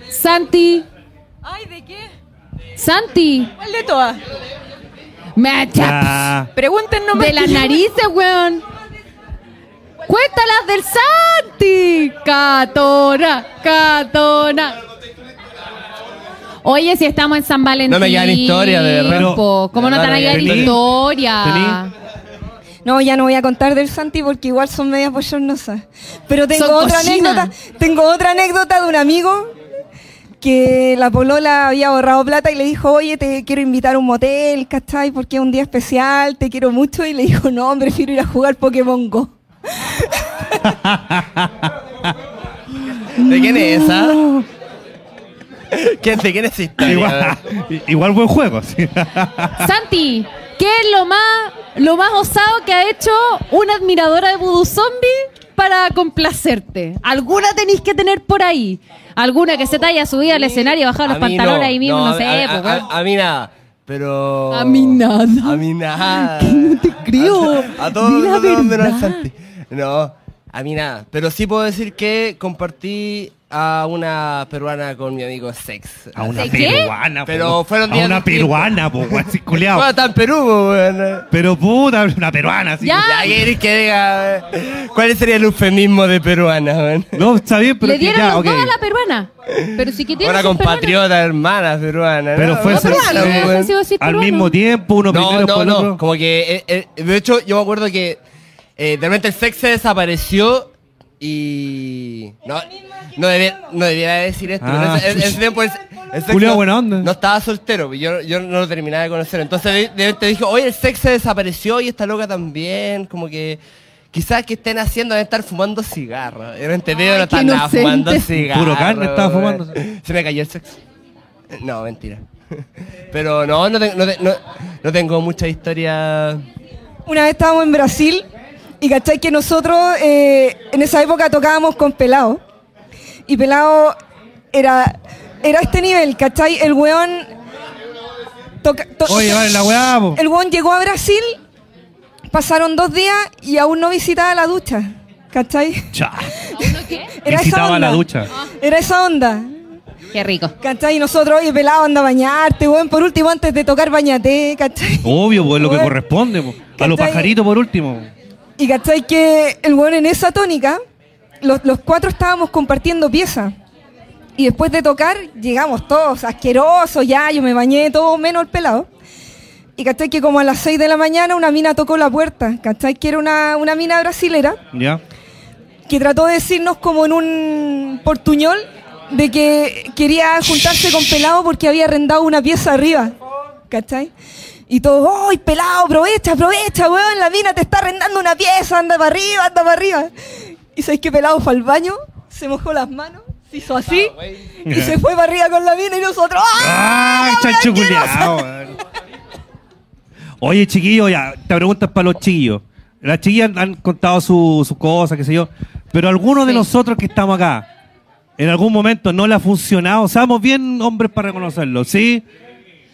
Santi,
Ay, ¿de qué?
Santi.
¿Cuál de todas?
Me
Ah.
Ya.
Pregúntenos
de las narices, weón. Cuéntalas del Santi. Catona, catona. Oye, si estamos en San Valentín.
No me llevan historia, de verdad.
po. ¿Cómo no te van a llevar
Tení,
historia?
No, ya no voy a contar del Santi porque igual son medias bochornosas. Pero tengo
Son
otra
cochinas.
anécdota. Tengo otra anécdota de un amigo que la polola había ahorrado plata y le dijo, oye, te quiero invitar a un motel, ¿cachai? Porque es un día especial, te quiero mucho. Y le dijo, no, prefiero ir a jugar Pokémon Go.
¿De quién es esa? ¿Quién- ¿De quién es esa
Igual,
historia?
igual buen juego. sí.
Santi, ¿qué es lo más, lo más osado que ha hecho una admiradora de Voodoo Zombie para complacerte? ¿Alguna tenéis que tener por ahí? ¿Alguna que se te haya subido al escenario, bajado los
A mí
pantalones ahí mismo? No,
a-
sé, pues,
a,
po,
a-
weón.
a mí nada. Pero.
A mí nada.
A mí nada.
no te creo.
A, a todos
Di la
a todos menos
verdad.
al Santi. No, a mí nada. Pero sí puedo decir que compartí a una peruana con mi amigo Sex.
A una
¿De qué?
peruana, po,
Pero
weón.
fueron
A
días
una
distintos.
peruana, po, weón, sí, culiao.
Bueno, está en Perú, weón.
Pero puta, una peruana, sí.
Ya.
Ya querés que diga. eh, ¿Cuál sería el eufemismo de peruana, weón?
No, está bien, pero
Le
que
dieron
ya,
los
ok.
dos a la peruana. Pero sí que tiene
Ahora
sus peruanas.
compatriota, hermana peruana.
Pero fue
No,
ese-
peruana,
sí,
weón.
ofensivo decir
Al
peruana.
mismo tiempo, uno
No,
primero
no,
después el
no.
otro.
Como que, eh, eh, de hecho, yo me acuerdo que eh, de repente el sex se desapareció y. No, no, debía, no debiera decir esto.
Ah,
pero en ese- en ese tiempo el, el sex
Julio,
no,
buena onda.
no estaba soltero, yo, yo no lo terminaba de conocer. Entonces de de repente dijo, oye, el sex se desapareció y esta loca también. Como que. Quizás que estén haciendo deben estar fumando cigarros. Era entendido, no
qué
están nada fumando
inocente.
cigarros.
Puro carne estaba fumando.
weón. Se me cayó el sexo. No, mentira. Pero no, no, te- no te- no- no tengo mucha historia.
Una vez estábamos en Brasil y cachai que nosotros eh, en esa época tocábamos con Pelado. Y Pelado era, era este nivel, cachai. El weón. toca- to-
Oye, vale, la weá, po.
El weón llegó a Brasil, pasaron dos días y aún no visitaba la ducha, cachai.
Cha.
Era esa
Visitaba
onda.
la ducha.
Era esa onda.
Qué rico.
¿Cachai? Y nosotros, oye, pelado, anda a bañarte, weón. Por último, antes de tocar, bañate, ¿cachai?
Obvio, pues lo que
Weón.
corresponde. po. A los
¿Cachai?
pajaritos por último.
Y cachai que el weón en esa tónica, los, los cuatro estábamos compartiendo pieza. Y después de tocar, llegamos todos asquerosos, ya, yo me bañé, todo menos el pelado. Y cachai que como a las 6 de la mañana una mina tocó la puerta, cachai que era una, una mina brasilera
¿Ya?
que trató de decirnos como en un portuñol de que quería juntarse con pelado porque había arrendado una pieza arriba, ¿cachai? Y todo, ¡ay, pelado, aprovecha, aprovecha, weón! La mina te está arrendando una pieza, anda para arriba, anda para arriba. Y sabéis que pelado fue al baño, se mojó las manos, se hizo así y se fue para arriba con la mina y nosotros, ¡ah! la
¡Ah,
weá
chancho
asquerosa!
culiao, weón. Oye, chiquillo, ya, te preguntas para los chiquillos. Las chiquillas han, han contado sus su cosas, qué sé yo. Pero algunos de
Sí.
nosotros que estamos acá, en algún momento no le ha funcionado. Somos bien hombres para reconocerlo, ¿sí?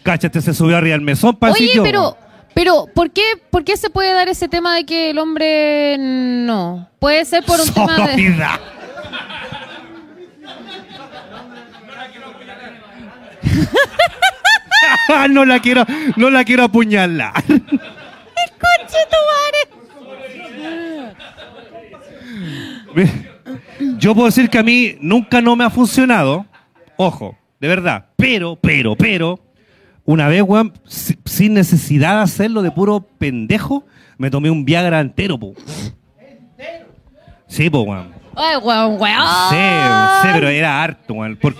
Cáchate, se subió arriba al mesón para el
Oye,
sitio.
pero, pero ¿por, qué, ¿por qué se puede dar ese tema de que el hombre no? Puede ser por un tema de...
Sororidad. no la quiero, no la quiero apuñalar. Yo puedo decir que a mí nunca no me ha funcionado. Ojo, de verdad. Pero, pero, pero, una vez, weón, si- sin necesidad de hacerlo de puro pendejo, me tomé un Viagra entero, po. Sí, po, weón.
Ay, weón, weón.
Sí, sí, pero era harto, weón. por-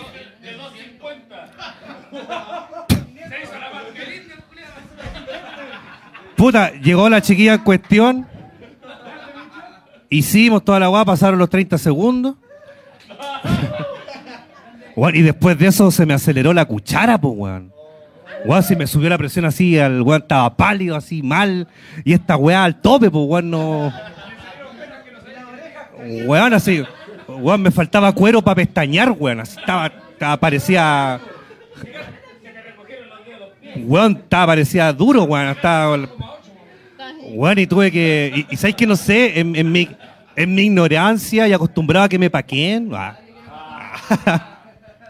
Puta, llegó la chiquilla en cuestión. Hicimos toda la guapa, pasaron los 30 segundos. Weón, y después de eso se me aceleró la cuchara, pues, weón. Weón, se me subió la presión así, el weón estaba pálido, así, mal. Y esta weá al tope, pues weón no. Weón, así. Weón, me faltaba cuero para pestañear, weón. Así estaba, estaba- parecía. Weón, estaba, parecía duro, weón. Estaba. Weón, y tuve que. Y, y sabes que no sé, en, en mi, en mi ignorancia y acostumbrado a que me paquen. ah,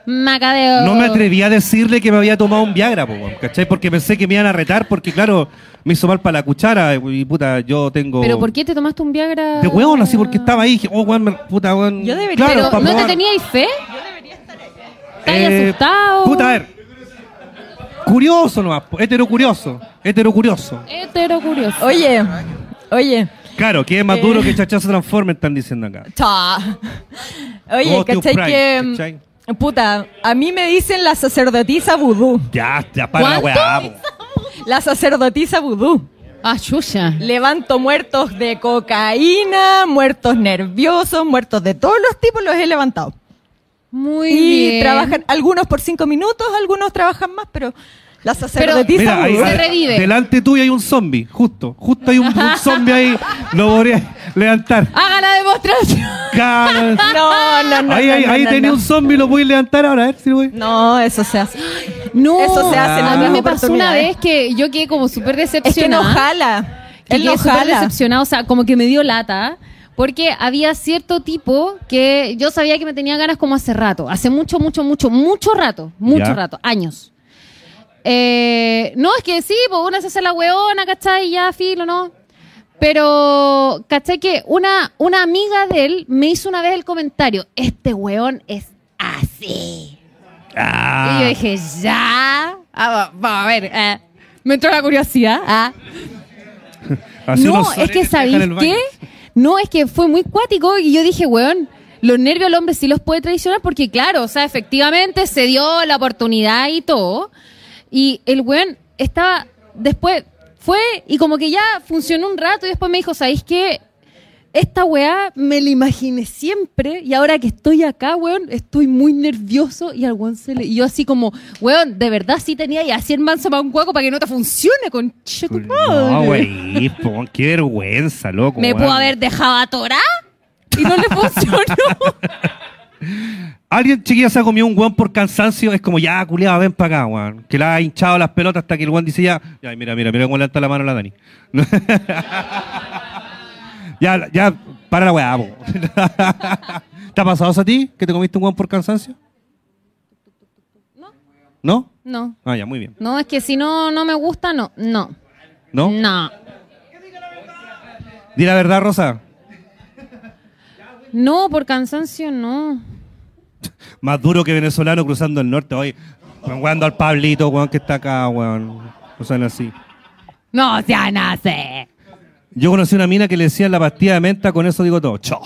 Macadeo.
no me atreví a decirle que me había tomado un Viagra, po, weón, ¿cachai? Porque pensé que me iban a retar, porque claro, me hizo mal para la cuchara y puta, yo tengo.
¿Pero por qué te tomaste un Viagra?
De hueón, así porque estaba ahí, dije, oh, weón, me- puta, weón.
Yo debería-
claro,
¿Pero
pa'
no te
probar.
teníais fe? ¿Estáis
Eh,
asustado?
Puta, a ver. Curioso nomás, po, hetero curioso, hetero curioso.
Hetero curioso.
Oye, oye.
Claro, que es más
Eh.
duro que chachazo transforme, están diciendo acá.
Cha. Oye,
Go to
¿cachai
Pride,
que. mm,
¿cachai?
Puta, a mí me dicen la sacerdotisa vudú.
Ya, ya para la
¿Cuánto?
weá, po.
La sacerdotisa vudú.
Ah, chucha.
Levanto muertos de cocaína, muertos nerviosos, muertos de todos los tipos, los he levantado.
Muy
y
bien.
trabajan, algunos por cinco minutos, algunos trabajan más, pero la sacerdotisa
Mira, ahí,
vudú.
Se
a-
revive.
Delante tuyo hay un zombie, justo, justo hay un, un zombie ahí, lo podría levantar.
Haga la demostración.
Claro.
No, no, no.
Ahí,
no,
ahí,
no,
ahí
no,
tenía
no.
un zombie, lo voy a levantar ahora, a ver si lo voy.
No, eso se hace.
No,
Eso se hace en
a mí
otras
me pasó una
oportunidades.
vez que yo quedé como súper
Es que no
decepcionada.
jala.
que
Él no
quedé súper
jala.
decepcionada, o sea, como que me dio lata. Porque había cierto tipo que yo sabía que me tenía ganas como hace rato. Hace mucho, mucho, mucho, mucho rato. Mucho
Ya.
rato. Años. Eh, no, es que sí, pues una se hace la weona, ¿cachai? Ya, filo, ¿no? Pero, ¿cachai? Que una, una amiga de él me hizo una vez el comentario, este weón es así.
Ah.
Y yo dije, ya. Ah, va- vamos a ver. eh. Me entró la curiosidad. ah.
Así unos
No, es
soretes
que
dejan
¿sabéis
el baño.
qué? No, es que fue muy cuático y yo dije, weón, los nervios al hombre sí los puede traicionar porque, claro, o sea, efectivamente se dio la oportunidad y todo. Y el weón estaba, después fue y como que ya funcionó un rato y después me dijo, ¿sabéis qué? Esta weá me la imaginé siempre y ahora que estoy acá, weón, estoy muy nervioso y al weón se le... Y yo así como, weón, de verdad sí tenía y así el manso para un hueco para que no te funcione, con tu madre.
No, güey, po, qué vergüenza, loco.
¿Me
weón.
puedo haber dejado atorar? Y no le funcionó.
Alguien, chiquilla, se ha comido un weón por cansancio. Es como, ya, culiado, ven para acá, weón. Que le ha hinchado las pelotas hasta que el weón dice, ya, ya, mira, mira, mira cómo le alta la mano a la Dani. ya, ya, para la weá, po. ¿Te ha pasado eso a ti? ¿Que te comiste un weón por cansancio? No.
No,
¿No? Ah, ya, muy bien.
no, es que si no, no me gusta, no, no,
¿No?
no.
Di la verdad, Rosa.
No, por cansancio no.
Más duro que venezolano cruzando el norte hoy. Jugando al Pablito, weón, que está acá, weón. No sean así.
No, ya nace.
Yo conocí una mina que le decían la pastilla de menta, con eso digo todo. Chao.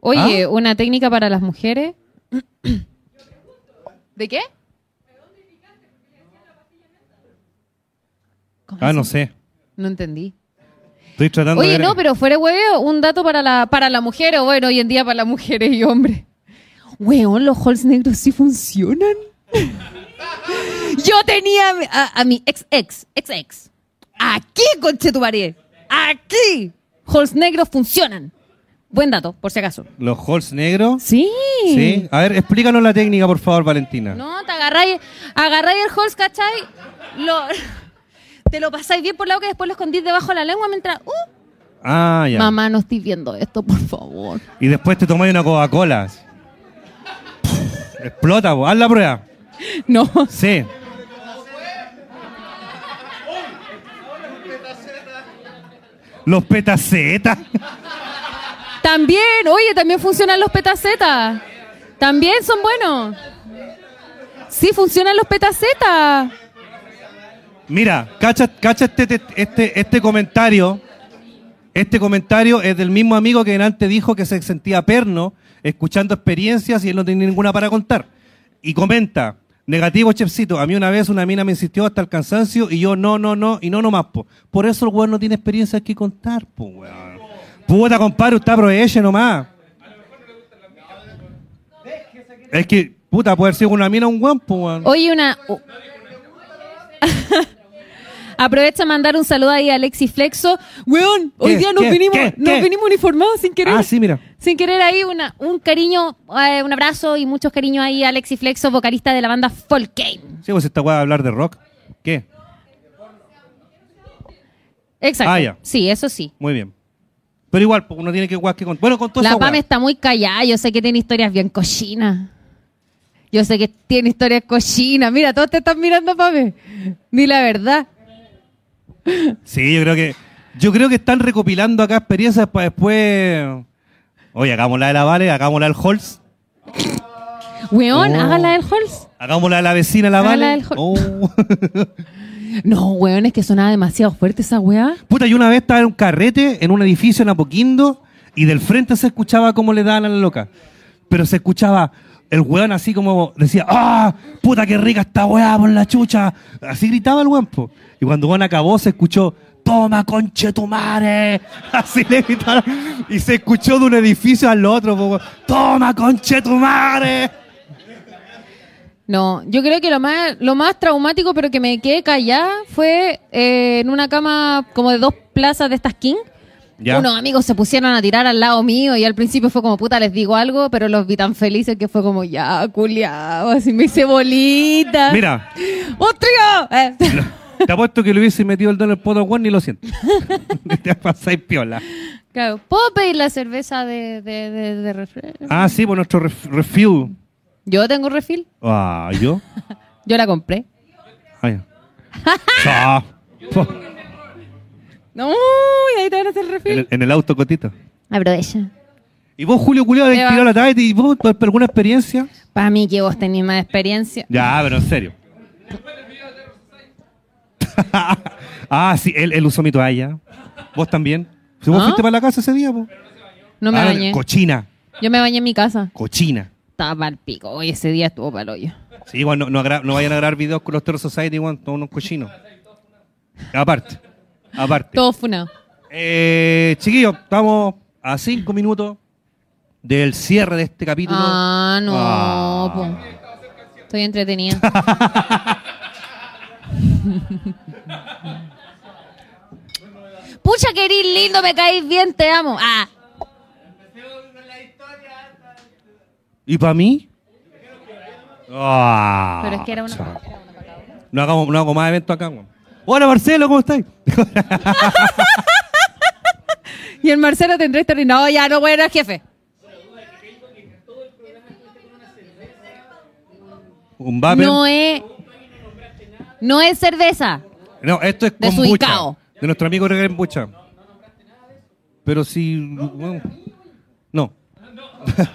Oye, una técnica para las mujeres. ¿De qué? ¿Cómo
Ah,
es?
no sé.
No entendí.
Estoy tratando de
Oye,
ver-
no, pero fuera de hueveo, un dato para la, para la mujer, o bueno, hoy en día para las mujeres y hombres. Weón, los halls negros sí funcionan. Yo tenía a, mi- a- a mi ex ex, ex ex. Aquí, conchetumaré. Aquí. Halls negros funcionan. Buen dato, por si acaso.
¿Los halls negros?
Sí.
Sí. A ver, explícanos la técnica, por favor, Valentina.
No, te agarráis, agarráis el halls, ¿cachai? Lo, te lo pasáis bien por lado que después lo escondís debajo de la lengua mientras. ¡Uh!
Ah, ya.
Mamá, no estoy viendo esto, por favor.
Y después te tomáis una Coca-Cola. Explota, po. haz la prueba.
No.
Sí. Los petacetas.
También, oye, también funcionan los petacetas. También son buenos. Sí, funcionan los petacetas.
Mira, cacha, cacha este, te- este, este comentario. Este comentario es del mismo amigo que antes dijo que se sentía perno escuchando experiencias y él no tenía ninguna para contar. Y comenta, negativo, chefcito, a mí una vez una mina me insistió hasta el cansancio y yo no, no, no, y no nomás, po. Por eso el weón no tiene experiencias que contar, po, weón. Puta, compadre, usted aproveche nomás. Es que, Puta, puede haber sido una mina o un guampo, weón.
Oye, una. u- Aprovecho a mandar un saludo ahí a Alexis Flexo. Weón, hoy
¿Qué?
día nos
¿Qué?
vinimos,
¿Qué?
nos
¿Qué?
vinimos uniformados sin querer.
Ah, sí, mira.
Sin querer ahí una, un cariño, eh, un abrazo y muchos cariños ahí a Alexis Flexo, vocalista de la banda Folk Game.
Sí, pues esta weá de hablar de rock. ¿Qué?
Exacto.
Ah, ya.
Sí, eso sí.
Muy bien. Pero igual, pues, uno tiene que guas que con. Bueno, con toda
La
esa
PAM
weá.
está muy callada, yo sé que tiene historias bien cochinas. Yo sé que tiene historias cochinas. Mira, todos te están mirando, Pame. Di la verdad.
Sí, yo creo que. Yo creo que están recopilando acá experiencias para después. Oye, hagámosla de la Vale, hagámosla del Holz,
Weón, hágala del Halls.
hagámosla de la vecina la
Hagámosla
Oh. Vale.
del Halls.
Oh.
No, weón, es que sonaba demasiado fuerte esa weá.
Puta, yo una vez estaba en un carrete en un edificio en Apoquindo y del frente se escuchaba cómo le daban a la loca. Pero se escuchaba el weón así como decía, ¡ah! ¡Puta, qué rica esta weá por la chucha! Así gritaba el weón, po. Y cuando weón acabó se escuchó, ¡toma, conche tu madre! Así le gritaron. Y se escuchó de un edificio al otro, po, weón. ¡toma, conche tu madre!
No, yo creo que lo más, lo más traumático, pero que me quedé callada, fue eh, en una cama como de dos plazas de estas King.
Ya.
Unos amigos se pusieron a tirar al lado mío y al principio fue como, puta, les digo algo, pero los vi tan felices que fue como, ya, culiao, así me hice bolita.
Mira,
¡Un trío! Eh.
te apuesto que le hubiese metido el dedo en el poto a weón ni lo siento. te pasáis piola.
Claro, ¿puedo pedir la cerveza de, de, de, de refil?
Ah, sí, por nuestro ref- refill.
Yo tengo refil,
Ah, ¿yo?
yo la compré.
Ah, ya. Ah, po,
No, y ahí te van a hacer el
en,
refil.
el, en el auto, Cotita.
Aprovecha.
¿Y vos, Julio Culeado, habéis
Eva.
tirado la tablet y vos, por- por alguna experiencia?
Para mí que vos tenés más experiencia.
Ya, pero en serio. ah, sí, él, él usó mi toalla. ¿Vos también? Si vos
¿Ah?
fuiste para la casa ese día, vos.
No me
Ah,
bañé.
Cochina,
Yo me bañé en mi casa.
cochina.
Estaba pa'l pico. Hoy ese día estuvo para hoyo.
Sí, igual no, no agra- no vayan a grabar videos con los Terror Society, igual, todos unos cochinos. Aparte, aparte.
Todo funado.
Eh, chiquillos, estamos a cinco minutos del cierre de este capítulo.
Ah, no.
Ah.
po. Estoy entretenida. Pucha, querido lindo, me caís bien, te amo. Ah,
¿Y para mí? Ah,
pero es que era una.
chao. No, hagamos, no hago más eventos acá, weón. Hola, Marcelo, ¿cómo estáis?
Y el Marcelo tendrá este No, ya no voy a ir al jefe.
Un vape.
No es. No es cerveza.
No, esto es kombucha.
Desubicado.
De nuestro amigo Regan Bucha. Pero si... bueno, no.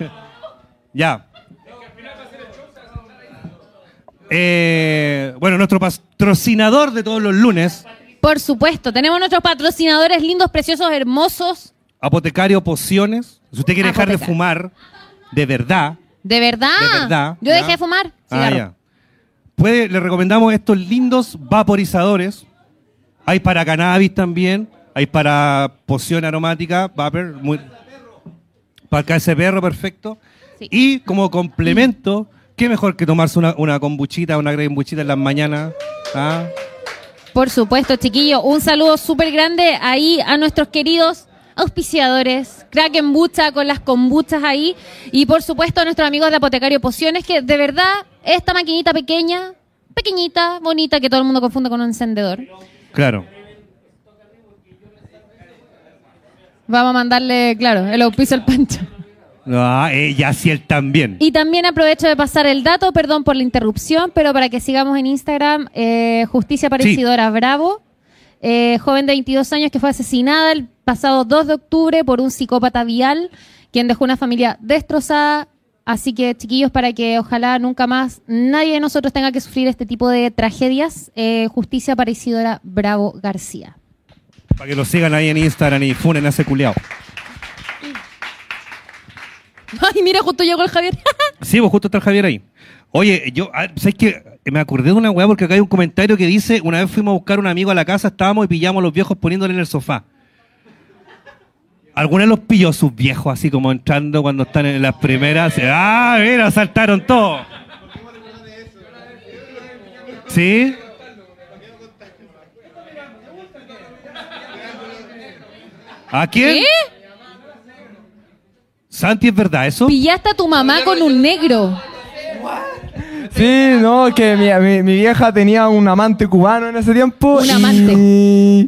ya. Eh, bueno, nuestro patrocinador de todos los lunes,
Por supuesto, tenemos nuestros patrocinadores lindos, preciosos, hermosos.
Apotecario Pociones. Si usted quiere dejar de
Apotecario.
fumar, de verdad,
De verdad.
De verdad,
Yo
ya.
dejé de fumar.
Ah,
cigarro.
ya. Puede, le recomendamos estos lindos vaporizadores. Hay para cannabis también. Hay para poción aromática, vapor. Muy, para caerse perro, perfecto.
Sí.
Y como complemento, qué mejor que tomarse una, una kombuchita, una grembuchita en las mañanas. ¿ah?
Por supuesto, chiquillo. Un saludo súper grande ahí a nuestros queridos auspiciadores, Kraken Bucha con las kombuchas ahí. Y por supuesto a nuestros amigos de Apotecario Pociones, que de verdad, esta maquinita pequeña, pequeñita, bonita, que todo el mundo confunde con un encendedor.
Claro.
Vamos a mandarle, claro, el auspicio al pancho.
Ah, ella sí, él también.
Y también aprovecho de pasar el dato, perdón por la interrupción, pero para que sigamos en Instagram, eh, Justicia para
Sí.
Isidora Bravo, eh, joven de 22 años que fue asesinada el pasado 2 de octubre por un psicópata vial, quien dejó una familia destrozada. Así que, chiquillos, para que ojalá nunca más nadie de nosotros tenga que sufrir este tipo de tragedias, eh, Justicia para Isidora Bravo García.
Para que lo sigan ahí en Instagram y funen a ese culiao.
Ay, mira, justo llegó el Javier.
Sí, vos justo está el Javier ahí. Oye, yo, ah, ¿sabes qué? Me acordé de una weá porque acá hay un comentario que dice, una vez fuimos a buscar a un amigo a la casa, estábamos y pillamos a los viejos poniéndole en el sofá. Algunos los pilló sus viejos, así como entrando cuando están en las primeras. así, Ah, mira, saltaron todos. ¿Sí? ¿A quién?
¿Qué?
¿Santi es verdad eso?
Pillaste a tu mamá con un negro.
Sí, no, es que mi, mi- mi vieja tenía un amante cubano en ese tiempo.
Un
y-
amante.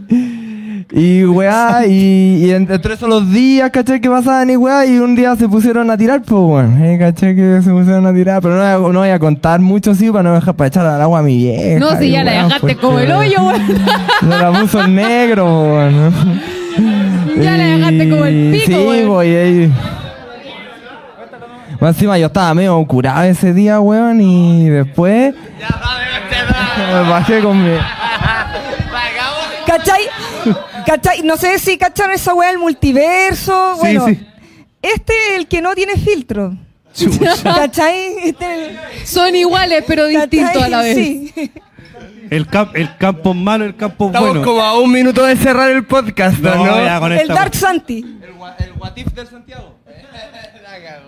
Y, weá, y, y entre esos los días, caché, que pasaban y weá, y un día se pusieron a tirar, pues weón. Eh, caché que se pusieron a tirar, pero no, voy a- no voy a contar mucho, sí, para no dejar para echar al agua a mi vieja.
No, si
y
ya la
weá,
dejaste
porque
como el hoyo, weón.
Se la puso en negro, po, weón.
Ya la dejaste como el
Y-
pico,
Eh, Sí,
weón.
po, y ahí- Más encima yo estaba medio curado ese día, weón, y después me bajé con mi...
¿Cachai? ¿Cachai? No sé si cacharon esa weá del multiverso.
Sí,
bueno,
sí.
este es el que no tiene filtro. ¿Cachai? Este es el-
Son iguales, pero distintos a la
¿cachai?
vez.
Sí.
El, camp- el campo malo, el campo
Estamos
bueno.
como a un minuto de cerrar el podcast, ¿no?
No, ya, con
El
esta-
Dark Santi.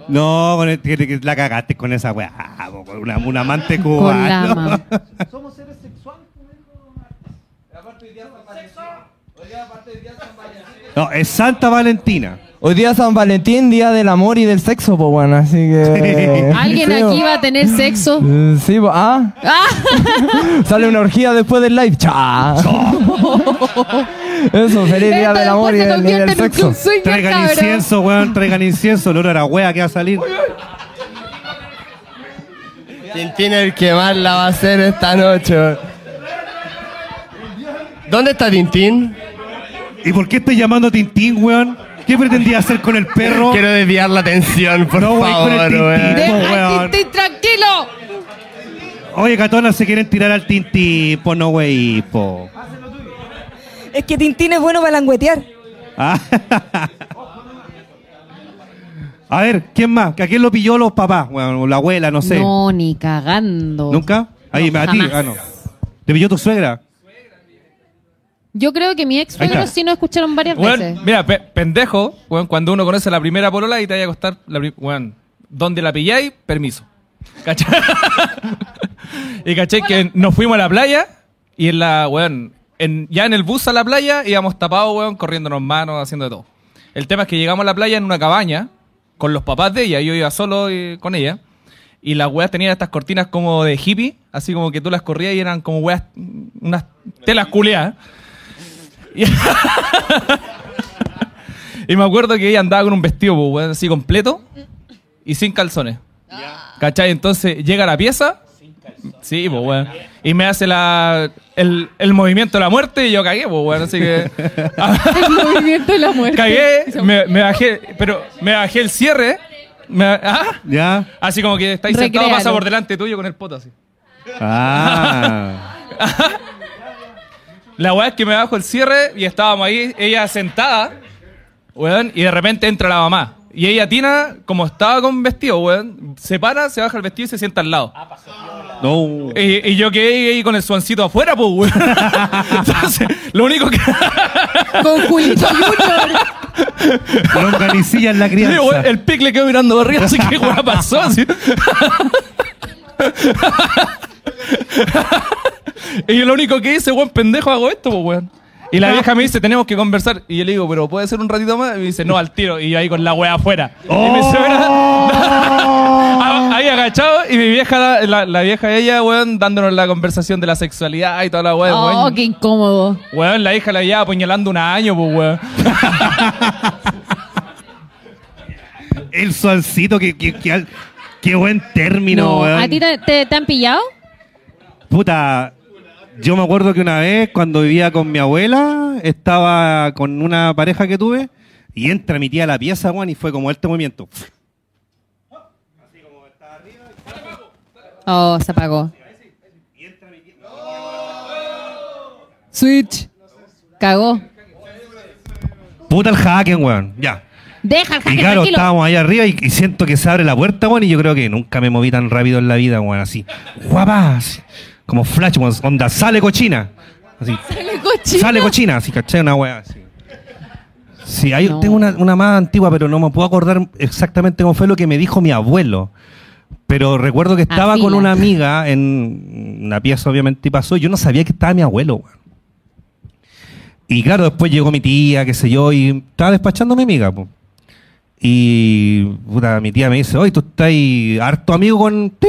No, con el- que- que la cagaste con esa weá. po, con Una, un amante cubano.
la mamá.
no, es Santa Valentina.
Hoy día es San Valentín, día del amor y del sexo, pues bueno, así
Eh,
que...
¿Alguien
Sí, po.
aquí va a tener sexo?
Eh, Sí, po, ah,
¡Ah!
sale una orgía después del live, cha. Eso, feliz día
Esto
del amor y
después se
del, y del
convierte en un
sexo.
club swinger,
Traigan
cabrón.
incienso, weón, traigan incienso. El olor a la weá que va a salir.
Quien tiene el que más la va a hacer esta noche. ¿Dónde está Tintín?
¿Y por qué estás llamando a Tintín, weón? ¿Qué pretendía hacer con el perro?
Quiero desviar la atención, por
No, voy con el
favor,
Tintín.
weón.
De-
¡Deja
weón.
al Tintín tranquilo!
Oye, Catona, se quieren tirar al Tintín, po, no, wey, po.
Es que Tintín es bueno para languetear.
Ah. A ver, ¿quién más? ¿A quién lo pilló los papás? Bueno, la abuela, no sé.
No, ni cagando.
¿Nunca? Ahí,
No,
a ti.
jamás.
Ah, no. ¿Te pilló tu suegra?
Yo creo que mi ex
Ahí
suegro
está.
sí nos escucharon varias
Weón,
veces.
mira, pe- pendejo, weón, cuando uno conoce la primera polola y te vaya a costar, la pri- weón, donde la pilláis, permiso. ¿Cachai? y caché que nos fuimos a la playa y en la, weón, en- ya en el bus a la playa íbamos tapados, weón, corriéndonos manos, haciendo de todo. El tema es que llegamos a la playa en una cabaña con los papás de ella, yo iba solo eh, con ella. Y las weas tenían estas cortinas como de hippie, así como que tú las corrías y eran como weas, mm, unas telas culeadas. Y- Y me acuerdo que ella andaba con un vestido, pues, weón, así completo y sin calzones. ¿Cachai? Entonces llega a la pieza. Sí, pues, weón. Y me hace la, el, el movimiento de la muerte y yo cagué, pues, weón. Así que.
El movimiento de la muerte.
cagué, me, me bajé, pero me bajé el cierre. me- ¿ah?
¿Ya?
Así como que estáis sentado,
Recréalo.
pasa por delante tuyo con el poto así.
Ah.
La weá es que me bajo el cierre y estábamos ahí, ella sentada, weón, y de repente entra la mamá. Y ella, Tina, como estaba con vestido, weón, se para, se baja el vestido y se sienta al lado.
No.
Y, y yo quedé ahí con el suancito afuera, pues, weón. Entonces, lo único que.
Con Julito Junior.
Longanicilla en la
Sí, weón,
crianza.
el pic le quedó mirando para arriba, así que, weón, pasó así. y yo lo único que hice, weón, pendejo, hago esto, pues, weón. Y la vieja me dice, tenemos que conversar. Y yo le digo, pero ¿puede ser un ratito más? Y me dice, no, al tiro. Y yo ahí con la weá afuera. Y me ahí agachado. Y mi vieja, la, la- la vieja ella, weón, dándonos la conversación de la sexualidad y toda la weá,
Oh,
weón.
qué incómodo.
Weón, la hija la lleva apuñalando un año, pues, weón.
El suancito, que, que, que al- qué buen término, weón.
¿A ti te, te- te han pillado?
Puta, yo me acuerdo que una vez cuando vivía con mi abuela, estaba con una pareja que tuve y entra mi tía a la pieza, Juan, y fue como este movimiento.
Oh, se apagó. Switch. Cagó.
Puta el hacking, weón. Ya.
Deja el jaque
Y claro,
tranquilo.
estábamos ahí arriba y, y siento que se abre la puerta, weón, y yo creo que nunca me moví tan rápido en la vida, weón, así. Guapas. Como flash, weón, onda, sale cochina. Así.
Sale cochino.
Sale cochina, así, ¿cachai? Una weá así. Sí, hay,
No.
tengo una, una más antigua, pero no me puedo acordar exactamente cómo fue lo que me dijo mi abuelo. Pero recuerdo que estaba
Afila.
con una amiga en una pieza, obviamente, y pasó. y Yo no sabía que estaba mi abuelo, weón. Y claro, después llegó mi tía, qué sé yo, y estaba despachando a mi amiga, po. Y puta, mi tía me dice, oye, tú estás ahí harto amigo con ti,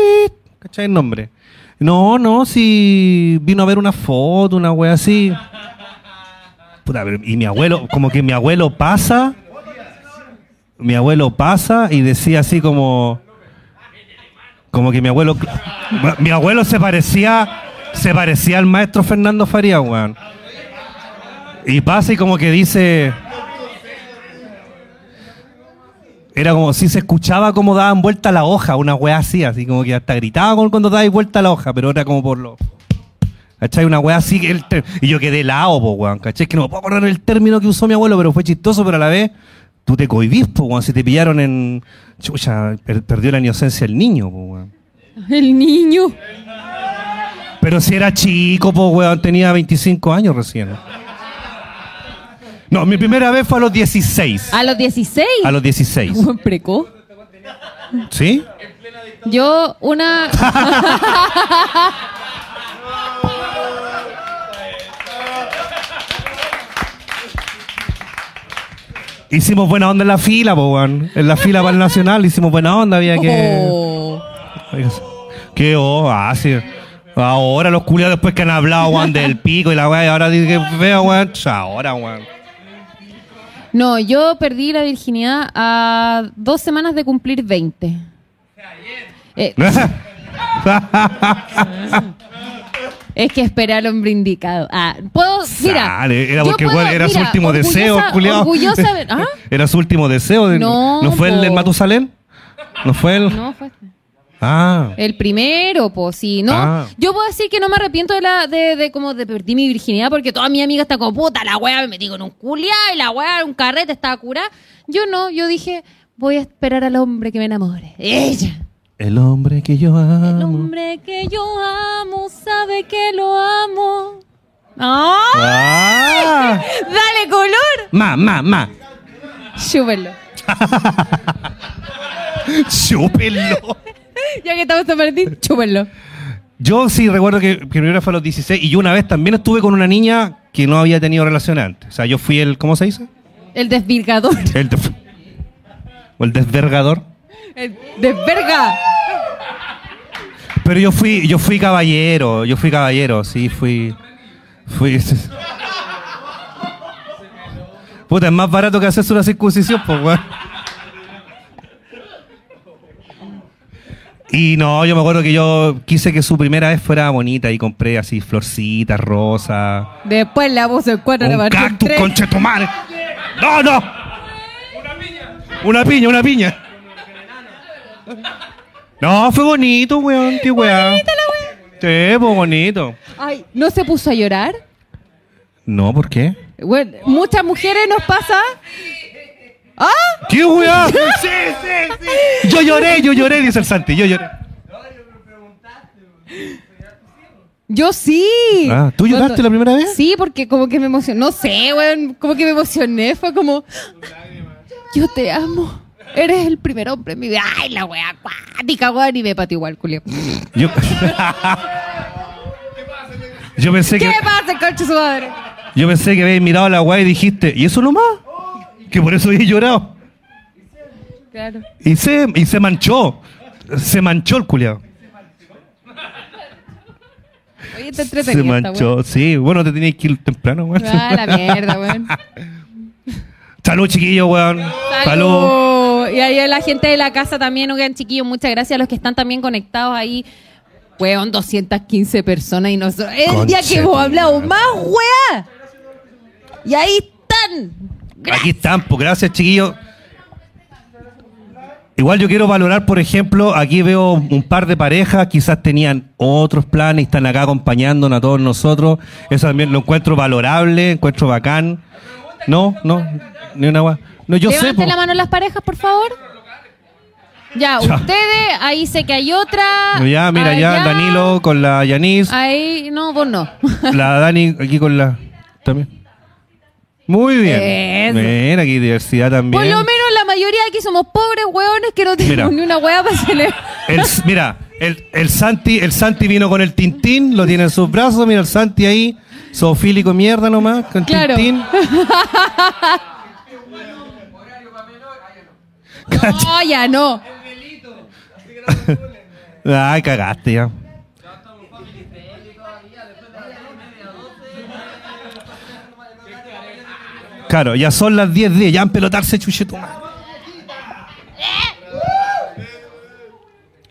¿cachai el nombre? No, no, si vino a ver una foto, una wea así. Puta, pero- y mi abuelo, como que mi abuelo pasa, mi abuelo pasa y decía así como, como que mi abuelo, mi abuelo se parecía, se parecía al maestro Fernando Faría, weón. Y pasa y como que dice, era como si se escuchaba como daban vuelta la hoja, una weá así, así como que hasta gritaba con- cuando dabais vuelta la hoja, pero era como por lo. ¿Cachai? Una weá así. que él te- y yo quedé lao, po, weón. ¿Cachai? Que no me puedo acordar el término que usó mi abuelo, pero fue chistoso, pero a la vez tú te cohibís, po, weón. Si te pillaron en. Chucha, per- perdió la inocencia el niño, po, weón.
El niño.
Pero si era chico, po, weón. Tenía 25 años recién. No, mi primera vez fue a los 16.
A los 16.
A los 16.
Buen precoz.
¿Sí?
Yo una...
Hicimos buena onda en la fila, po, weón. En la fila para el Nacional hicimos buena onda, había
Oh.
que.
Oh.
Oiga, Qué oh, ah, sí. Ahora los culiados después que han hablado, weón, del pico y la weá, y ahora dicen que feo, weón. Ch, Ahora, weón.
No, yo perdí la virginidad a dos semanas de cumplir 20. Eh, es que esperé al hombre indicado. Ah, puedo, mira.
Sale, era
yo
porque
puedo-
weón, era su
mira,
último
orgullosa-
deseo, culiado.
Orgullosa de- ¿Ah?
Era su último deseo. de-
No,
no, fue el del
po.
Matusalén? ¿No fue el.?
No, fue este.
Ah.
El primero, pues sí, ¿no?
Ah.
Yo puedo decir que no me arrepiento de la de, de como de perdí mi virginidad porque toda mi amiga está como puta, la weá me metí con un culiá y la weá era un carrete, estaba curada. Yo no, yo dije, voy a esperar al hombre que me enamore. Ella.
El hombre que yo amo.
El hombre que yo amo sabe que lo amo. ¡Ah!
Ah.
¡Dale color!
Ma, ma, ma.
Chúpenlo.
Chúpenlo.
Ya que estamos tan perdidos, chúpenlo.
Yo sí recuerdo que que primero fue a los 16 y yo una vez también estuve con una niña que no había tenido relación antes. O sea, yo fui el, ¿cómo se dice?
El desvirgador.
El, def- o el desvergador.
El desverga.
Pero yo fui, yo fui caballero, yo fui caballero, sí, fui. Fui. Puta, es más barato que hacerse una circuncisión, pues, weón. Y no, yo me acuerdo que yo quise que su primera vez fuera bonita y compré así florcitas, rosas.
Después la voz en cuatro la
Un
marcha en
cactus,
tres.
conche tu madre. No, no. Una piña, una piña. No, fue bonito, weón. Qué weá. Sí, fue bonito.
Ay, ¿no se puso a llorar?
No, ¿por qué?
Bueno, muchas mujeres nos pasa. ¡Ah!
¡Qué weá! Sí, Yo lloré, yo lloré, dice el Santi. Yo lloré.
Yo sí.
Ah, ¿tú lloraste la primera vez?
Sí, porque como que me emocionó. No sé, weón. Como que me emocioné. Fue como. Yo te amo. Eres el primer hombre en mi vida. Ay, la wea acuática, weón. Y me pateó igual, culio.
Yo, yo pensé
¿Qué
que.
pasa, concha su madre?
Yo pensé que habéis mirado a la weá y dijiste, ¿y eso nomás? Que por eso había llorado.
Claro.
Y se, y se manchó. Se manchó el culiado.
Oye, te
Se
entretenía esta
manchó.
weón.
Sí, bueno, te tenías que ir temprano, weón.
Ah, la mierda, weón.
Salud, chiquillo, weón. Salud.
Salud. Y ahí a la gente de la casa también, oigan, chiquillos, muchas gracias a los que están también conectados ahí. Weón, 215 personas y nosotros. El día que
Conchetumare.
hemos hablado más, weá. Y ahí están.
Aquí están, pues gracias, chiquillo. Igual yo quiero valorar, por ejemplo, aquí veo un par de parejas, quizás tenían otros planes, están acá acompañándonos a todos nosotros. Eso también lo encuentro valorable, encuentro bacán. No, no, ni una gua- No, yo sé,
Levanten
po.
la mano las parejas, por favor. Ya,
Ya.
ustedes, ahí sé que hay otra.
No, ya, mira, ya,
allá.
Danilo con la Yanis,
Ahí, no, vos no.
la Dani aquí con la. También. Muy bien.
Eso.
Mira, aquí diversidad también.
Por lo menos la mayoría de aquí somos pobres hueones que no tenemos
Mira.
ni una hueá para celebrar.
El- mira, el, el Santi, el Santi vino con el Tintín, lo tiene en sus brazos, mira el Santi ahí, zoofílico mierda nomás, con
Claro.
Tintín.
No, ya no.
Ay, cagaste ya. Claro, ya son las 10 días, ya han pelotarse chucheto.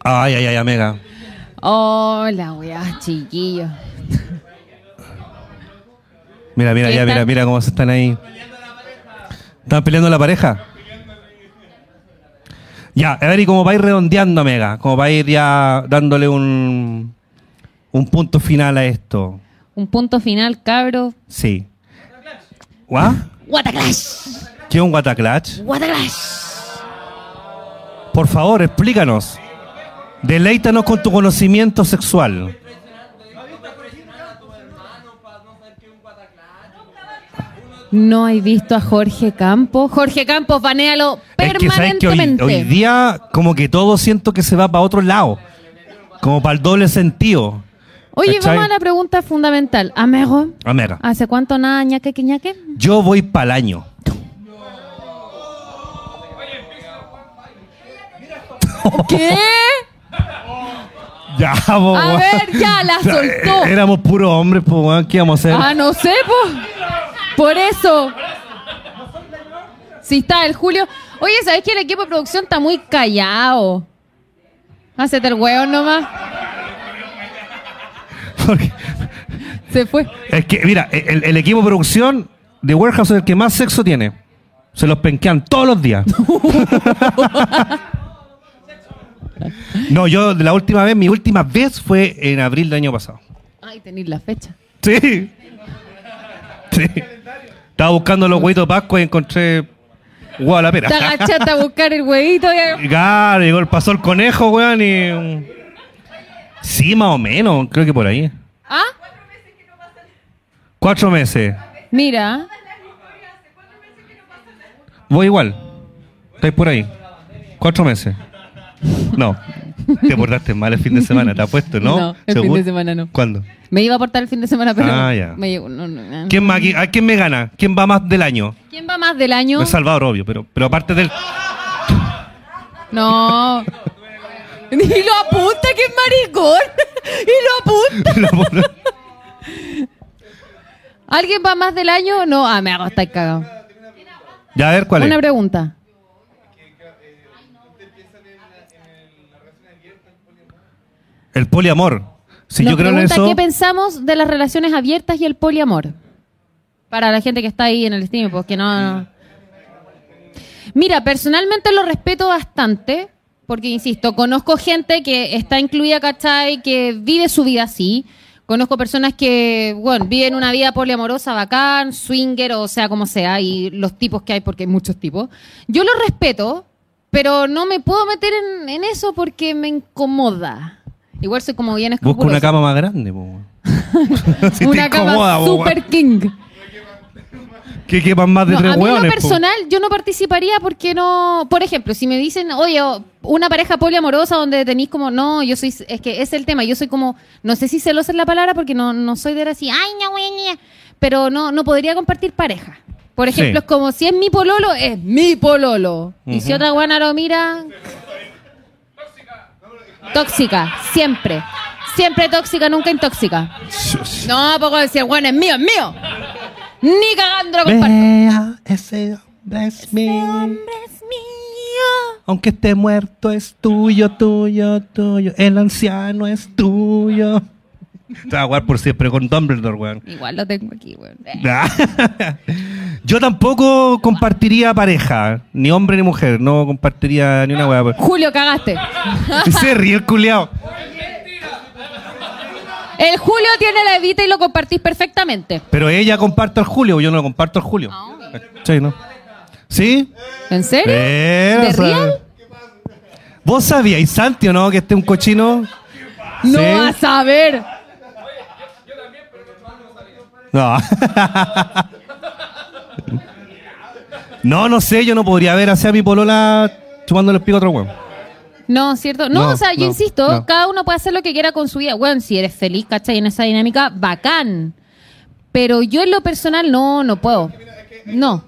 Ay, ay, ay, amiga.
Hola, weá, chiquillo.
Mira, mira,
¿Qué
ya, mira,
tal?
mira cómo se están ahí. ¿Están peleando la pareja? Ya, a ver, y como para ir redondeando, Mega, como para ir ya dándole un, un punto final a esto.
Un punto final, cabro.
Sí. ¿Guau?
What a clash.
¿Qué es un Wataclash?
What a clash.
Por favor, explícanos. Deleítanos con tu conocimiento sexual.
No he visto a Jorge Campos. Jorge Campos, banéalo
Es que sabes que hoy,
permanentemente.
hoy día como que todo siento que se va para otro lado. Como para el doble sentido.
Oye,
¿cachai?
vamos a la pregunta fundamental. Amego,
A ver,
¿hace cuánto nada ñaque que ñaque?
yo voy para el año. Oh.
¿Qué?
Ya, po,
A
weón. eh,
ver, ya, la soltó.
Éramos puros hombres, pues, weón. ¿Qué íbamos a hacer?
Ah, no sé, po. Por eso. Si está el Julio. Oye, ¿sabes que el equipo de producción está muy callado? Hacete el hueón nomás.
Porque-
Se fue.
es que, mira, el, el equipo de producción de Warehouse es el que más sexo tiene. Se los penquean todos los días. no, yo la última vez, mi última vez fue en abril del año pasado.
Ay, tenéis la fecha.
Sí. Sí. Estaba buscando los huevitos de Pascua y encontré. Guau, la pera.
Te agachaste a buscar el huevito. y-
Y Claro, llegó el- pasó el conejo, weón, y. Sí, más o menos, creo que por ahí.
Ah,
Cuatro meses.
mira.
Voy igual. Estáis por ahí. Cuatro meses. No. Te portaste mal el fin de semana, te apuesto, ¿no?
No, el fin de semana no.
¿Cuándo?
Me iba a aportar el fin de semana, pero.
Ah, ya.
me llegó- no, no, no.
¿Quién, más aquí- a quién me gana? ¿Quién va más del año?
¿Quién va más del año?
No es Salvador, obvio, pero, pero aparte del.
No. Y lo apunta, que es maricón. Y lo apunta. ¿Alguien va más del año? No, ah, me hago estar cagado.
ya a ver cuál
Una
es.
pregunta.
El poliamor. Si
Nos
yo creo en
pregunta
eso.
qué pensamos de las relaciones abiertas y el poliamor. Para la gente que está ahí en el stream, porque no. no. Mira, personalmente lo respeto bastante, porque insisto, conozco gente que está incluida, ¿cachai? Que vive su vida así. Conozco personas que, bueno, viven una vida poliamorosa, bacán, swinger, o sea, como sea, y los tipos que hay, porque hay muchos tipos. Yo lo respeto, pero no me puedo meter en, en eso porque me incomoda. Igual soy como bien
Busca una
escrupulosa.
cama más grande, po, weón. Si te
una cama
incomoda, po,
super
weón.
king.
Que quepan más de
No,
tres
a mí en lo
hueones, po.
personal yo no participaría porque no, por ejemplo, si me dicen, oye, o- una pareja poliamorosa donde tenéis como, no, yo soy, es que es el tema, yo soy como, no sé si celosa es la palabra porque no, no soy de la así, ay, ña, wea, ña", pero no, no podría compartir pareja. Por
Sí.
ejemplo, es como si es mi pololo, es mi pololo. Y si
Ujú.
otra guana lo mira, tóxica, siempre. Siempre tóxica, nunca intóxica. No, poco decir, bueno, es mío, es mío. Ni cagando lo comparto.
Vea, ese hombre es mío. Aunque esté muerto, es tuyo, tuyo, tuyo. El anciano es tuyo. Te va a jugar por siempre con Dumbledore, weón.
Igual lo tengo aquí, weón. Eh.
Yo tampoco compartiría pareja, ni hombre ni mujer, no compartiría ni una weá. weón.
Julio, cagaste.
Y se ríe el culiao.
El Julio tiene la evita y lo compartís perfectamente.
Pero ella comparte al Julio, yo no lo comparto al Julio. ¿Cachai, no? ¿Sí?
¿En serio?
Pero,
Ah, ¿De
o sea,
real?
¿Vos sabíais, Santi, o no, que este es un cochino?
No
¿Sí?
a saber.
No. no, no sé, yo no podría ver hacia mi polola chupándole el pico a otro huevo.
No, ¿cierto? No,
No,
o sea, yo
no,
insisto,
no.
cada uno puede hacer lo que quiera con su vida. Bueno, si eres feliz, ¿cachai? En esa dinámica, bacán. Pero yo en lo personal no, no puedo. No.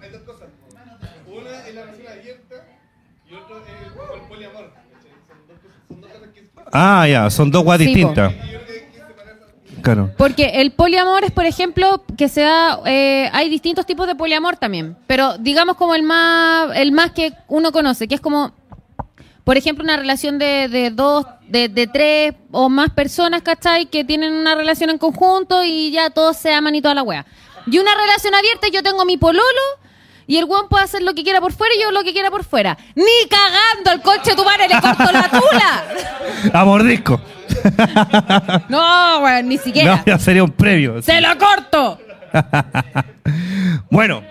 Ah, ya, son dos
Pues
guas
Sí, po.
distintas. Claro.
Porque el poliamor es, por ejemplo, que se da, eh, hay distintos tipos de poliamor también, pero digamos como el más, el más que uno conoce, que es como, por ejemplo, una relación de, de dos, de, de tres o más personas, ¿cachai? Que tienen una relación en conjunto y ya todos se aman y toda la wea. Y una relación abierta, yo tengo mi pololo y el guan puede hacer lo que quiera por fuera y yo lo que quiera por fuera. Ni cagando al coche tu madre le corto la tula.
A mordisco.
No, weón, ni siquiera.
No, ya sería un previo.
¡Se lo corto!
Bueno.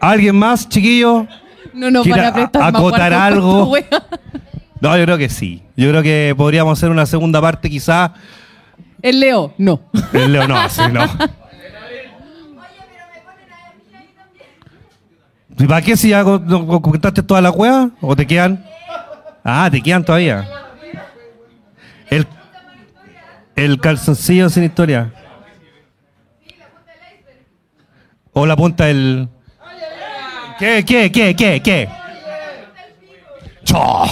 ¿Alguien más, chiquillo?
No nos
¿Quiere
van a prestar
a-
más
acotar
cuarto,
algo?
weón.
No, yo creo que sí. Yo creo que podríamos hacer una segunda parte quizá.
El Leo, no.
El Leo no, sí, no. ¿Y para qué si ya co- no- co- contaste toda la cueva? ¿O te quedan? Ah, te quedan todavía. El, el calzoncillo sin historia. O la punta del... ¿Qué, qué, qué, qué, qué? ¡Chao!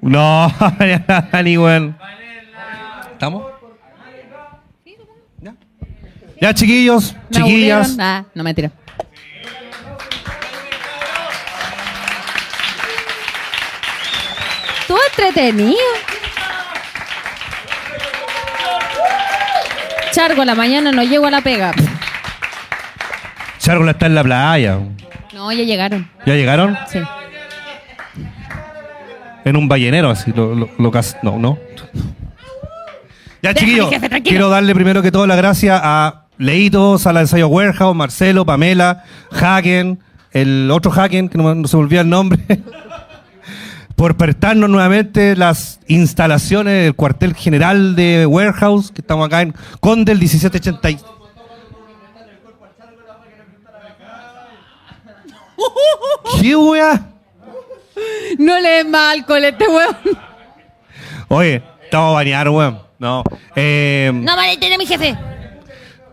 No, ya, ni weón. ¿Estamos? Ya. Ya, chiquillos,
Me
chiquillas.
aburrieron. Ah, no mentira. Tú entretenido. Chargo, a la mañana no llego a la pega.
Chargola está en la playa.
No, ya llegaron.
¿Ya llegaron?
Sí.
En un ballenero, así. Lo, lo- lo cas- no, no. Ya,
Déjame,
chiquillos.
jefe, tranquilo.
Quiero darle primero que todo la gracia a Leito, Sala de Ensayo Warehouse, Marcelo, Pamela, Hagen, el otro Hagen, que no, no se volvía el nombre. por prestarnos nuevamente las instalaciones del cuartel general de Warehouse, que estamos acá en Conde, el 1780. ¿Qué wea?
No le des mal alcohol a este weón.
Oye, estamos a bañar, weón. No. Eh,
No, vale, tiene mi jefe.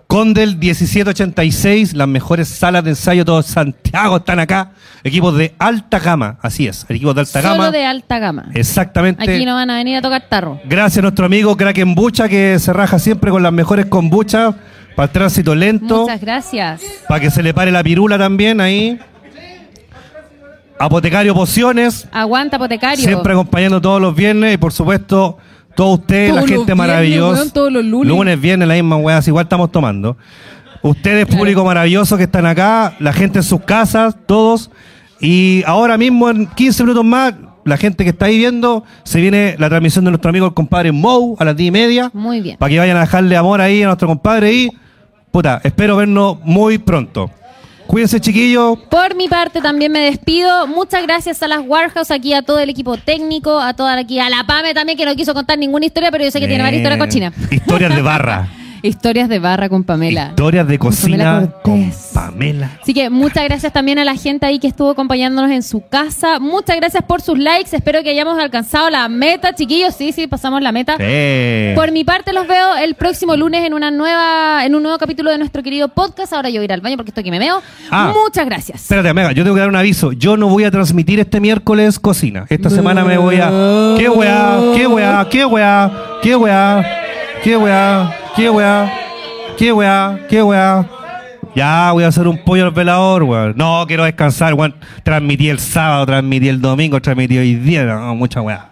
Condel 1786, las mejores salas de ensayo, todo Santiago están acá. Equipos de alta gama, así es, equipos de alta gama.
Solo de alta gama.
Exactamente.
Aquí no van a venir a tocar tarro.
Gracias a nuestro amigo Kraken Bucha que se raja siempre con las mejores kombuchas para el tránsito lento,
Muchas gracias.
para que se le pare la pirula también ahí. Apotecario Pociones,
Aguanta, apotecario.
siempre acompañando todos los viernes y por supuesto todos ustedes,
Todos
la
los
gente
viernes,
maravillosa.
weón, todos los lunes.
viernes, la misma weá, así igual estamos tomando. Ustedes, público maravilloso que están acá, la gente en sus casas, todos. Y ahora mismo, en 15 minutos más, la gente que está ahí viendo, se viene la transmisión de nuestro amigo el compadre Mou a las 10 y media.
Muy bien.
Para que vayan a dejarle amor ahí a nuestro compadre y. Puta, espero vernos muy pronto. Cuídense, chiquillos.
Por mi parte también me despido. Muchas gracias a las Warehouse, aquí a todo el equipo técnico, a toda aquí a la Pame también que no quiso contar ninguna historia, pero yo sé que tiene varias historias
Eh,
cochinas.
Historias de barra.
Historias de barra con Pamela.
Historias de cocina
Pamela
con Pamela.
Así que muchas gracias también a la gente ahí que estuvo acompañándonos en su casa. Muchas gracias por sus likes. Espero que hayamos alcanzado la meta, chiquillos. Sí, sí, pasamos la meta.
Sí.
Por mi parte los veo el próximo lunes en una nueva en un nuevo capítulo de nuestro querido podcast. Ahora yo voy a ir al baño porque estoy que me veo.
Ah.
Muchas gracias.
Espérate, amiga, yo tengo que dar un aviso. Yo no voy a transmitir este miércoles cocina. Esta semana me voy a. ¡Qué weá! ¡Qué weá! ¡Qué weá! ¡Qué weá! ¡Qué weá! ¡Qué weá! ¡Qué weá! ¡Qué weá! Ya, voy a hacer un pollo al velador, weón. No, quiero descansar, weón. Transmití el sábado, transmití el domingo, transmití hoy día. No, mucha weá.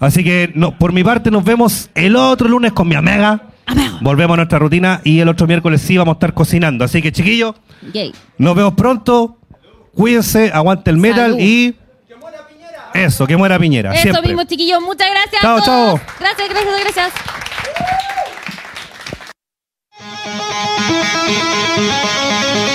Así que, no, por mi parte, nos vemos el otro lunes con mi amiga. Volvemos a nuestra rutina y el otro miércoles sí vamos a estar cocinando. Así que, chiquillos.
Gay.
Nos vemos pronto. Cuídense, aguante el metal
Salud.
y. Eso, que muera Piñera.
Eso
siempre.
mismo, chiquillos. Muchas gracias.
Chao,
a todos.
chao.
Gracias, gracias, gracias.
Thank you.